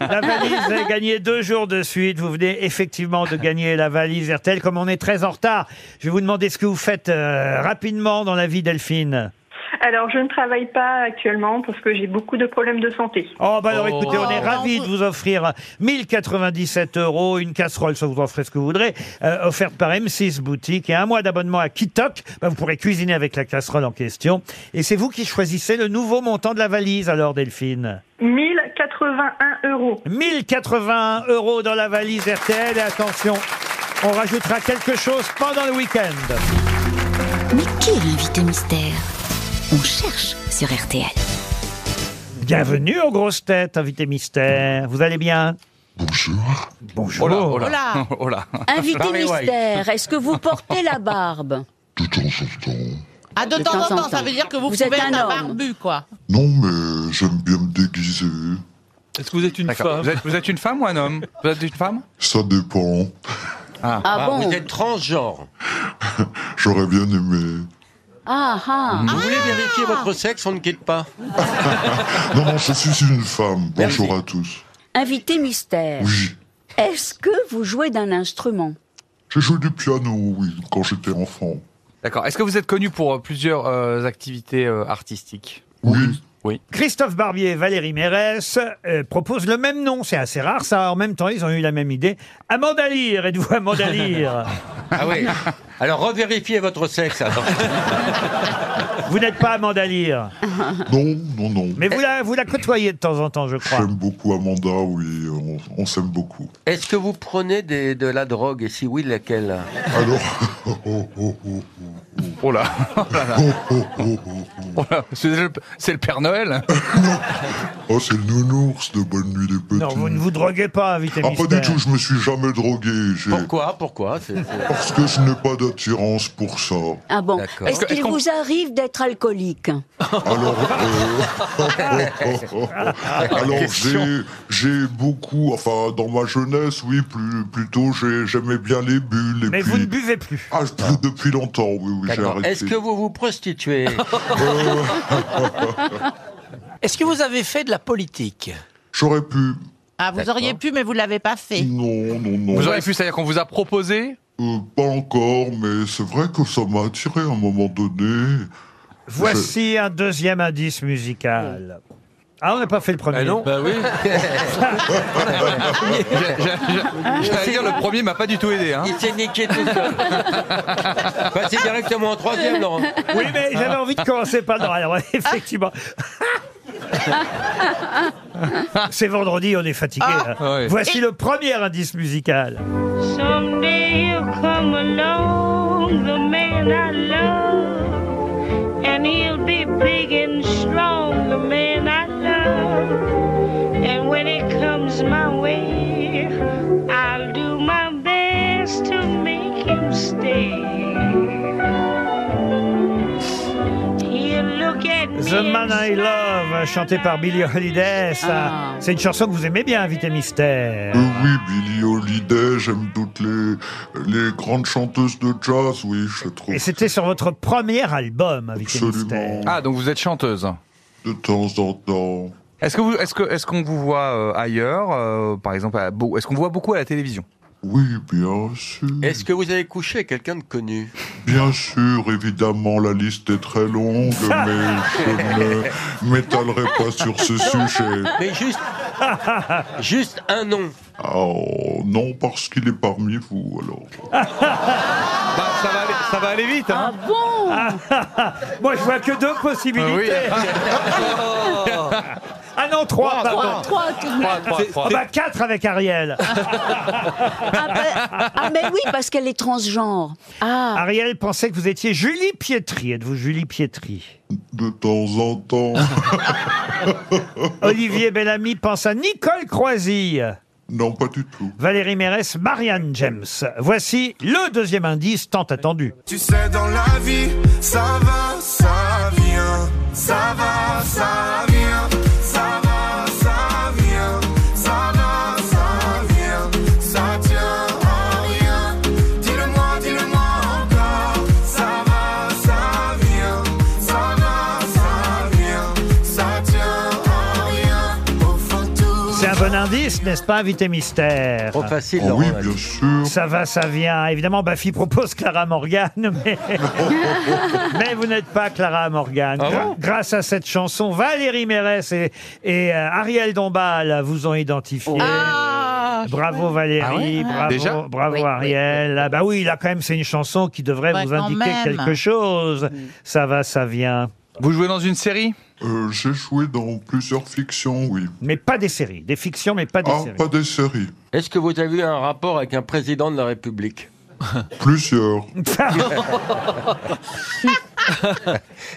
B: La valise est gagnée deux jours de suite. Vous venez effectivement de gagner la valise RTL. Comme on est très en retard, je vais vous demander ce que vous faites euh, rapidement dans la vie, Delphine.
M: Alors, je ne travaille pas actuellement parce que j'ai beaucoup de problèmes de santé.
B: Oh, bah alors
I: Oh.
B: écoutez, on est
F: Oh,
B: ravis de vous offrir 1097 euros, une casserole, ça vous en ferez ce que vous voudrez, euh, offerte par M6 Boutique et un mois d'abonnement à Kitok. Bah, vous pourrez cuisiner avec la casserole en question. Et c'est vous qui choisissez le nouveau montant de la valise, alors, Delphine.
M: 1081 euros.
B: 1081 euros dans la valise RTL. Et attention, on rajoutera quelque chose pendant le week-end.
K: Mais qui est l'invité mystère On cherche sur RTL.
B: Bienvenue aux grosses têtes, invité mystère. Vous allez bien
T: Bonjour.
B: Bonjour.
T: Oh là,
F: Hola.
T: oh là.
C: Invité
T: Barry White.
C: mystère, est-ce que vous portez la barbe
R: De temps en temps.
F: Ah, de,
C: De
F: temps, en temps, ça
C: temps.
F: veut dire que vous,
C: Vous
F: pouvez
C: êtes
F: être
C: un
F: un
C: homme.
F: barbu, quoi.
R: Non, mais j'aime bien me déguiser.
I: Est-ce que vous êtes une
T: D'accord.
I: femme
T: Vous êtes, vous êtes une femme ou un homme Vous êtes une femme
R: Ça dépend.
C: Ah,
D: Ah,
C: bon
D: Vous êtes transgenre.
R: J'aurais bien aimé.
C: Ah ah
D: Vous voulez vérifier votre sexe, on ne quitte pas.
R: Non, non, je suis une femme. Bonjour à tous.
C: Invité mystère,
R: Oui.
C: est-ce que vous jouez d'un instrument
R: J'ai joué du piano, oui, quand j'étais enfant.
T: D'accord. Est-ce que vous êtes connu pour euh, plusieurs euh, activités euh, artistiques
R: Oui.
T: Oui.
B: Christophe Barbier et Valérie Mérès euh, proposent le même nom. C'est assez rare, ça. En même temps, ils ont eu la même idée. Amandalire, êtes-vous Amandalire
D: Ah oui. Alors revérifiez votre sexe. alors.
B: Vous n'êtes pas Amanda Lear.
U: Non, non, non.
B: Mais vous la, vous la côtoyez de temps en temps, je crois.
U: J'aime beaucoup Amanda, oui, on, on s'aime beaucoup.
D: Est-ce que vous prenez des- de la drogue et si oui, laquelle
U: Alors, oh, oh, oh,
E: Ah Oh là, oh là là.
U: oh, oh, oh.
E: Oh là, C'est le, c'est le Père Noël
U: Oh, c'est le nounours de Bonne Nuit des Petits.
B: Non, vous ne vous droguez pas, invité
U: Ah, pas
B: mystère.
U: du tout, je me suis jamais drogué. j'ai-
D: Pourquoi Pourquoi C'est- c'est-
U: Parce que je n'ai pas d'attirance pour ça.
C: Ah bon
U: D'accord.
C: Est-ce
U: Est-ce que-
C: qu'il
U: est-ce qu'on-
C: vous arrive d'être alcoolique
U: Alors,
H: Oh,
U: euh, alors j'ai, j'ai beaucoup, enfin, dans ma jeunesse, oui, plus, plutôt, j'ai- j'aimais bien les bulles. Et
D: Mais
U: puis,
D: vous ne
B: buvez plus.
U: Ah, plus depuis longtemps, oui, oui, j'ai
D: D'accord.
U: arrêté.
D: Est-ce que vous vous prostituez
G: Est-ce que vous avez fait de la politique
U: J'aurais pu.
F: Ah, vous
U: D'accord.
F: auriez pu, mais vous l'avez pas fait.
U: Non, non, non.
E: Vous auriez pu, c'est-à-dire qu'on vous a proposé
U: Euh, pas encore, mais c'est vrai que ça m'a attiré à un moment donné.
B: Voici un deuxième indice musical. Ah, on n'a pas fait le premier.
E: Eh non. Bah oui. J'ai- j'ai- j'ai- J'allais dire, le premier m'a pas du tout aidé. Hein.
D: Il s'est niqué tout seul. Passez directement en troisième, Laurent.
B: Oui, mais j'avais envie de commencer par le Alors, effectivement. C'est vendredi, on est fatigué.
J: Ah.
B: hein.
J: Ouais.
B: Voici le premier indice musical.
J: Someday he'll come along, the man I love, and he'll be big and strong, the man I love. And when it comes my way, I'll do my best to make him stay. He'll look at me.
B: The Man
J: and
B: I Love, chanté par Billy Holiday. ça.
J: Ah.
B: C'est une chanson que vous aimez bien, Invité Mystère.
U: Euh, oui, Billie Holiday, j'aime toutes les, les grandes chanteuses de jazz, oui, je trouve.
B: Et c'était sur votre premier album, Invité Mystère.
E: Ah, donc vous êtes chanteuse
U: De temps en temps.
E: Est-ce que vous, est-ce que, est-ce qu'on vous voit euh, ailleurs, euh, par exemple, à Beau- est-ce qu'on vous voit beaucoup à la télévision
U: Oui, bien sûr.
D: Est-ce que vous avez couché avec quelqu'un de connu
U: Bien sûr, évidemment, la liste est très longue, mais je ne m'étalerai pas sur ce sujet.
D: Mais juste, juste un nom.
U: Oh, non, parce qu'il est parmi vous, alors.
D: Ah.
E: Bah, ça, va aller, ça va aller vite. Hein.
B: Moi, je vois que deux possibilités. Ah non, trois,
J: Trois,
B: pardon.
J: trois, trois, tout de même. Trois, trois,
B: C'est-
J: trois.
B: Ah bah, quatre avec Ariel.
C: Ah mais oui, parce qu'elle est transgenre. Ah,
B: Ariel pensait que vous étiez Julie Pietri. Êtes-vous Julie Pietri
U: De temps en temps.
B: Olivier Bellamy pense à Nicole Croisille.
U: Non, pas du tout.
B: Valérie Mérès, Marianne James. Voici le deuxième indice tant attendu.
H: Tu sais, dans la vie, ça va, ça vient. Ça va, ça vient. Ça va, ça vient. Ça va, ça vient. Ça tient à rien. Dis-le-moi, dis-le-moi encore. Ça va, ça vient. Ça va, ça vient. Ça tient à rien. Au fond, tout.
B: C'est un bon indice, n'est-ce pas, invité mystère
D: Trop facile,
U: Oh
D: Laurent.
U: oui, bien sûr.
B: Ça va, ça vient. Évidemment, Baffy propose Clara Morgan, mais, mais vous n'êtes pas Clara Morgan.
D: Ah
B: Gra-
D: bon
B: Grâce à cette chanson, Valérie Mérès et, et, euh, Ariel Dombal vous ont identifié.
E: Ah,
B: Bravo Valérie,
F: Oh. Ah ouais
B: bravo,
F: Déjà
B: bravo
F: Oui, oui,
B: Ariel. Ah bah oui, là quand même c'est une chanson qui devrait
F: Bah,
B: vous
F: quand
B: indiquer
F: même. Mm.
B: quelque chose. Ça va, ça vient.
E: Vous jouez dans une série
U: Euh, J'ai joué dans plusieurs fictions, oui.
B: Mais pas des séries, des fictions, mais pas des
U: Ah,
B: séries.
U: pas des séries.
D: Est-ce que vous avez eu un rapport avec un président de la République
U: Plusieurs.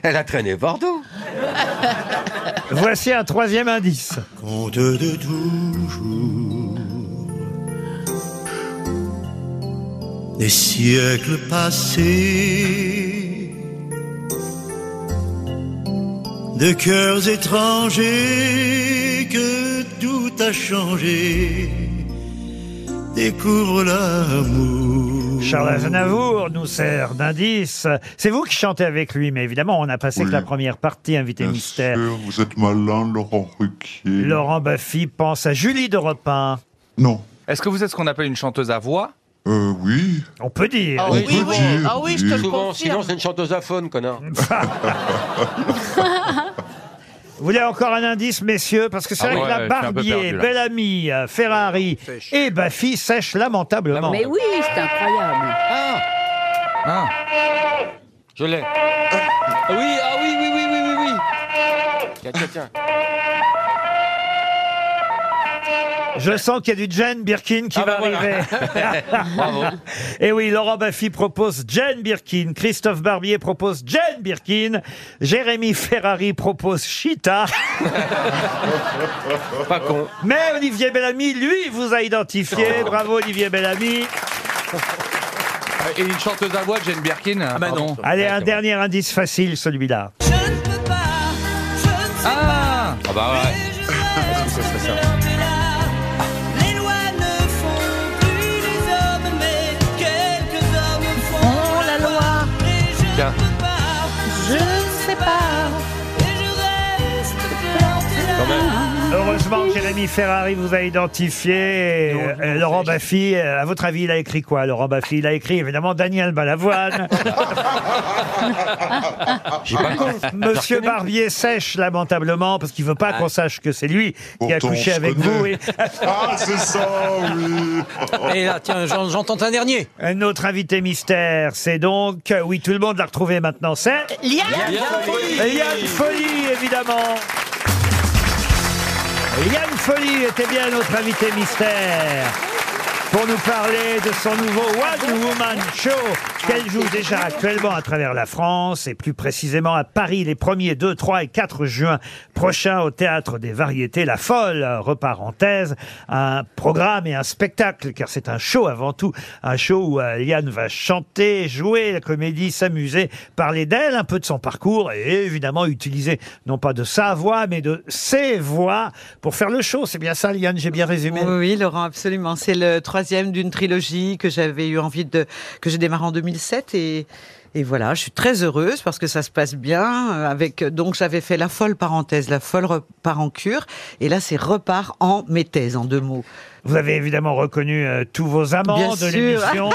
D: Elle a traîné Bordeaux.
B: Voici un troisième indice.
H: Conte de toujours. Des siècles passés, de cœurs étrangers, que tout a changé, découvre l'amour.
B: Charles Aznavour nous sert d'indice. C'est vous qui chantez avec lui, mais évidemment, on a passé que la première partie, invité
U: Bien
B: mystère.
U: sûr, vous êtes malin, Laurent Ruquier.
B: Laurent Baffy pense à Julie de Repin.
U: Non.
E: Est-ce que vous êtes ce qu'on appelle une chanteuse à voix
U: Euh, oui.
B: On peut dire.
F: Ah oui, oui, oui. Ah oui, je te le
D: Souvent,
F: confirme.
D: sinon c'est une chanteuse à faune, connard.
B: Vous voulez encore un indice, messieurs Parce que c'est
D: Ah
B: vrai
D: ouais,
B: que la
D: ouais, je suis
B: Barbier,
D: un peu perdu, là.
B: Bellamy, euh, Ferrari et Baffy sèchent lamentablement.
C: mais oui,
I: Ah.
C: c'est incroyable.
D: Je l'ai.
I: Oui, ah oui, oui, oui, oui, oui, oui.
D: Tiens, tiens, tiens.
B: Je sens qu'il y a du Jane Birkin qui
D: Ah
B: va
D: bah voilà.
B: arriver.
D: Bravo.
B: Et oui, Laurent Baffy propose Jane Birkin, Christophe Barbier propose Jane Birkin, Jérémy Ferrari propose Chita.
D: Pas con.
B: Mais Olivier Bellamy, lui, vous a identifié.
D: Oh.
B: Bravo Olivier Bellamy.
E: Et une chanteuse à voix, Jane Birkin. Ah bah non.
B: Allez, un dernier indice facile, celui-là.
E: Ah
D: Ah bah ouais.
H: Les lois ne font plus les hommes, mais quelques hommes font la loi. Et je
E: Tiens.
H: je ne sais pas, et je reste planté là.
B: Heureusement que Jérémy Ferrari vous a identifié. Euh, euh, Laurent Baffy, euh, à votre avis, il a écrit quoi Laurent Baffy, il a écrit évidemment Daniel Balavoine. Ah, Monsieur Barbier sèche lamentablement parce qu'il veut pas qu'on sache que c'est lui qui a
U: Ah. Pourtant,
B: couché
U: on se
B: avec
U: connaît.
B: vous. oui.
U: Ah, c'est ça, oh. oui.
G: Et là, tiens, j'en- j'entends un dernier.
B: Notre invité mystère, c'est donc, oui, tout le monde l'a retrouvé maintenant, c'est
F: Liane
B: Et Yann Folie, évidemment. Yann Folie était bien notre invité mystère pour nous parler de son nouveau One Woman Show qu'elle joue déjà actuellement à travers la France et plus précisément à Paris les 1er, 2, 3 et 4 juin prochains au Théâtre des Variétés La Folle, repart en thèse, un programme et un spectacle car c'est un show avant tout, un show où euh, Liane va chanter, jouer la comédie, s'amuser, parler d'elle, un peu de son parcours et évidemment utiliser non pas de sa voix mais de ses voix pour faire le show. C'est bien ça Liane, j'ai bien résumé.
V: Oui, oui, Laurent, absolument. C'est le troisième d'une trilogie que j'avais eu envie de. que j'ai démarré en 2007 et. Et voilà, je suis très heureuse parce que ça se passe bien. euh, Avec donc j'avais fait la folle parenthèse, la folle repart en cure, et là c'est repart en méthèse en deux mots.
B: Vous avez évidemment reconnu euh, tous vos amants
V: Bien
B: de
V: sûr.
B: l'émission.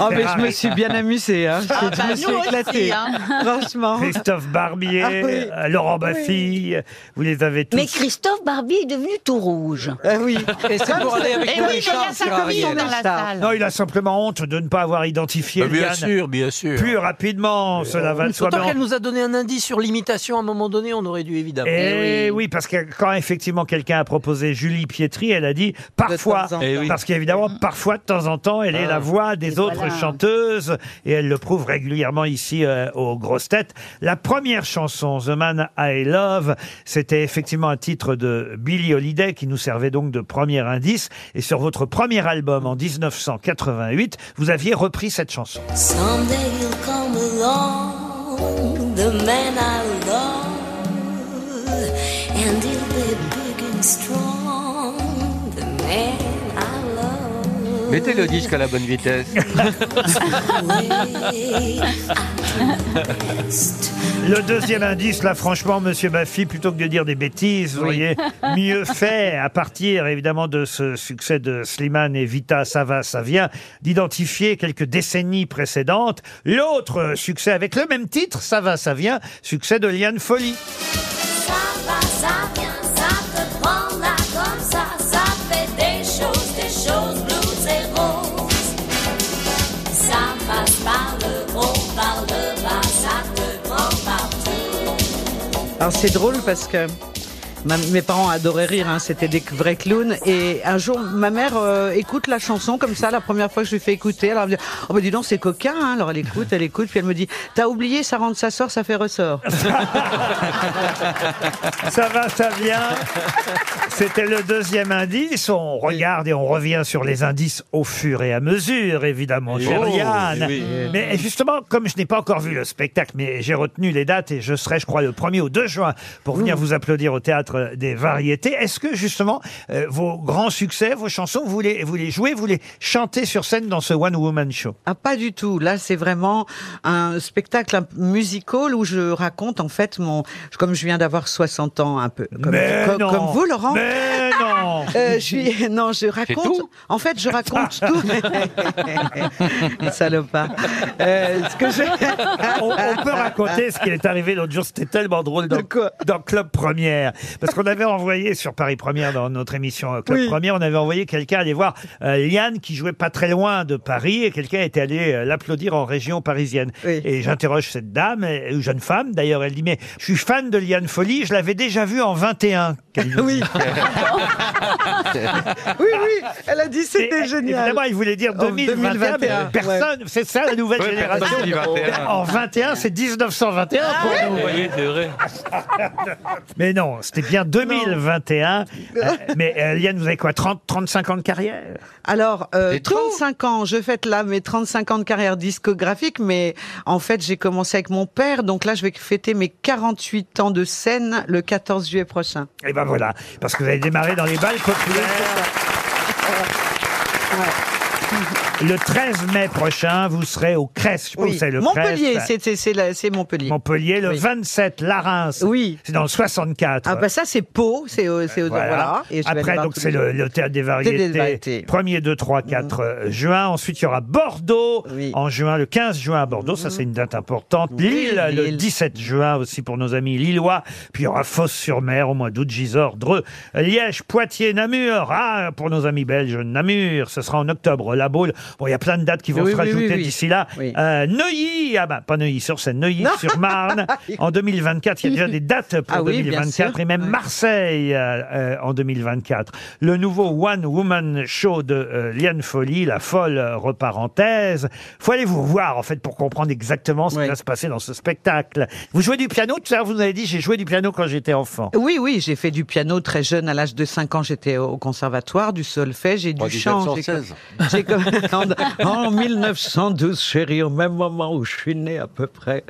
V: Oh, mais je me suis bien amusée. Hein. Je,
B: Ah,
V: je
B: bah,
V: me
B: nous
V: suis
B: aussi,
V: éclatée.
B: hein.
V: Franchement.
B: Christophe Barbier,
V: Ah oui.
B: euh, Laurent
V: Oui.
B: Baffy, euh, vous les avez tous.
C: Mais Christophe Barbier est devenu tout rouge.
V: Ah oui,
C: et c'est pour aller avec
V: Eh
C: nous,
V: oui,
C: Richard,
V: mais il y a sa
C: Gérard
V: copine
C: Riel.
V: dans la salle.
B: Non, il a simplement honte de ne pas avoir identifié
G: Bah, bien
B: Liane
G: sûr, bien sûr.
B: Plus rapidement, cela va de soi.
G: Surtout
B: mais on-
G: qu'elle nous a donné un indice sur l'imitation à un moment donné, on aurait dû évidemment.
B: Eh oui. parce que quand effectivement quelqu'un a proposé Julie Pietri, elle a dit parfois,
G: temps en Eh oui.
B: parce qu'évidemment, parfois de temps en temps, elle est
G: Ah.
B: la voix des
G: Et
B: autres
G: voilà.
B: chanteuses, et elle le prouve régulièrement ici euh, aux grosses têtes. La première chanson, The Man I Love, c'était effectivement un titre de Billie Holiday qui nous servait donc de premier indice, et sur votre premier album en 1988, vous aviez repris cette chanson.
H: Someday he'll come along, the man I love, and he'll be big and strong, the man I love.
D: Mettez le disque à la bonne vitesse.
B: Le deuxième indice, là, franchement, monsieur Baffy, plutôt que de dire des bêtises, vous voyez, mieux fait, à partir évidemment de ce succès de Slimane et Vita, ça va, ça vient, d'identifier quelques décennies précédentes l'autre euh, succès avec le même titre, ça va, ça vient, succès de Liane Folly.
H: Ça va, ça vient, ça te prend là comme ça, ça fait des choses, des choses blues et roses. Ça passe par le haut, par le bas, ça te prend partout.
V: Alors c'est drôle parce que ma- mes parents adoraient rire, hein, c'était des vrais clowns. Et un jour, ma mère euh, écoute la chanson comme ça, la première fois que je lui fais écouter. Alors elle me dit, oh bah dis donc, c'est coquin. hein. Alors elle écoute, elle écoute, puis elle me dit, t'as oublié, ça rentre, ça sort, ça fait ressort.
B: Ça va, ça vient. C'était le deuxième indice. On regarde et on revient sur les indices au fur et à mesure, évidemment,
T: Et
B: cher
T: oui.
B: Yann.
T: Et Oh, oui.
B: Mais justement, comme je n'ai pas encore vu le spectacle, mais j'ai retenu les dates et je serai, je crois, le 1er au 2 juin pour venir vous applaudir au Théâtre des Variétés. Est-ce que, justement, euh, vos grands succès, vos chansons, vous les, vous les jouez, vous les chantez sur scène dans ce One Woman Show
V: Ah, pas du tout. Là, c'est vraiment un spectacle un p- musical où je raconte en fait mon. Comme je viens d'avoir 60 ans, un peu. Comme,
H: Mais
V: comme-
H: non.
V: comme vous, Laurent. Ah, euh,
B: Mais non
V: je suis... Non, je raconte.
H: tout
V: En fait, je raconte tout. Salopard. Euh, ce que je-
B: on, on peut raconter ce qui est arrivé l'autre jour. C'était tellement drôle dans, dans Club Première. Parce qu'on avait envoyé sur Paris Première, dans notre émission euh, Club Première, on avait envoyé quelqu'un aller voir euh, Liane qui jouait pas très loin de Paris et quelqu'un était allé euh, l'applaudir en région parisienne. Et j'interroge cette dame, euh, ou jeune femme d'ailleurs, elle dit Mais je suis fan de Liane Folly, je l'avais déjà vue en 21. Oui.
V: Oui, oui, elle a dit c'était
B: Et-
V: génial.
B: Évidemment, il voulait dire
V: En
B: 2021, mais
V: 2021,
B: personne,
V: ouais.
B: c'est ça la nouvelle
V: Ouais,
B: génération. Ben,
V: personne dit 21.
B: En 21, c'est 1921 pour
I: Ah
B: nous.
I: oui, oui, c'est vrai.
B: Mais non, c'était bien 2021. Euh, mais euh, Liane, vous avez quoi 30, 35 ans de carrière
V: Alors, euh, 35 ans, je fête là mes 35 ans de carrière discographique, mais en fait, j'ai commencé avec mon père, donc là, je vais fêter mes 48 ans de scène le 14 juillet prochain.
B: Et ben voilà, parce que vous avez démarré dans les balles populaires. Le 13 mai prochain, vous serez au Crest. Je sais pas où
V: Oui.
B: c'est le bah,
V: Montpellier,
B: Crest.
V: c'est- c'est- c'est la- c'est Montpellier.
B: Montpellier, le
V: Oui.
B: 27, la Reims.
V: Oui.
B: C'est dans le 64.
V: Ah bah ça, c'est Pau, c'est au- c'est au- voilà. Et je vais aller
B: Après,
V: voir
B: donc,
V: tous
B: c'est
V: les-
B: le, le Théâtre des
V: Théâtre des
B: Variétés.
V: Variétés. Mhm.
B: 1er, 2, 3, 4 euh, juin. Ensuite, il y aura Bordeaux en juin, le 15 juin à Bordeaux.
V: Mhm.
B: Ça, c'est une date importante. Lille, le 17 juin aussi pour nos amis lillois. Puis, il y aura Fos-sur-Mer au mois d'août, Gisors, Dreux, Liège, Poitiers, Namur. Ah, pour nos amis belges, Namur. Ce sera en octobre. La Baule. Bon, il y a plein de dates qui vont
V: Oui,
B: se
V: oui, oui,
B: rajouter
V: oui.
B: d'ici là. Euh, Neuilly, ah bah, pas Neuilly sur Seine, Neuilly sur Marne. En 2024, il y a déjà des dates pour
V: Ah oui, bien
B: 2024
V: sûr.
B: et même Marseille euh, euh, en 2024. Le nouveau One Woman Show de euh, Liane Folly, la folle euh, reparenthèse. Faut aller vous voir en fait pour comprendre exactement ce qui va se passer dans ce spectacle. Vous jouez du piano tout à l'heure, vous nous avez dit j'ai joué du piano quand j'étais enfant.
V: Oui, oui, j'ai fait du piano très jeune. À l'âge de 5 ans, j'étais au conservatoire, du solfège et du
D: En
V: chant. J'ai
D: 1916.
V: com- j'ai com- en, en 1912, chérie, au même moment où je suis né à peu près.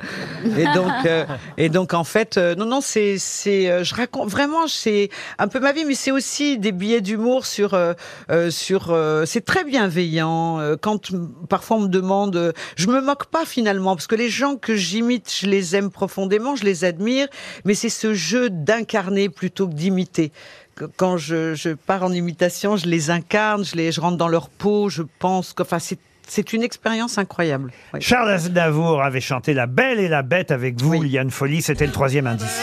V: Et donc, euh, et donc en fait, euh, non, non, c'est, c'est, euh, je raconte vraiment, c'est un peu ma vie, mais c'est aussi des billets d'humour sur, euh, euh, sur, euh, c'est très bienveillant. Euh, Quand m- parfois on me demande, euh, je me moque pas finalement, parce que les gens que j'imite, je les aime profondément, je les admire, mais c'est ce jeu d'incarner plutôt que d'imiter. Que- Quand je, je pars en imitation, je les incarne, je les, je rentre dans leur peau, je pense que, enfin, c'est, c'est une expérience incroyable. Oui.
B: Charles Aznavour avait chanté La Belle et la Bête avec vous, Liane Folly, c'était le troisième indice.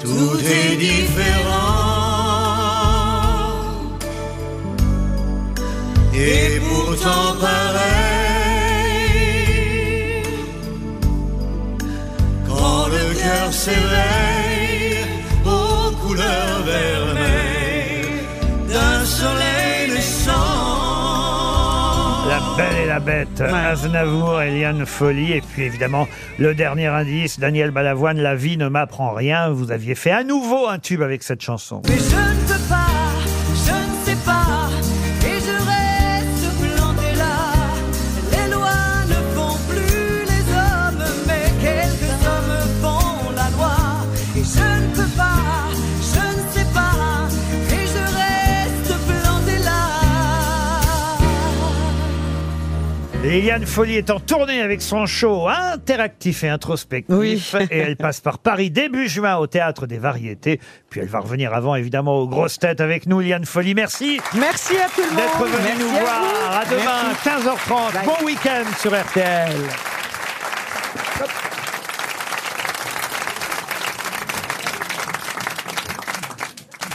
H: Tout est différent et pourtant pareil. Quand le cœur s'éveille aux couleurs vermeilles d'un soleil naissant.
B: La Belle et la Bête, Aznavour et Liane Folly, et puis évidemment le dernier indice, Daniel Balavoine, La vie ne m'apprend rien. Vous aviez fait à nouveau un tube avec cette chanson.
H: Mais je ne peux pas, je ne sais pas, et je reste planté là. Les lois ne font plus les hommes, mais quelques hommes font la loi. Et je ne peux pas, je ne sais pas, et je reste planté là.
B: Liliane Folly est en tournée avec son show interactif et introspectif. et elle passe par Paris début juin au Théâtre des Variétés. Puis elle va revenir avant, évidemment, aux grosses têtes avec nous, Liliane Folly. Merci.
V: Merci à tout le monde.
B: D'être venu
V: Merci
B: nous
V: à
B: voir.
V: vous.
B: À demain,
V: Merci.
B: 15h30. Bon week-end sur RTL.